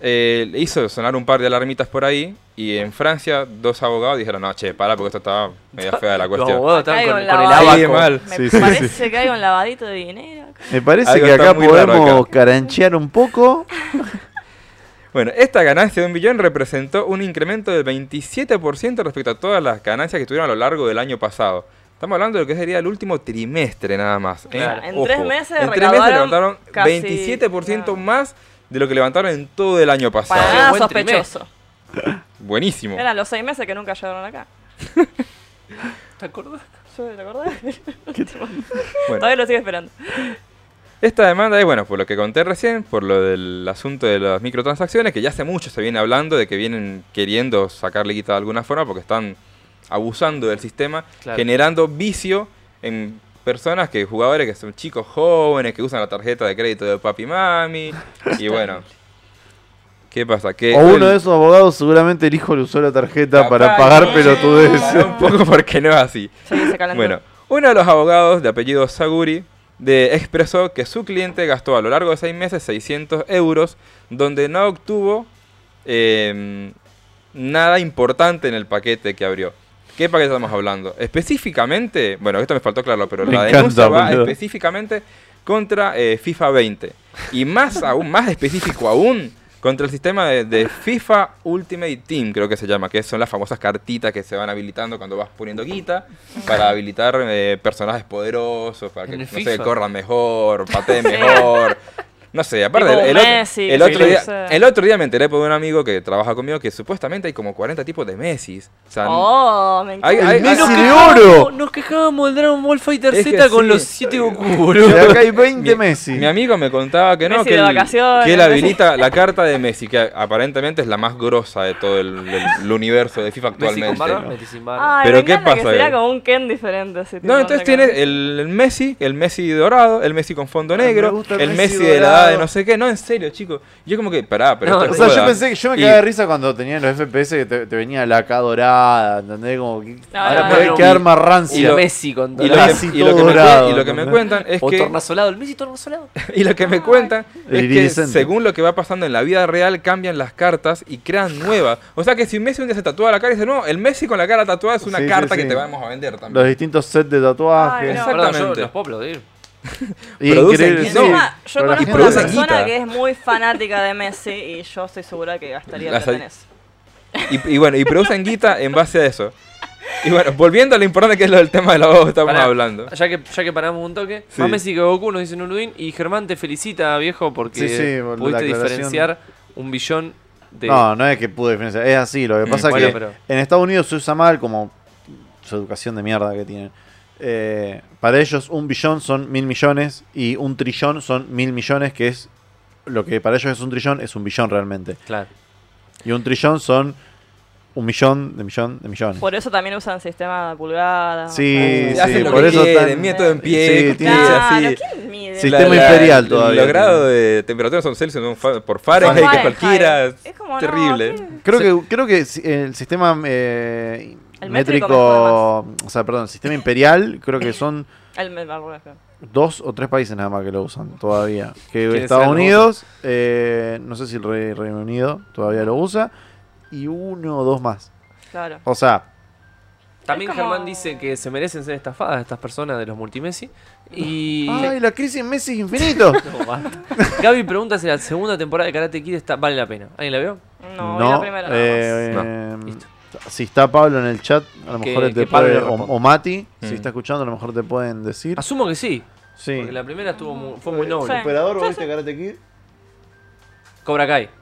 [SPEAKER 5] eh, le hizo sonar un par de alarmitas por ahí y en Francia dos abogados dijeron, no, che, para porque esto estaba media fea la
[SPEAKER 1] Los
[SPEAKER 5] cuestión.
[SPEAKER 1] abogados estaban
[SPEAKER 4] Caigo
[SPEAKER 1] con,
[SPEAKER 4] en
[SPEAKER 1] con el
[SPEAKER 4] la
[SPEAKER 1] abaco.
[SPEAKER 5] Sí, mal.
[SPEAKER 4] Me
[SPEAKER 2] Sí, sí,
[SPEAKER 4] parece
[SPEAKER 2] sí.
[SPEAKER 4] que hay un lavadito de dinero. acá.
[SPEAKER 2] Me parece
[SPEAKER 5] Algo
[SPEAKER 2] que
[SPEAKER 5] está
[SPEAKER 2] acá
[SPEAKER 5] muy raro
[SPEAKER 2] podemos
[SPEAKER 5] acá.
[SPEAKER 2] caranchear un poco.
[SPEAKER 5] Bueno, esta ganancia de un billón representó un incremento del 27% respecto a todas las ganancias que tuvieron a lo largo del año pasado. Estamos hablando de lo que sería el último trimestre nada más. ¿eh?
[SPEAKER 1] Claro.
[SPEAKER 4] En tres meses
[SPEAKER 5] en tres meses
[SPEAKER 4] recaudaron
[SPEAKER 5] levantaron
[SPEAKER 4] casi-
[SPEAKER 5] 27%
[SPEAKER 4] claro.
[SPEAKER 5] más de lo que levantaron en todo el año pasado.
[SPEAKER 4] Para
[SPEAKER 1] Qué
[SPEAKER 4] nada
[SPEAKER 1] buen
[SPEAKER 4] sospechoso.
[SPEAKER 5] Buenísimo.
[SPEAKER 4] Eran los seis meses que nunca llegaron acá.
[SPEAKER 1] ¿Te acordás?
[SPEAKER 4] ¿Sí, ¿Te acordás?
[SPEAKER 5] Bueno.
[SPEAKER 4] Todavía lo sigo esperando.
[SPEAKER 5] Esta demanda es, bueno, por lo que conté recién, por lo del asunto de las microtransacciones, que ya hace mucho se viene hablando de que vienen queriendo sacarle guita de alguna forma porque están abusando del sistema,
[SPEAKER 1] Claro.
[SPEAKER 5] generando vicio en personas que, jugadores que son chicos jóvenes, que usan la tarjeta de crédito de papi y mami, y bueno. ¿Qué pasa? Que
[SPEAKER 2] O uno
[SPEAKER 5] Eh, el-
[SPEAKER 2] de esos abogados seguramente el hijo le usó la tarjeta para
[SPEAKER 5] Capaz,
[SPEAKER 2] pagar
[SPEAKER 5] sí.
[SPEAKER 2] pelotudeces.
[SPEAKER 5] Un poco porque no es así.
[SPEAKER 4] Sí, se calentó.
[SPEAKER 5] Bueno, uno de los abogados de apellido Saguri de, expresó que su cliente gastó a lo largo de seis meses 600 euros, donde no obtuvo eh, nada importante en el paquete que abrió. ¿Qué paquete estamos hablando? Específicamente, bueno, esto me faltó claro, pero
[SPEAKER 2] Me
[SPEAKER 5] la
[SPEAKER 2] encanta,
[SPEAKER 5] denuncia va
[SPEAKER 2] boludo.
[SPEAKER 5] específicamente contra eh, FIFA 20. Y más aún, más específico aún, contra el sistema de, de FIFA Ultimate Team, creo que se llama, que son las famosas cartitas que se van habilitando cuando vas poniendo guita para habilitar eh, personajes poderosos, para que
[SPEAKER 1] En
[SPEAKER 5] no
[SPEAKER 1] el
[SPEAKER 5] sé,
[SPEAKER 1] FIFA.
[SPEAKER 5] corran mejor, pateen
[SPEAKER 4] Sí.
[SPEAKER 5] mejor, No sé, aparte,
[SPEAKER 4] Tipo
[SPEAKER 5] el, el
[SPEAKER 4] Messi,
[SPEAKER 5] otro, el, otro
[SPEAKER 4] sí,
[SPEAKER 5] día,
[SPEAKER 4] sí.
[SPEAKER 5] el otro día me enteré por un amigo que trabaja conmigo que supuestamente hay como 40 tipos de Messi. O sea,
[SPEAKER 4] Oh, me
[SPEAKER 5] Ay,
[SPEAKER 4] encanta.
[SPEAKER 5] ay, ay,
[SPEAKER 2] Messi
[SPEAKER 5] ay,
[SPEAKER 2] de oro!
[SPEAKER 1] Nos quejábamos del Dragon Ball Fighter
[SPEAKER 5] Es que
[SPEAKER 1] Z con
[SPEAKER 5] sí.
[SPEAKER 1] los 7 Goku,
[SPEAKER 2] Y
[SPEAKER 1] boludo.
[SPEAKER 2] acá hay 20
[SPEAKER 5] Mi-
[SPEAKER 2] Messi.
[SPEAKER 5] Mi amigo me contaba que no,
[SPEAKER 4] Messi
[SPEAKER 5] que,
[SPEAKER 4] de
[SPEAKER 5] él-
[SPEAKER 4] vacaciones,
[SPEAKER 5] que él
[SPEAKER 4] Messi.
[SPEAKER 5] habilita la carta de Messi, que a- aparentemente es la más grosa de todo el, el- el universo de FIFA
[SPEAKER 1] Messi
[SPEAKER 5] actualmente.
[SPEAKER 1] con barba, Messi sin barba.
[SPEAKER 4] Ay,
[SPEAKER 5] Pero
[SPEAKER 4] me
[SPEAKER 5] ¿qué
[SPEAKER 4] encanta
[SPEAKER 5] pasa
[SPEAKER 4] Que sería
[SPEAKER 5] ahí?
[SPEAKER 4] como un Ken diferente. así, tipo,
[SPEAKER 5] No, entonces
[SPEAKER 4] otra
[SPEAKER 5] tiene eh,
[SPEAKER 4] cosa.
[SPEAKER 5] el, el Messi, el Messi dorado, el Messi con fondo
[SPEAKER 2] Ah, me
[SPEAKER 5] negro,
[SPEAKER 2] gusta el
[SPEAKER 5] el,
[SPEAKER 2] Messi
[SPEAKER 5] Messi, de la edad de
[SPEAKER 2] dorado.
[SPEAKER 5] no sé qué. No, en serio, chicos. Yo como que, pará, pero...
[SPEAKER 1] No,
[SPEAKER 5] esto
[SPEAKER 2] O
[SPEAKER 5] es
[SPEAKER 2] sea, yo
[SPEAKER 5] joda.
[SPEAKER 2] pensé que yo me
[SPEAKER 5] Y-
[SPEAKER 2] cagaba de risa cuando tenían los FPS que te, te venía la K dorada, ¿entendés? Como que
[SPEAKER 4] No,
[SPEAKER 2] ahora
[SPEAKER 4] no,
[SPEAKER 2] podés
[SPEAKER 1] no,
[SPEAKER 2] quedar
[SPEAKER 1] y-
[SPEAKER 2] más
[SPEAKER 1] Y
[SPEAKER 2] rancia.
[SPEAKER 1] lo Messi con
[SPEAKER 5] Y lo,
[SPEAKER 1] Tornasolado.
[SPEAKER 5] que,
[SPEAKER 2] Messi
[SPEAKER 5] y lo que
[SPEAKER 2] todo
[SPEAKER 5] me,
[SPEAKER 2] dorado,
[SPEAKER 5] cuen- y lo que me
[SPEAKER 2] ¿entendés?
[SPEAKER 5] cuentan es
[SPEAKER 1] O
[SPEAKER 5] que...
[SPEAKER 1] tornasolado, el Messi tornasolado.
[SPEAKER 5] Y lo que me cuentan
[SPEAKER 2] El
[SPEAKER 5] es que
[SPEAKER 2] iridiscente.
[SPEAKER 5] según lo que va pasando en la vida real cambian las cartas y crean nuevas. O sea que si Messi un día se tatúa la cara y dice, no, el Messi con la cara tatuada es una
[SPEAKER 2] Sí, sí,
[SPEAKER 5] carta que
[SPEAKER 2] sí.
[SPEAKER 5] te vamos a vender también.
[SPEAKER 2] Los distintos sets de tatuajes.
[SPEAKER 4] Ay, no.
[SPEAKER 1] Perdón, yo
[SPEAKER 5] Exactamente.
[SPEAKER 1] los puedo aplaudir.
[SPEAKER 2] Y
[SPEAKER 5] Producen
[SPEAKER 2] increíble, sí.
[SPEAKER 5] guita.
[SPEAKER 4] Encima, yo
[SPEAKER 2] Pero la
[SPEAKER 4] conozco
[SPEAKER 2] gente
[SPEAKER 4] una
[SPEAKER 5] produce
[SPEAKER 2] lo-
[SPEAKER 5] guita.
[SPEAKER 4] persona que es muy fanática de Messi y yo estoy segura que gastaría
[SPEAKER 5] Las
[SPEAKER 4] plata
[SPEAKER 5] hay-
[SPEAKER 4] en eso.
[SPEAKER 5] Y, y bueno, y producen guita en base a eso. Y bueno, volviendo a lo importante que es lo del tema de la voz que estamos
[SPEAKER 1] Pará,
[SPEAKER 5] hablando.
[SPEAKER 1] Ya que, ya que paramos un toque,
[SPEAKER 2] Sí.
[SPEAKER 1] más Messi que Goku nos dice Nurudin y Germán te felicita, viejo, porque
[SPEAKER 2] Sí, sí, por la
[SPEAKER 1] pudiste
[SPEAKER 2] aclaración.
[SPEAKER 1] diferenciar un billón de...
[SPEAKER 2] No, no es que pude diferenciar. Es así. Lo que
[SPEAKER 5] Mm,
[SPEAKER 2] pasa es
[SPEAKER 1] Este, bueno,
[SPEAKER 2] que
[SPEAKER 1] pero-
[SPEAKER 2] en Estados Unidos se usa mal como su educación de mierda que tienen. Eh, para ellos un billón son mil millones y un trillón son mil millones, que es lo que para ellos es un trillón, es un billón realmente.
[SPEAKER 1] Claro.
[SPEAKER 2] Y un trillón son un millón de millón de millones.
[SPEAKER 4] Por eso también usan sistema de pulgadas.
[SPEAKER 2] Sí,
[SPEAKER 4] o sea,
[SPEAKER 5] Hacen
[SPEAKER 2] sí,
[SPEAKER 5] lo
[SPEAKER 2] por
[SPEAKER 5] que
[SPEAKER 2] eso
[SPEAKER 5] quieren,
[SPEAKER 2] tan-
[SPEAKER 5] mira todo en pie,
[SPEAKER 2] Sí,
[SPEAKER 5] con
[SPEAKER 2] tiene-
[SPEAKER 5] pizza,
[SPEAKER 4] Claro,
[SPEAKER 5] así.
[SPEAKER 4] ¿quién mide?
[SPEAKER 2] Sí, Sistema imperial todavía.
[SPEAKER 5] Los grados de temperatura son Celsius, son fa- por Fahrenheit, que
[SPEAKER 4] Fahrenheit.
[SPEAKER 5] cualquiera. Es,
[SPEAKER 4] Es como, no,
[SPEAKER 5] terrible.
[SPEAKER 4] ¿qué?
[SPEAKER 2] Creo que, creo que si- el sistema eh,
[SPEAKER 4] El métrico
[SPEAKER 2] métrico,
[SPEAKER 4] me jode
[SPEAKER 2] o sea, perdón, el sistema imperial, creo que son
[SPEAKER 4] El, el- el-
[SPEAKER 2] dos o tres países nada más que lo usan todavía. Que
[SPEAKER 1] ¿Quiénes
[SPEAKER 2] Estados
[SPEAKER 1] serán los
[SPEAKER 2] Unidos, eh, no sé si el Re- Reino Unido todavía lo usa, y uno o dos más.
[SPEAKER 4] claro.
[SPEAKER 2] O sea,
[SPEAKER 1] También
[SPEAKER 4] Es como-
[SPEAKER 1] Germán dice que se merecen ser estafadas estas personas de los multimessi. Y...
[SPEAKER 2] ¡ay, la crisis en Messi es infinito!
[SPEAKER 1] No, basta. Gaby pregunta si la segunda temporada de Karate Kid está, vale la pena. ¿Alguien la vio?
[SPEAKER 4] No, vi la primera. nada
[SPEAKER 2] eh,
[SPEAKER 5] más.
[SPEAKER 2] eh,
[SPEAKER 1] Listo.
[SPEAKER 2] Si está Pablo en el chat, a lo
[SPEAKER 1] Que-
[SPEAKER 2] mejor te
[SPEAKER 1] que Pablo
[SPEAKER 2] puede,
[SPEAKER 1] le
[SPEAKER 2] o,
[SPEAKER 1] responda.
[SPEAKER 2] o Mati, si
[SPEAKER 5] Mm.
[SPEAKER 2] está escuchando, a lo mejor te pueden decir.
[SPEAKER 1] Asumo que sí.
[SPEAKER 2] Sí.
[SPEAKER 1] Porque la primera estuvo mu- fue muy noble.
[SPEAKER 4] Sí. ¿Operador o viste
[SPEAKER 2] Karate Kid?
[SPEAKER 1] Cobra Kai.
[SPEAKER 4] más.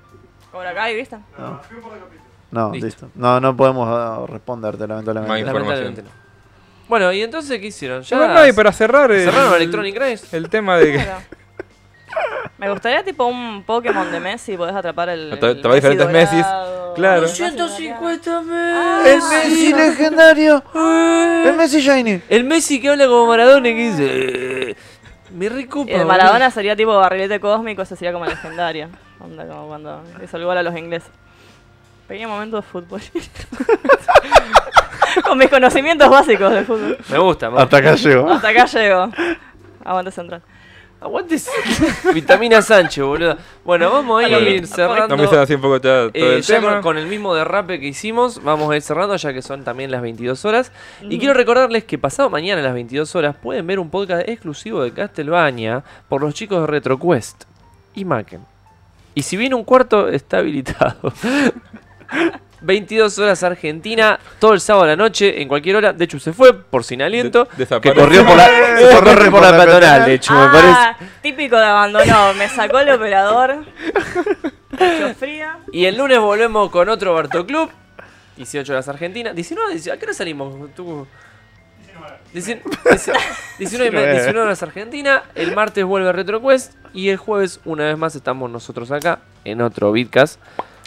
[SPEAKER 4] Cobra Kai, ¿viste?
[SPEAKER 2] No,
[SPEAKER 1] Listo.
[SPEAKER 2] listo. No, no podemos ah, responderte, lamentablemente.
[SPEAKER 5] Mike.
[SPEAKER 1] Lamentablemente no. Bueno, ¿y entonces qué hicieron?
[SPEAKER 5] Y
[SPEAKER 1] Ya
[SPEAKER 5] bueno, y para cerrar.
[SPEAKER 2] eh,
[SPEAKER 5] el-
[SPEAKER 1] cerraron Electronic Race.
[SPEAKER 5] El tema de que.
[SPEAKER 4] Claro. Me gustaría tipo un Pokémon de Messi, podés atrapar el.
[SPEAKER 5] Te-
[SPEAKER 4] el
[SPEAKER 5] te va a diferentes Messis,
[SPEAKER 4] dorado,
[SPEAKER 5] claro.
[SPEAKER 4] el Messi dorado.
[SPEAKER 1] meses.
[SPEAKER 2] Messi legendario!
[SPEAKER 1] Ah.
[SPEAKER 2] ¡El Messi Shiny!
[SPEAKER 1] El Messi que habla como Maradona y que dice. "Eh, Me recopa.
[SPEAKER 4] Y el Maradona sería tipo barrilete cósmico, ese sería como legendaria. Onda como cuando hizo el gol a los ingleses. Pequeño momento de fútbol. Con mis conocimientos básicos de fútbol.
[SPEAKER 1] boludo". Me gusta, me gusta.
[SPEAKER 2] Hasta acá llegó.
[SPEAKER 4] Hasta acá llego. Aguante central.
[SPEAKER 1] Aguante ese- Vitamina Sánchez, boludo. Bueno, vamos a
[SPEAKER 5] Bueno,
[SPEAKER 1] ir cerrando.
[SPEAKER 5] No me hice así un poco ya todo
[SPEAKER 1] eh,
[SPEAKER 5] el
[SPEAKER 1] ya
[SPEAKER 5] tema.
[SPEAKER 1] con, con el mismo derrape que hicimos, vamos a ir cerrando ya que son también las 22 horas. Y quiero recordarles que pasado mañana a las 22 horas pueden ver un podcast exclusivo de Castlevania por los chicos de RetroQuest y Macken. Y si viene un cuarto, está habilitado. 22 horas Argentina, todo el sábado a la noche, en cualquier hora. De hecho, se fue por sin aliento.
[SPEAKER 5] De-
[SPEAKER 2] Que
[SPEAKER 5] desapareció.
[SPEAKER 2] corrió por la,
[SPEAKER 1] Se corre
[SPEAKER 2] corrió por la peatonal, de hecho, me parece.
[SPEAKER 4] Ah, típico de abandonado. Me sacó el operador. Yo fría.
[SPEAKER 1] Y el lunes volvemos con otro Barto Club. 18 horas Argentina. 19, 19 ¿a qué hora salimos? Tú? 19, 19, y me- 19 horas Argentina. El martes vuelve RetroQuest. Y el jueves, una vez más, estamos nosotros acá en otro Bitcast.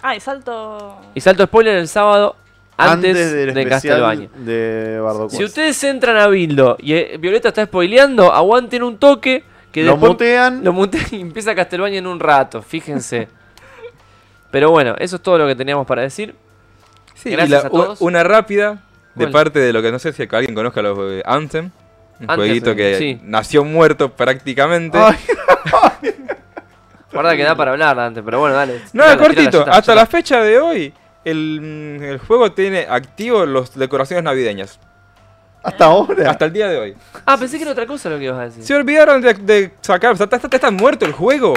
[SPEAKER 4] Ah, y salto.
[SPEAKER 1] Y salto spoiler el sábado antes,
[SPEAKER 2] del
[SPEAKER 1] de
[SPEAKER 2] especial
[SPEAKER 1] Castelbaño.
[SPEAKER 2] De Bardo
[SPEAKER 1] Si
[SPEAKER 2] Cuevas.
[SPEAKER 1] ustedes entran a Bildo y eh, Violeta está spoileando, aguanten un toque. Que
[SPEAKER 2] lo
[SPEAKER 1] después
[SPEAKER 2] mutean.
[SPEAKER 1] lo mutean y empieza Castelbaña en un rato, fíjense. Pero bueno, eso es todo lo que teníamos para decir.
[SPEAKER 5] Sí,
[SPEAKER 1] Gracias
[SPEAKER 5] y la-
[SPEAKER 1] a todos.
[SPEAKER 5] u- Una rápida de
[SPEAKER 1] ¿Cuál?
[SPEAKER 5] parte de lo que no sé si alguien conozca los eh, Anthem. Un
[SPEAKER 1] Anthem,
[SPEAKER 5] jueguito que
[SPEAKER 1] sí.
[SPEAKER 5] nació muerto prácticamente.
[SPEAKER 2] Ay,
[SPEAKER 1] Guarda que da para hablar antes, pero bueno, dale.
[SPEAKER 5] no,
[SPEAKER 1] Tirala,
[SPEAKER 5] cortito.
[SPEAKER 1] tirala, ya está,
[SPEAKER 5] hasta
[SPEAKER 1] ya
[SPEAKER 5] la
[SPEAKER 1] está.
[SPEAKER 5] fecha de hoy, el, mm, el juego tiene activos las decoraciones navideñas.
[SPEAKER 2] hasta ahora.
[SPEAKER 5] Hasta el día de hoy.
[SPEAKER 1] Ah, pensé que era otra cosa lo que ibas a decir.
[SPEAKER 5] Se olvidaron de, de sacar. O sea, está, está- está tan muerto el juego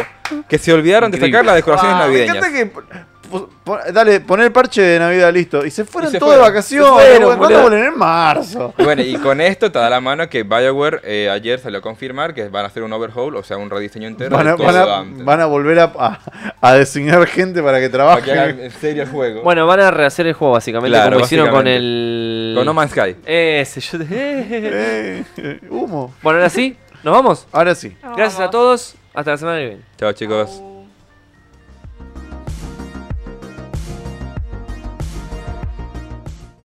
[SPEAKER 5] que se olvidaron de
[SPEAKER 1] Increíble. Ah,
[SPEAKER 5] sacar las decoraciones
[SPEAKER 4] Wow.
[SPEAKER 2] Ah, me encanta
[SPEAKER 5] navideñas.
[SPEAKER 2] que pu- pon- dale, poner el parche de Navidad, listo. Y se fueron
[SPEAKER 5] se
[SPEAKER 2] todos de
[SPEAKER 5] fueron.
[SPEAKER 2] vacaciones.
[SPEAKER 1] Se fueron,
[SPEAKER 2] güey. ¿Cuándo
[SPEAKER 1] boludo?
[SPEAKER 2] vuelven? En marzo.
[SPEAKER 5] Y bueno, y con esto te da la mano que BioWare eh, ayer salió a confirmar que van a hacer un overhaul, o sea, un rediseño entero
[SPEAKER 2] Van a,
[SPEAKER 5] de todo
[SPEAKER 2] van a-
[SPEAKER 5] antes.
[SPEAKER 2] van a volver a, a- a designar gente para que
[SPEAKER 5] Para que hagan
[SPEAKER 2] trabaje.
[SPEAKER 5] en serio el juego.
[SPEAKER 1] Bueno, van a rehacer el juego básicamente,
[SPEAKER 5] Claro,
[SPEAKER 1] como hicieron con
[SPEAKER 5] básicamente.
[SPEAKER 1] el.
[SPEAKER 5] Con No Man's Sky.
[SPEAKER 1] Ese, yo te-
[SPEAKER 2] Eh, eh, humo.
[SPEAKER 1] Bueno, ahora sí, nos vamos.
[SPEAKER 2] Ahora sí.
[SPEAKER 1] Gracias a todos. Hasta la semana que viene.
[SPEAKER 5] Chao chicos.